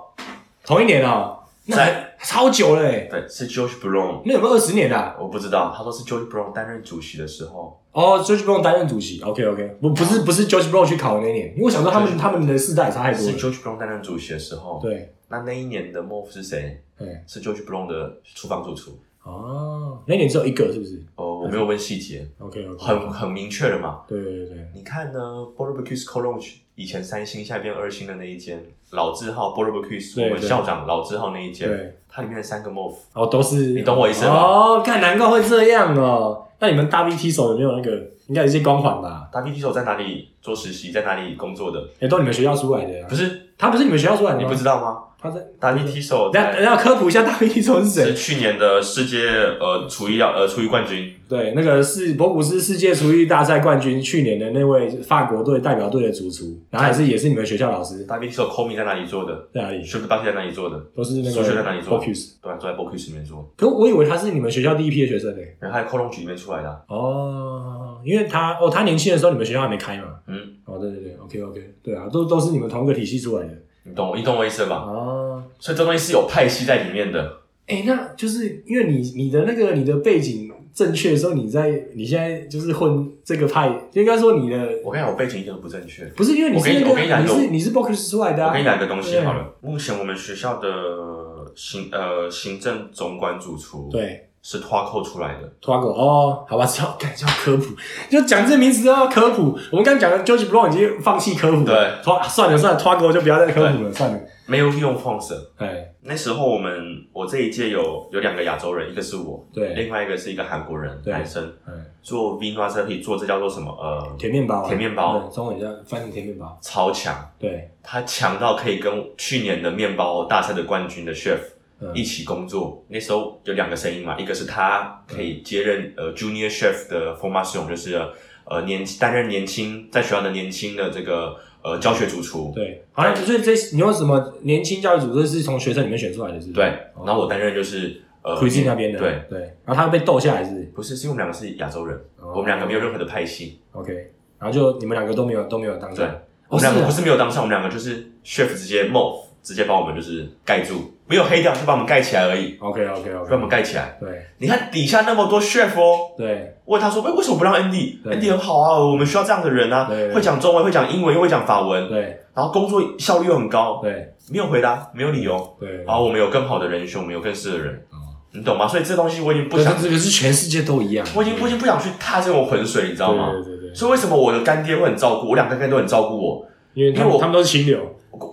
[SPEAKER 1] 同一年哦、那
[SPEAKER 2] 在
[SPEAKER 1] 超久了哎，
[SPEAKER 2] 对，是 George Brown，
[SPEAKER 1] 那有没有二十年啊？
[SPEAKER 2] 我不知道。他说是 George Brown 担任主席的时候，
[SPEAKER 1] 哦、g e o r g e Brown 担任主席，OK OK，不不是不是 George Brown 去考的那一年，因为我想说他们
[SPEAKER 2] 对
[SPEAKER 1] 他们的世代也差太多
[SPEAKER 2] 是
[SPEAKER 1] 了。
[SPEAKER 2] George Brown 担任主席的时候。
[SPEAKER 1] 对，
[SPEAKER 2] 那那一年的 Moff 是谁？
[SPEAKER 1] 对，
[SPEAKER 2] 是 George Brown 的厨房主厨。
[SPEAKER 1] 哦，那年只有一个是不是
[SPEAKER 2] 哦，我没有问细节，
[SPEAKER 1] ？OK OK，
[SPEAKER 2] 很很明确了嘛。
[SPEAKER 1] 对对对
[SPEAKER 2] 你看呢，Barbecue s c o l o n g e 以前三星现在变二星的那一间，老字号 Barbecue，
[SPEAKER 1] 对
[SPEAKER 2] 我们校长老字号那一
[SPEAKER 1] 对
[SPEAKER 2] 间，
[SPEAKER 1] 对，
[SPEAKER 2] 它里面的三个 move，
[SPEAKER 1] 哦都是
[SPEAKER 2] 你懂我意思吗
[SPEAKER 1] 哦，看难怪会这样哦。那你们大 B 踢手有没有那个？应该有一些光环吧？
[SPEAKER 2] 大 B 踢手在哪里做实习，在哪里工作的？
[SPEAKER 1] 也、都你们学校出来的、啊
[SPEAKER 2] 不，是
[SPEAKER 1] 他不是你们学校出来的
[SPEAKER 2] 你
[SPEAKER 1] 吗？
[SPEAKER 2] 不知道吗？
[SPEAKER 1] 他在
[SPEAKER 2] 大 B 踢手
[SPEAKER 1] 那
[SPEAKER 2] 在
[SPEAKER 1] 那要科普一下大 B 踢手是谁
[SPEAKER 2] 是？去年的世界呃厨艺要呃厨艺冠军，
[SPEAKER 1] 对，那个是博古斯世界厨艺大赛冠军，去年的那位法国队代表队的主厨，然后也是也是你们学校老师，
[SPEAKER 2] 大 B 踢手 Komi 在哪里做的？
[SPEAKER 1] 在哪里？
[SPEAKER 2] s h u g a b a 在哪里做的？
[SPEAKER 1] 都是那
[SPEAKER 2] 数
[SPEAKER 1] 个
[SPEAKER 2] 学在哪里做
[SPEAKER 1] Focus，
[SPEAKER 2] 对，啊坐在 Bocuse 里面做，
[SPEAKER 1] 可我以为他是你们学校第一批的学生呢、
[SPEAKER 2] 然后还有 c o l o n 里面出来的啊。
[SPEAKER 1] 哦，因为他哦，他年轻的时候你们学校还没开嘛。
[SPEAKER 2] 嗯，
[SPEAKER 1] 哦，对对对，OK OK，对啊，都都是你们同一个体系出来的。
[SPEAKER 2] 你懂我，你懂我意思吧？
[SPEAKER 1] 哦，
[SPEAKER 2] 所以这东西是有派系在里面的。
[SPEAKER 1] 哎，那就是因为你你的那个你的背景正确的时候，你在你现在就是混这个派，应该说你的
[SPEAKER 2] 我跟你讲，我背景一点都不正确。
[SPEAKER 1] 不是因为你是那
[SPEAKER 2] 我跟你我跟你
[SPEAKER 1] 个
[SPEAKER 2] 讲
[SPEAKER 1] 你
[SPEAKER 2] 有
[SPEAKER 1] 是你是 Focus 出来的、啊，
[SPEAKER 2] 我跟你讲一个东西好了，目前我们学校的行呃行政总管主厨
[SPEAKER 1] 对。
[SPEAKER 2] 是 Taco 出来的，
[SPEAKER 1] 拖狗哦，好吧，只要感觉科普，就讲这名词都要科普。我们刚刚讲的 George Brown 已经放弃科普了，
[SPEAKER 2] 对
[SPEAKER 1] 拖啊算了算了，拖狗就不要再科普了，算了。
[SPEAKER 2] 没有用 f o n s
[SPEAKER 1] 哎，
[SPEAKER 2] 那时候我们我这一届有有两个亚洲人，一个是我，
[SPEAKER 1] 对，
[SPEAKER 2] 另外一个是一个韩国人
[SPEAKER 1] 对
[SPEAKER 2] 男生
[SPEAKER 1] 嗯，
[SPEAKER 2] 做 v i n o t e r y 做这叫做什么呃
[SPEAKER 1] 甜面包啊，
[SPEAKER 2] 甜面包
[SPEAKER 1] 对，中文叫翻成甜面包，
[SPEAKER 2] 超强，
[SPEAKER 1] 对，
[SPEAKER 2] 他强到可以跟去年的面包大赛的冠军的 chef
[SPEAKER 1] 嗯
[SPEAKER 2] 一起工作。那时候有两个声音嘛，一个是他可以接任呃 junior chef 的 formation，就是呃年担任年轻在学校的年轻的这个呃教学主厨，
[SPEAKER 1] 对，好像所以这你用什么年轻教育组，这是从学生里面选出来的，是不是？
[SPEAKER 2] 对，
[SPEAKER 1] 哦
[SPEAKER 2] 然后我担任就是呃
[SPEAKER 1] c u i s i 那边的，
[SPEAKER 2] 对，
[SPEAKER 1] 对，然后他被斗下来是不是，
[SPEAKER 2] 不是，是因为我们两个是亚洲人，
[SPEAKER 1] 哦
[SPEAKER 2] 我们两个没有任何的派系。
[SPEAKER 1] OK，然后就你们两个都没有都没有当
[SPEAKER 2] 对
[SPEAKER 1] 上，
[SPEAKER 2] 我
[SPEAKER 1] 哦
[SPEAKER 2] 们
[SPEAKER 1] 是
[SPEAKER 2] 两个
[SPEAKER 1] 啊
[SPEAKER 2] 不是没有当上，我们两个就是 chef 直接 move，直接把我们就是盖住，没有黑掉，就把我们盖起来而已，
[SPEAKER 1] ，OK OK
[SPEAKER 2] 把我们
[SPEAKER 1] OK，
[SPEAKER 2] 盖起来。
[SPEAKER 1] 对
[SPEAKER 2] 你看底下那么多 chef 哦，
[SPEAKER 1] 对
[SPEAKER 2] 问他说，哎、为什么不让 Andy？Andy
[SPEAKER 1] 对
[SPEAKER 2] 很好啊，我们需要这样的人啊
[SPEAKER 1] 对，对
[SPEAKER 2] 会讲中文，会讲英文，又会讲法文，
[SPEAKER 1] 对
[SPEAKER 2] 然后工作效率又很高，
[SPEAKER 1] 对
[SPEAKER 2] 没有回答，没有理由。
[SPEAKER 1] 对，哦
[SPEAKER 2] 然后我们有更好的人选，我们有更适合的人，你懂吗？所以这东西我已经不
[SPEAKER 1] 可
[SPEAKER 2] 想，
[SPEAKER 1] 是这个是全世界都一样，
[SPEAKER 2] 我已经我已经不想去踏这种浑水，你知道吗？
[SPEAKER 1] 对对对对。
[SPEAKER 2] 所以为什么我的干爹会很照顾我？两个干爹都很照顾我，
[SPEAKER 1] 因为他
[SPEAKER 2] 因为
[SPEAKER 1] 们
[SPEAKER 2] 我
[SPEAKER 1] 他们都是清流，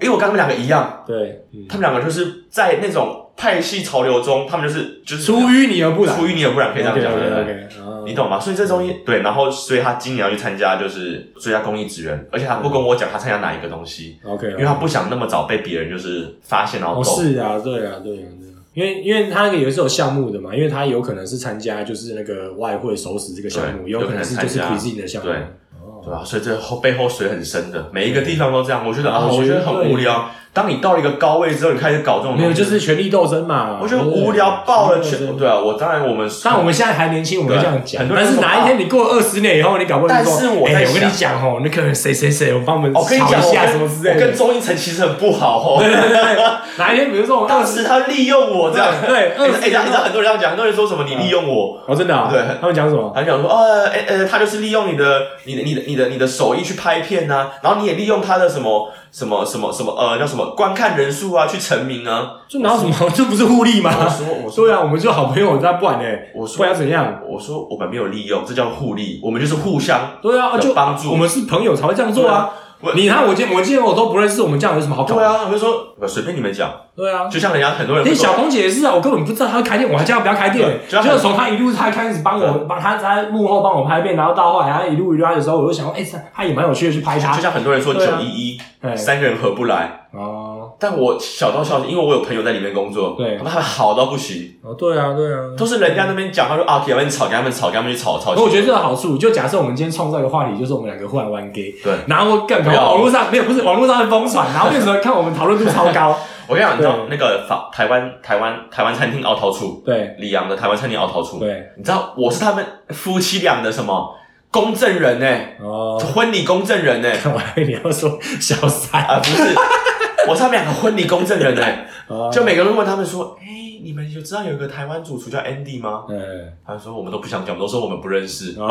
[SPEAKER 2] 因为我跟他们两个一样，
[SPEAKER 1] 对，嗯
[SPEAKER 2] 他们两个就是在那种派系潮流中，他们就是就是
[SPEAKER 1] 出淤泥而不染，
[SPEAKER 2] 出淤泥而不染，可以这样讲，对不对？
[SPEAKER 1] o
[SPEAKER 2] 你懂吗？所以这东
[SPEAKER 1] 嗯
[SPEAKER 2] 西对，然后所以他今年要去参加就是最佳公益职员，而且他不跟我讲他参加哪一个东西，
[SPEAKER 1] 啊？OK，
[SPEAKER 2] 因为他不想那么早被别人就是发现然后
[SPEAKER 1] 哦
[SPEAKER 2] 斗。
[SPEAKER 1] 是啊，对啊，对啊，对啊，因为因为他那个也是有项目的嘛，因为他有可能是参加就是那个外汇熟食这个项目，
[SPEAKER 2] 对
[SPEAKER 1] 有可能是就是
[SPEAKER 2] 有可能参加
[SPEAKER 1] cuisine 的项目，
[SPEAKER 2] 对对
[SPEAKER 1] 哦，
[SPEAKER 2] 吧？所以这后背后水很深的，每一个地方都这样。我觉得啊，我
[SPEAKER 1] 我
[SPEAKER 2] 觉
[SPEAKER 1] 觉得
[SPEAKER 2] 得很无聊。当你到一个高位之后，你开始搞这种东西，
[SPEAKER 1] 没有就是哦权力斗争嘛，
[SPEAKER 2] 我觉得
[SPEAKER 1] 对不对
[SPEAKER 2] 无聊爆了。
[SPEAKER 1] 权力斗
[SPEAKER 2] 全
[SPEAKER 1] 争
[SPEAKER 2] 对啊，我当然我们
[SPEAKER 1] 但我们现在还年轻，我们
[SPEAKER 2] 对
[SPEAKER 1] 这样讲
[SPEAKER 2] 很。多人
[SPEAKER 1] 但是
[SPEAKER 2] 说
[SPEAKER 1] 哪一天你过二十年以后，你搞不好
[SPEAKER 2] 但
[SPEAKER 1] 就说
[SPEAKER 2] 是我在
[SPEAKER 1] 哎我跟
[SPEAKER 2] 想
[SPEAKER 1] 你讲哦，那个谁谁谁，我帮我们
[SPEAKER 2] 哦我跟你
[SPEAKER 1] 吵
[SPEAKER 2] 讲，
[SPEAKER 1] 一
[SPEAKER 2] 我
[SPEAKER 1] 下
[SPEAKER 2] 跟
[SPEAKER 1] 什么之类
[SPEAKER 2] 我跟
[SPEAKER 1] 的。
[SPEAKER 2] 钟一成其实很不好哦。
[SPEAKER 1] 哪一天比如说我
[SPEAKER 2] 当
[SPEAKER 1] 二十
[SPEAKER 2] 时他利用我这样，哎，
[SPEAKER 1] 对二
[SPEAKER 2] 哎
[SPEAKER 1] 十
[SPEAKER 2] 你知道你知道很多人这样讲，很多人说什么你利用我，
[SPEAKER 1] 哦，真的啊？
[SPEAKER 2] 对
[SPEAKER 1] 他们讲什么？
[SPEAKER 2] 他讲说，呃，哎呃，他就是利用你的、你的、你的、你的、你的手艺去拍片呐、然后你也利用他的什么什么什么什么呃叫什么观看人数啊去成名啊。
[SPEAKER 1] 这哪有什 么？这不是互利吗？
[SPEAKER 2] 我说我说
[SPEAKER 1] 对啊，我们就好朋友，那不然呢？
[SPEAKER 2] 我
[SPEAKER 1] 不
[SPEAKER 2] 说
[SPEAKER 1] 然要怎样？
[SPEAKER 2] 啊我说我们没有利用，这叫互利，我们就是互相
[SPEAKER 1] 对啊，
[SPEAKER 2] 有
[SPEAKER 1] 就
[SPEAKER 2] 帮助
[SPEAKER 1] 我们是朋友才会这样做啊。
[SPEAKER 2] 对啊我
[SPEAKER 1] 你看我今我今天我都不认识，我们这样有什么好搞？
[SPEAKER 2] 对，啊，我就说随便你们讲，
[SPEAKER 1] 对啊。
[SPEAKER 2] 就像人家很多人
[SPEAKER 1] 连
[SPEAKER 2] 会
[SPEAKER 1] 小
[SPEAKER 2] 说，
[SPEAKER 1] 红姐也是啊，我根本不知道她会开店，我还叫她不要开店，
[SPEAKER 2] 啊对就她啊很
[SPEAKER 1] 就从她一路她开始帮我帮她她幕后帮我拍片，然后到后来她一路一路的时候，我就想说，哎，她她也蛮有趣的去拍她
[SPEAKER 2] 就，像很多人说
[SPEAKER 1] 对
[SPEAKER 2] 九
[SPEAKER 1] 啊
[SPEAKER 2] 一
[SPEAKER 1] 哎
[SPEAKER 2] 一，三个人合不来，
[SPEAKER 1] 哦
[SPEAKER 2] 但我小道消息，因为我有朋友在里面工作，
[SPEAKER 1] 对
[SPEAKER 2] 他们好到不行。
[SPEAKER 1] 哦，对啊对啊。
[SPEAKER 2] 都是人家那边讲，他说啊，给他们吵，给他们吵，给他们去吵吵。
[SPEAKER 1] 那我觉得这个好处，就假设我们今天创造一个话题，就是我们两个忽然玩 gay，
[SPEAKER 2] 对
[SPEAKER 1] 然后干搞
[SPEAKER 2] 没有
[SPEAKER 1] 网络上没有不是网络上的疯传，然后变成看我们讨论度超高，
[SPEAKER 2] 我跟你讲，你知道
[SPEAKER 1] 对
[SPEAKER 2] 那个法台湾台湾台湾餐厅熬桃处，
[SPEAKER 1] 对
[SPEAKER 2] 李阳的台湾餐厅熬桃处，
[SPEAKER 1] 对
[SPEAKER 2] 你知道我是他们夫妻俩的什么公证人呢、
[SPEAKER 1] 哦，
[SPEAKER 2] 婚礼公证 人呢、
[SPEAKER 1] 看我还以为你要说小三，
[SPEAKER 2] 啊，不是，我是他们两个婚礼公证人呢、
[SPEAKER 1] 哦
[SPEAKER 2] 就每个人问他们说，哎、你们有知道有一个台湾主厨叫 Andy 吗？
[SPEAKER 1] 嗯
[SPEAKER 2] 他们说我们都不想讲，我们都说我们不认识，
[SPEAKER 1] 哦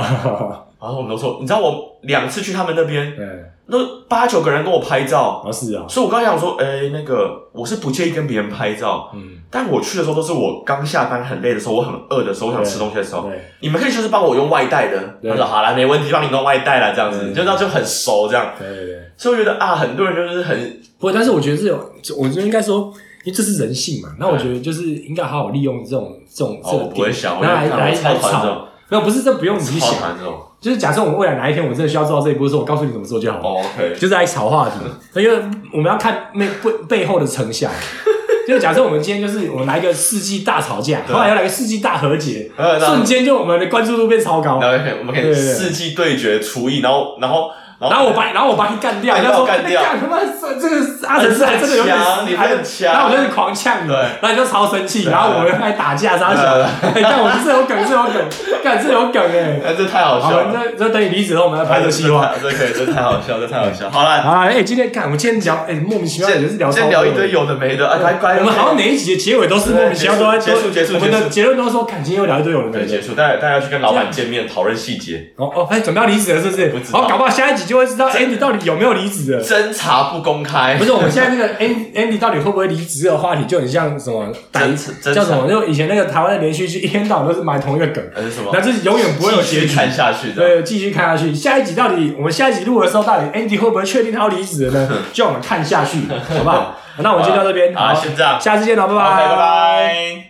[SPEAKER 2] 然后我们都说，你知道我两次去他们那边，
[SPEAKER 1] 嗯，
[SPEAKER 2] 那八九个人跟我拍照，
[SPEAKER 1] 哦是啊，
[SPEAKER 2] 所以我刚才想说，哎、那个我是不介意跟别人拍照，
[SPEAKER 1] 嗯，
[SPEAKER 2] 但我去的时候都是我刚下班很累的时候，我很饿的时候，我想吃东西的时候，
[SPEAKER 1] 对
[SPEAKER 2] 你们可以就是帮我用外带的，
[SPEAKER 1] 对
[SPEAKER 2] 他说好啦，没问题，帮你弄外带啦，这样子，
[SPEAKER 1] 对
[SPEAKER 2] 就那就很熟这样，
[SPEAKER 1] 对对对，
[SPEAKER 2] 所以我觉得啊，很多人就是很
[SPEAKER 1] 不过但是我觉得这种，我觉得应该说。因为这是人性嘛，那我觉得就是应该好好利用这种这种
[SPEAKER 2] 哦，
[SPEAKER 1] 这个
[SPEAKER 2] 我不会
[SPEAKER 1] 点，
[SPEAKER 2] 想，我
[SPEAKER 1] 拿来
[SPEAKER 2] 就看
[SPEAKER 1] 来
[SPEAKER 2] 我
[SPEAKER 1] 来
[SPEAKER 2] 超讨厌这
[SPEAKER 1] 吵，
[SPEAKER 2] 种，
[SPEAKER 1] 没有，不是这不用你去
[SPEAKER 2] 超
[SPEAKER 1] 想，
[SPEAKER 2] 难这种。
[SPEAKER 1] 就是假设我们未来哪一天我真的需要做到这一步的时候，我告诉你怎么做就好了。
[SPEAKER 2] 哦 OK，
[SPEAKER 1] 就是在炒话题，因为我们要看那背背后的成 效。就假设我们今天就是我们来一个世纪大吵架，
[SPEAKER 2] 对
[SPEAKER 1] 后来又来个世纪大和解，
[SPEAKER 2] 呃那
[SPEAKER 1] 瞬间就我们的关注度变超高。
[SPEAKER 2] 然后可以我们可以
[SPEAKER 1] 对对对
[SPEAKER 2] 世纪对决厨艺，然后然后然
[SPEAKER 1] 然后我把，然后我把你干掉，
[SPEAKER 2] 对
[SPEAKER 1] 人家说哎
[SPEAKER 2] 把我干掉
[SPEAKER 1] 干他妈这这个阿成是还真的有点
[SPEAKER 2] 很强
[SPEAKER 1] 实力
[SPEAKER 2] 你
[SPEAKER 1] 还有
[SPEAKER 2] 很强
[SPEAKER 1] 然后我就是狂呛你，
[SPEAKER 2] 对
[SPEAKER 1] 然后你就超生气，
[SPEAKER 2] 对
[SPEAKER 1] 然后我们还打架杀小，哎，干我们这有梗，这有梗，干这有梗哎，
[SPEAKER 2] 哎，这太好
[SPEAKER 1] 好，
[SPEAKER 2] 笑
[SPEAKER 1] 我
[SPEAKER 2] 了。
[SPEAKER 1] 们这这等你离职后，我们来拍 个计划。
[SPEAKER 2] 哎，这可以，这太好笑，这太好笑。好啦，
[SPEAKER 1] 好啦，哎，今天看我们今天聊，哎，莫名其妙也就是聊超
[SPEAKER 2] 先
[SPEAKER 1] 多
[SPEAKER 2] 聊
[SPEAKER 1] 的
[SPEAKER 2] 一堆有的没的，哎，乖乖，
[SPEAKER 1] 我们好像每一集的结尾都是莫名其妙都在
[SPEAKER 2] 结束结束
[SPEAKER 1] 我们
[SPEAKER 2] 结
[SPEAKER 1] 的
[SPEAKER 2] 束
[SPEAKER 1] 结论都说，看今天又聊一堆有的没
[SPEAKER 2] 对
[SPEAKER 1] 的
[SPEAKER 2] 结。束，大家大家去跟老板见面讨论细节，
[SPEAKER 1] 哦哦，哎，准备要离职了是不是
[SPEAKER 2] 不？知道
[SPEAKER 1] 好，搞不好下一集就会知道 Andy 到底有没有离职了。
[SPEAKER 2] 侦查不公开，
[SPEAKER 1] 不是，我们现在这个 Andy Andy 到底会不会离职这个话题，就很像什么
[SPEAKER 2] 真
[SPEAKER 1] 逮
[SPEAKER 2] 真
[SPEAKER 1] 叫什么？就以前那个台湾的连续剧，一天到晚都是埋同一个梗，
[SPEAKER 2] 呃还是什么
[SPEAKER 1] 那？就是永远不会有结
[SPEAKER 2] 继续
[SPEAKER 1] 局。
[SPEAKER 2] 看下去的。
[SPEAKER 1] 对，继续看下去。下一集到底我们下一集录的时候，到底 Andy 会不会确定他要离职了 呢？就让我们看下去，好不好？那我们就到这边，
[SPEAKER 2] 好，
[SPEAKER 1] 好，
[SPEAKER 2] 先这样，OK，
[SPEAKER 1] 下次见喽，拜拜，
[SPEAKER 2] 拜拜。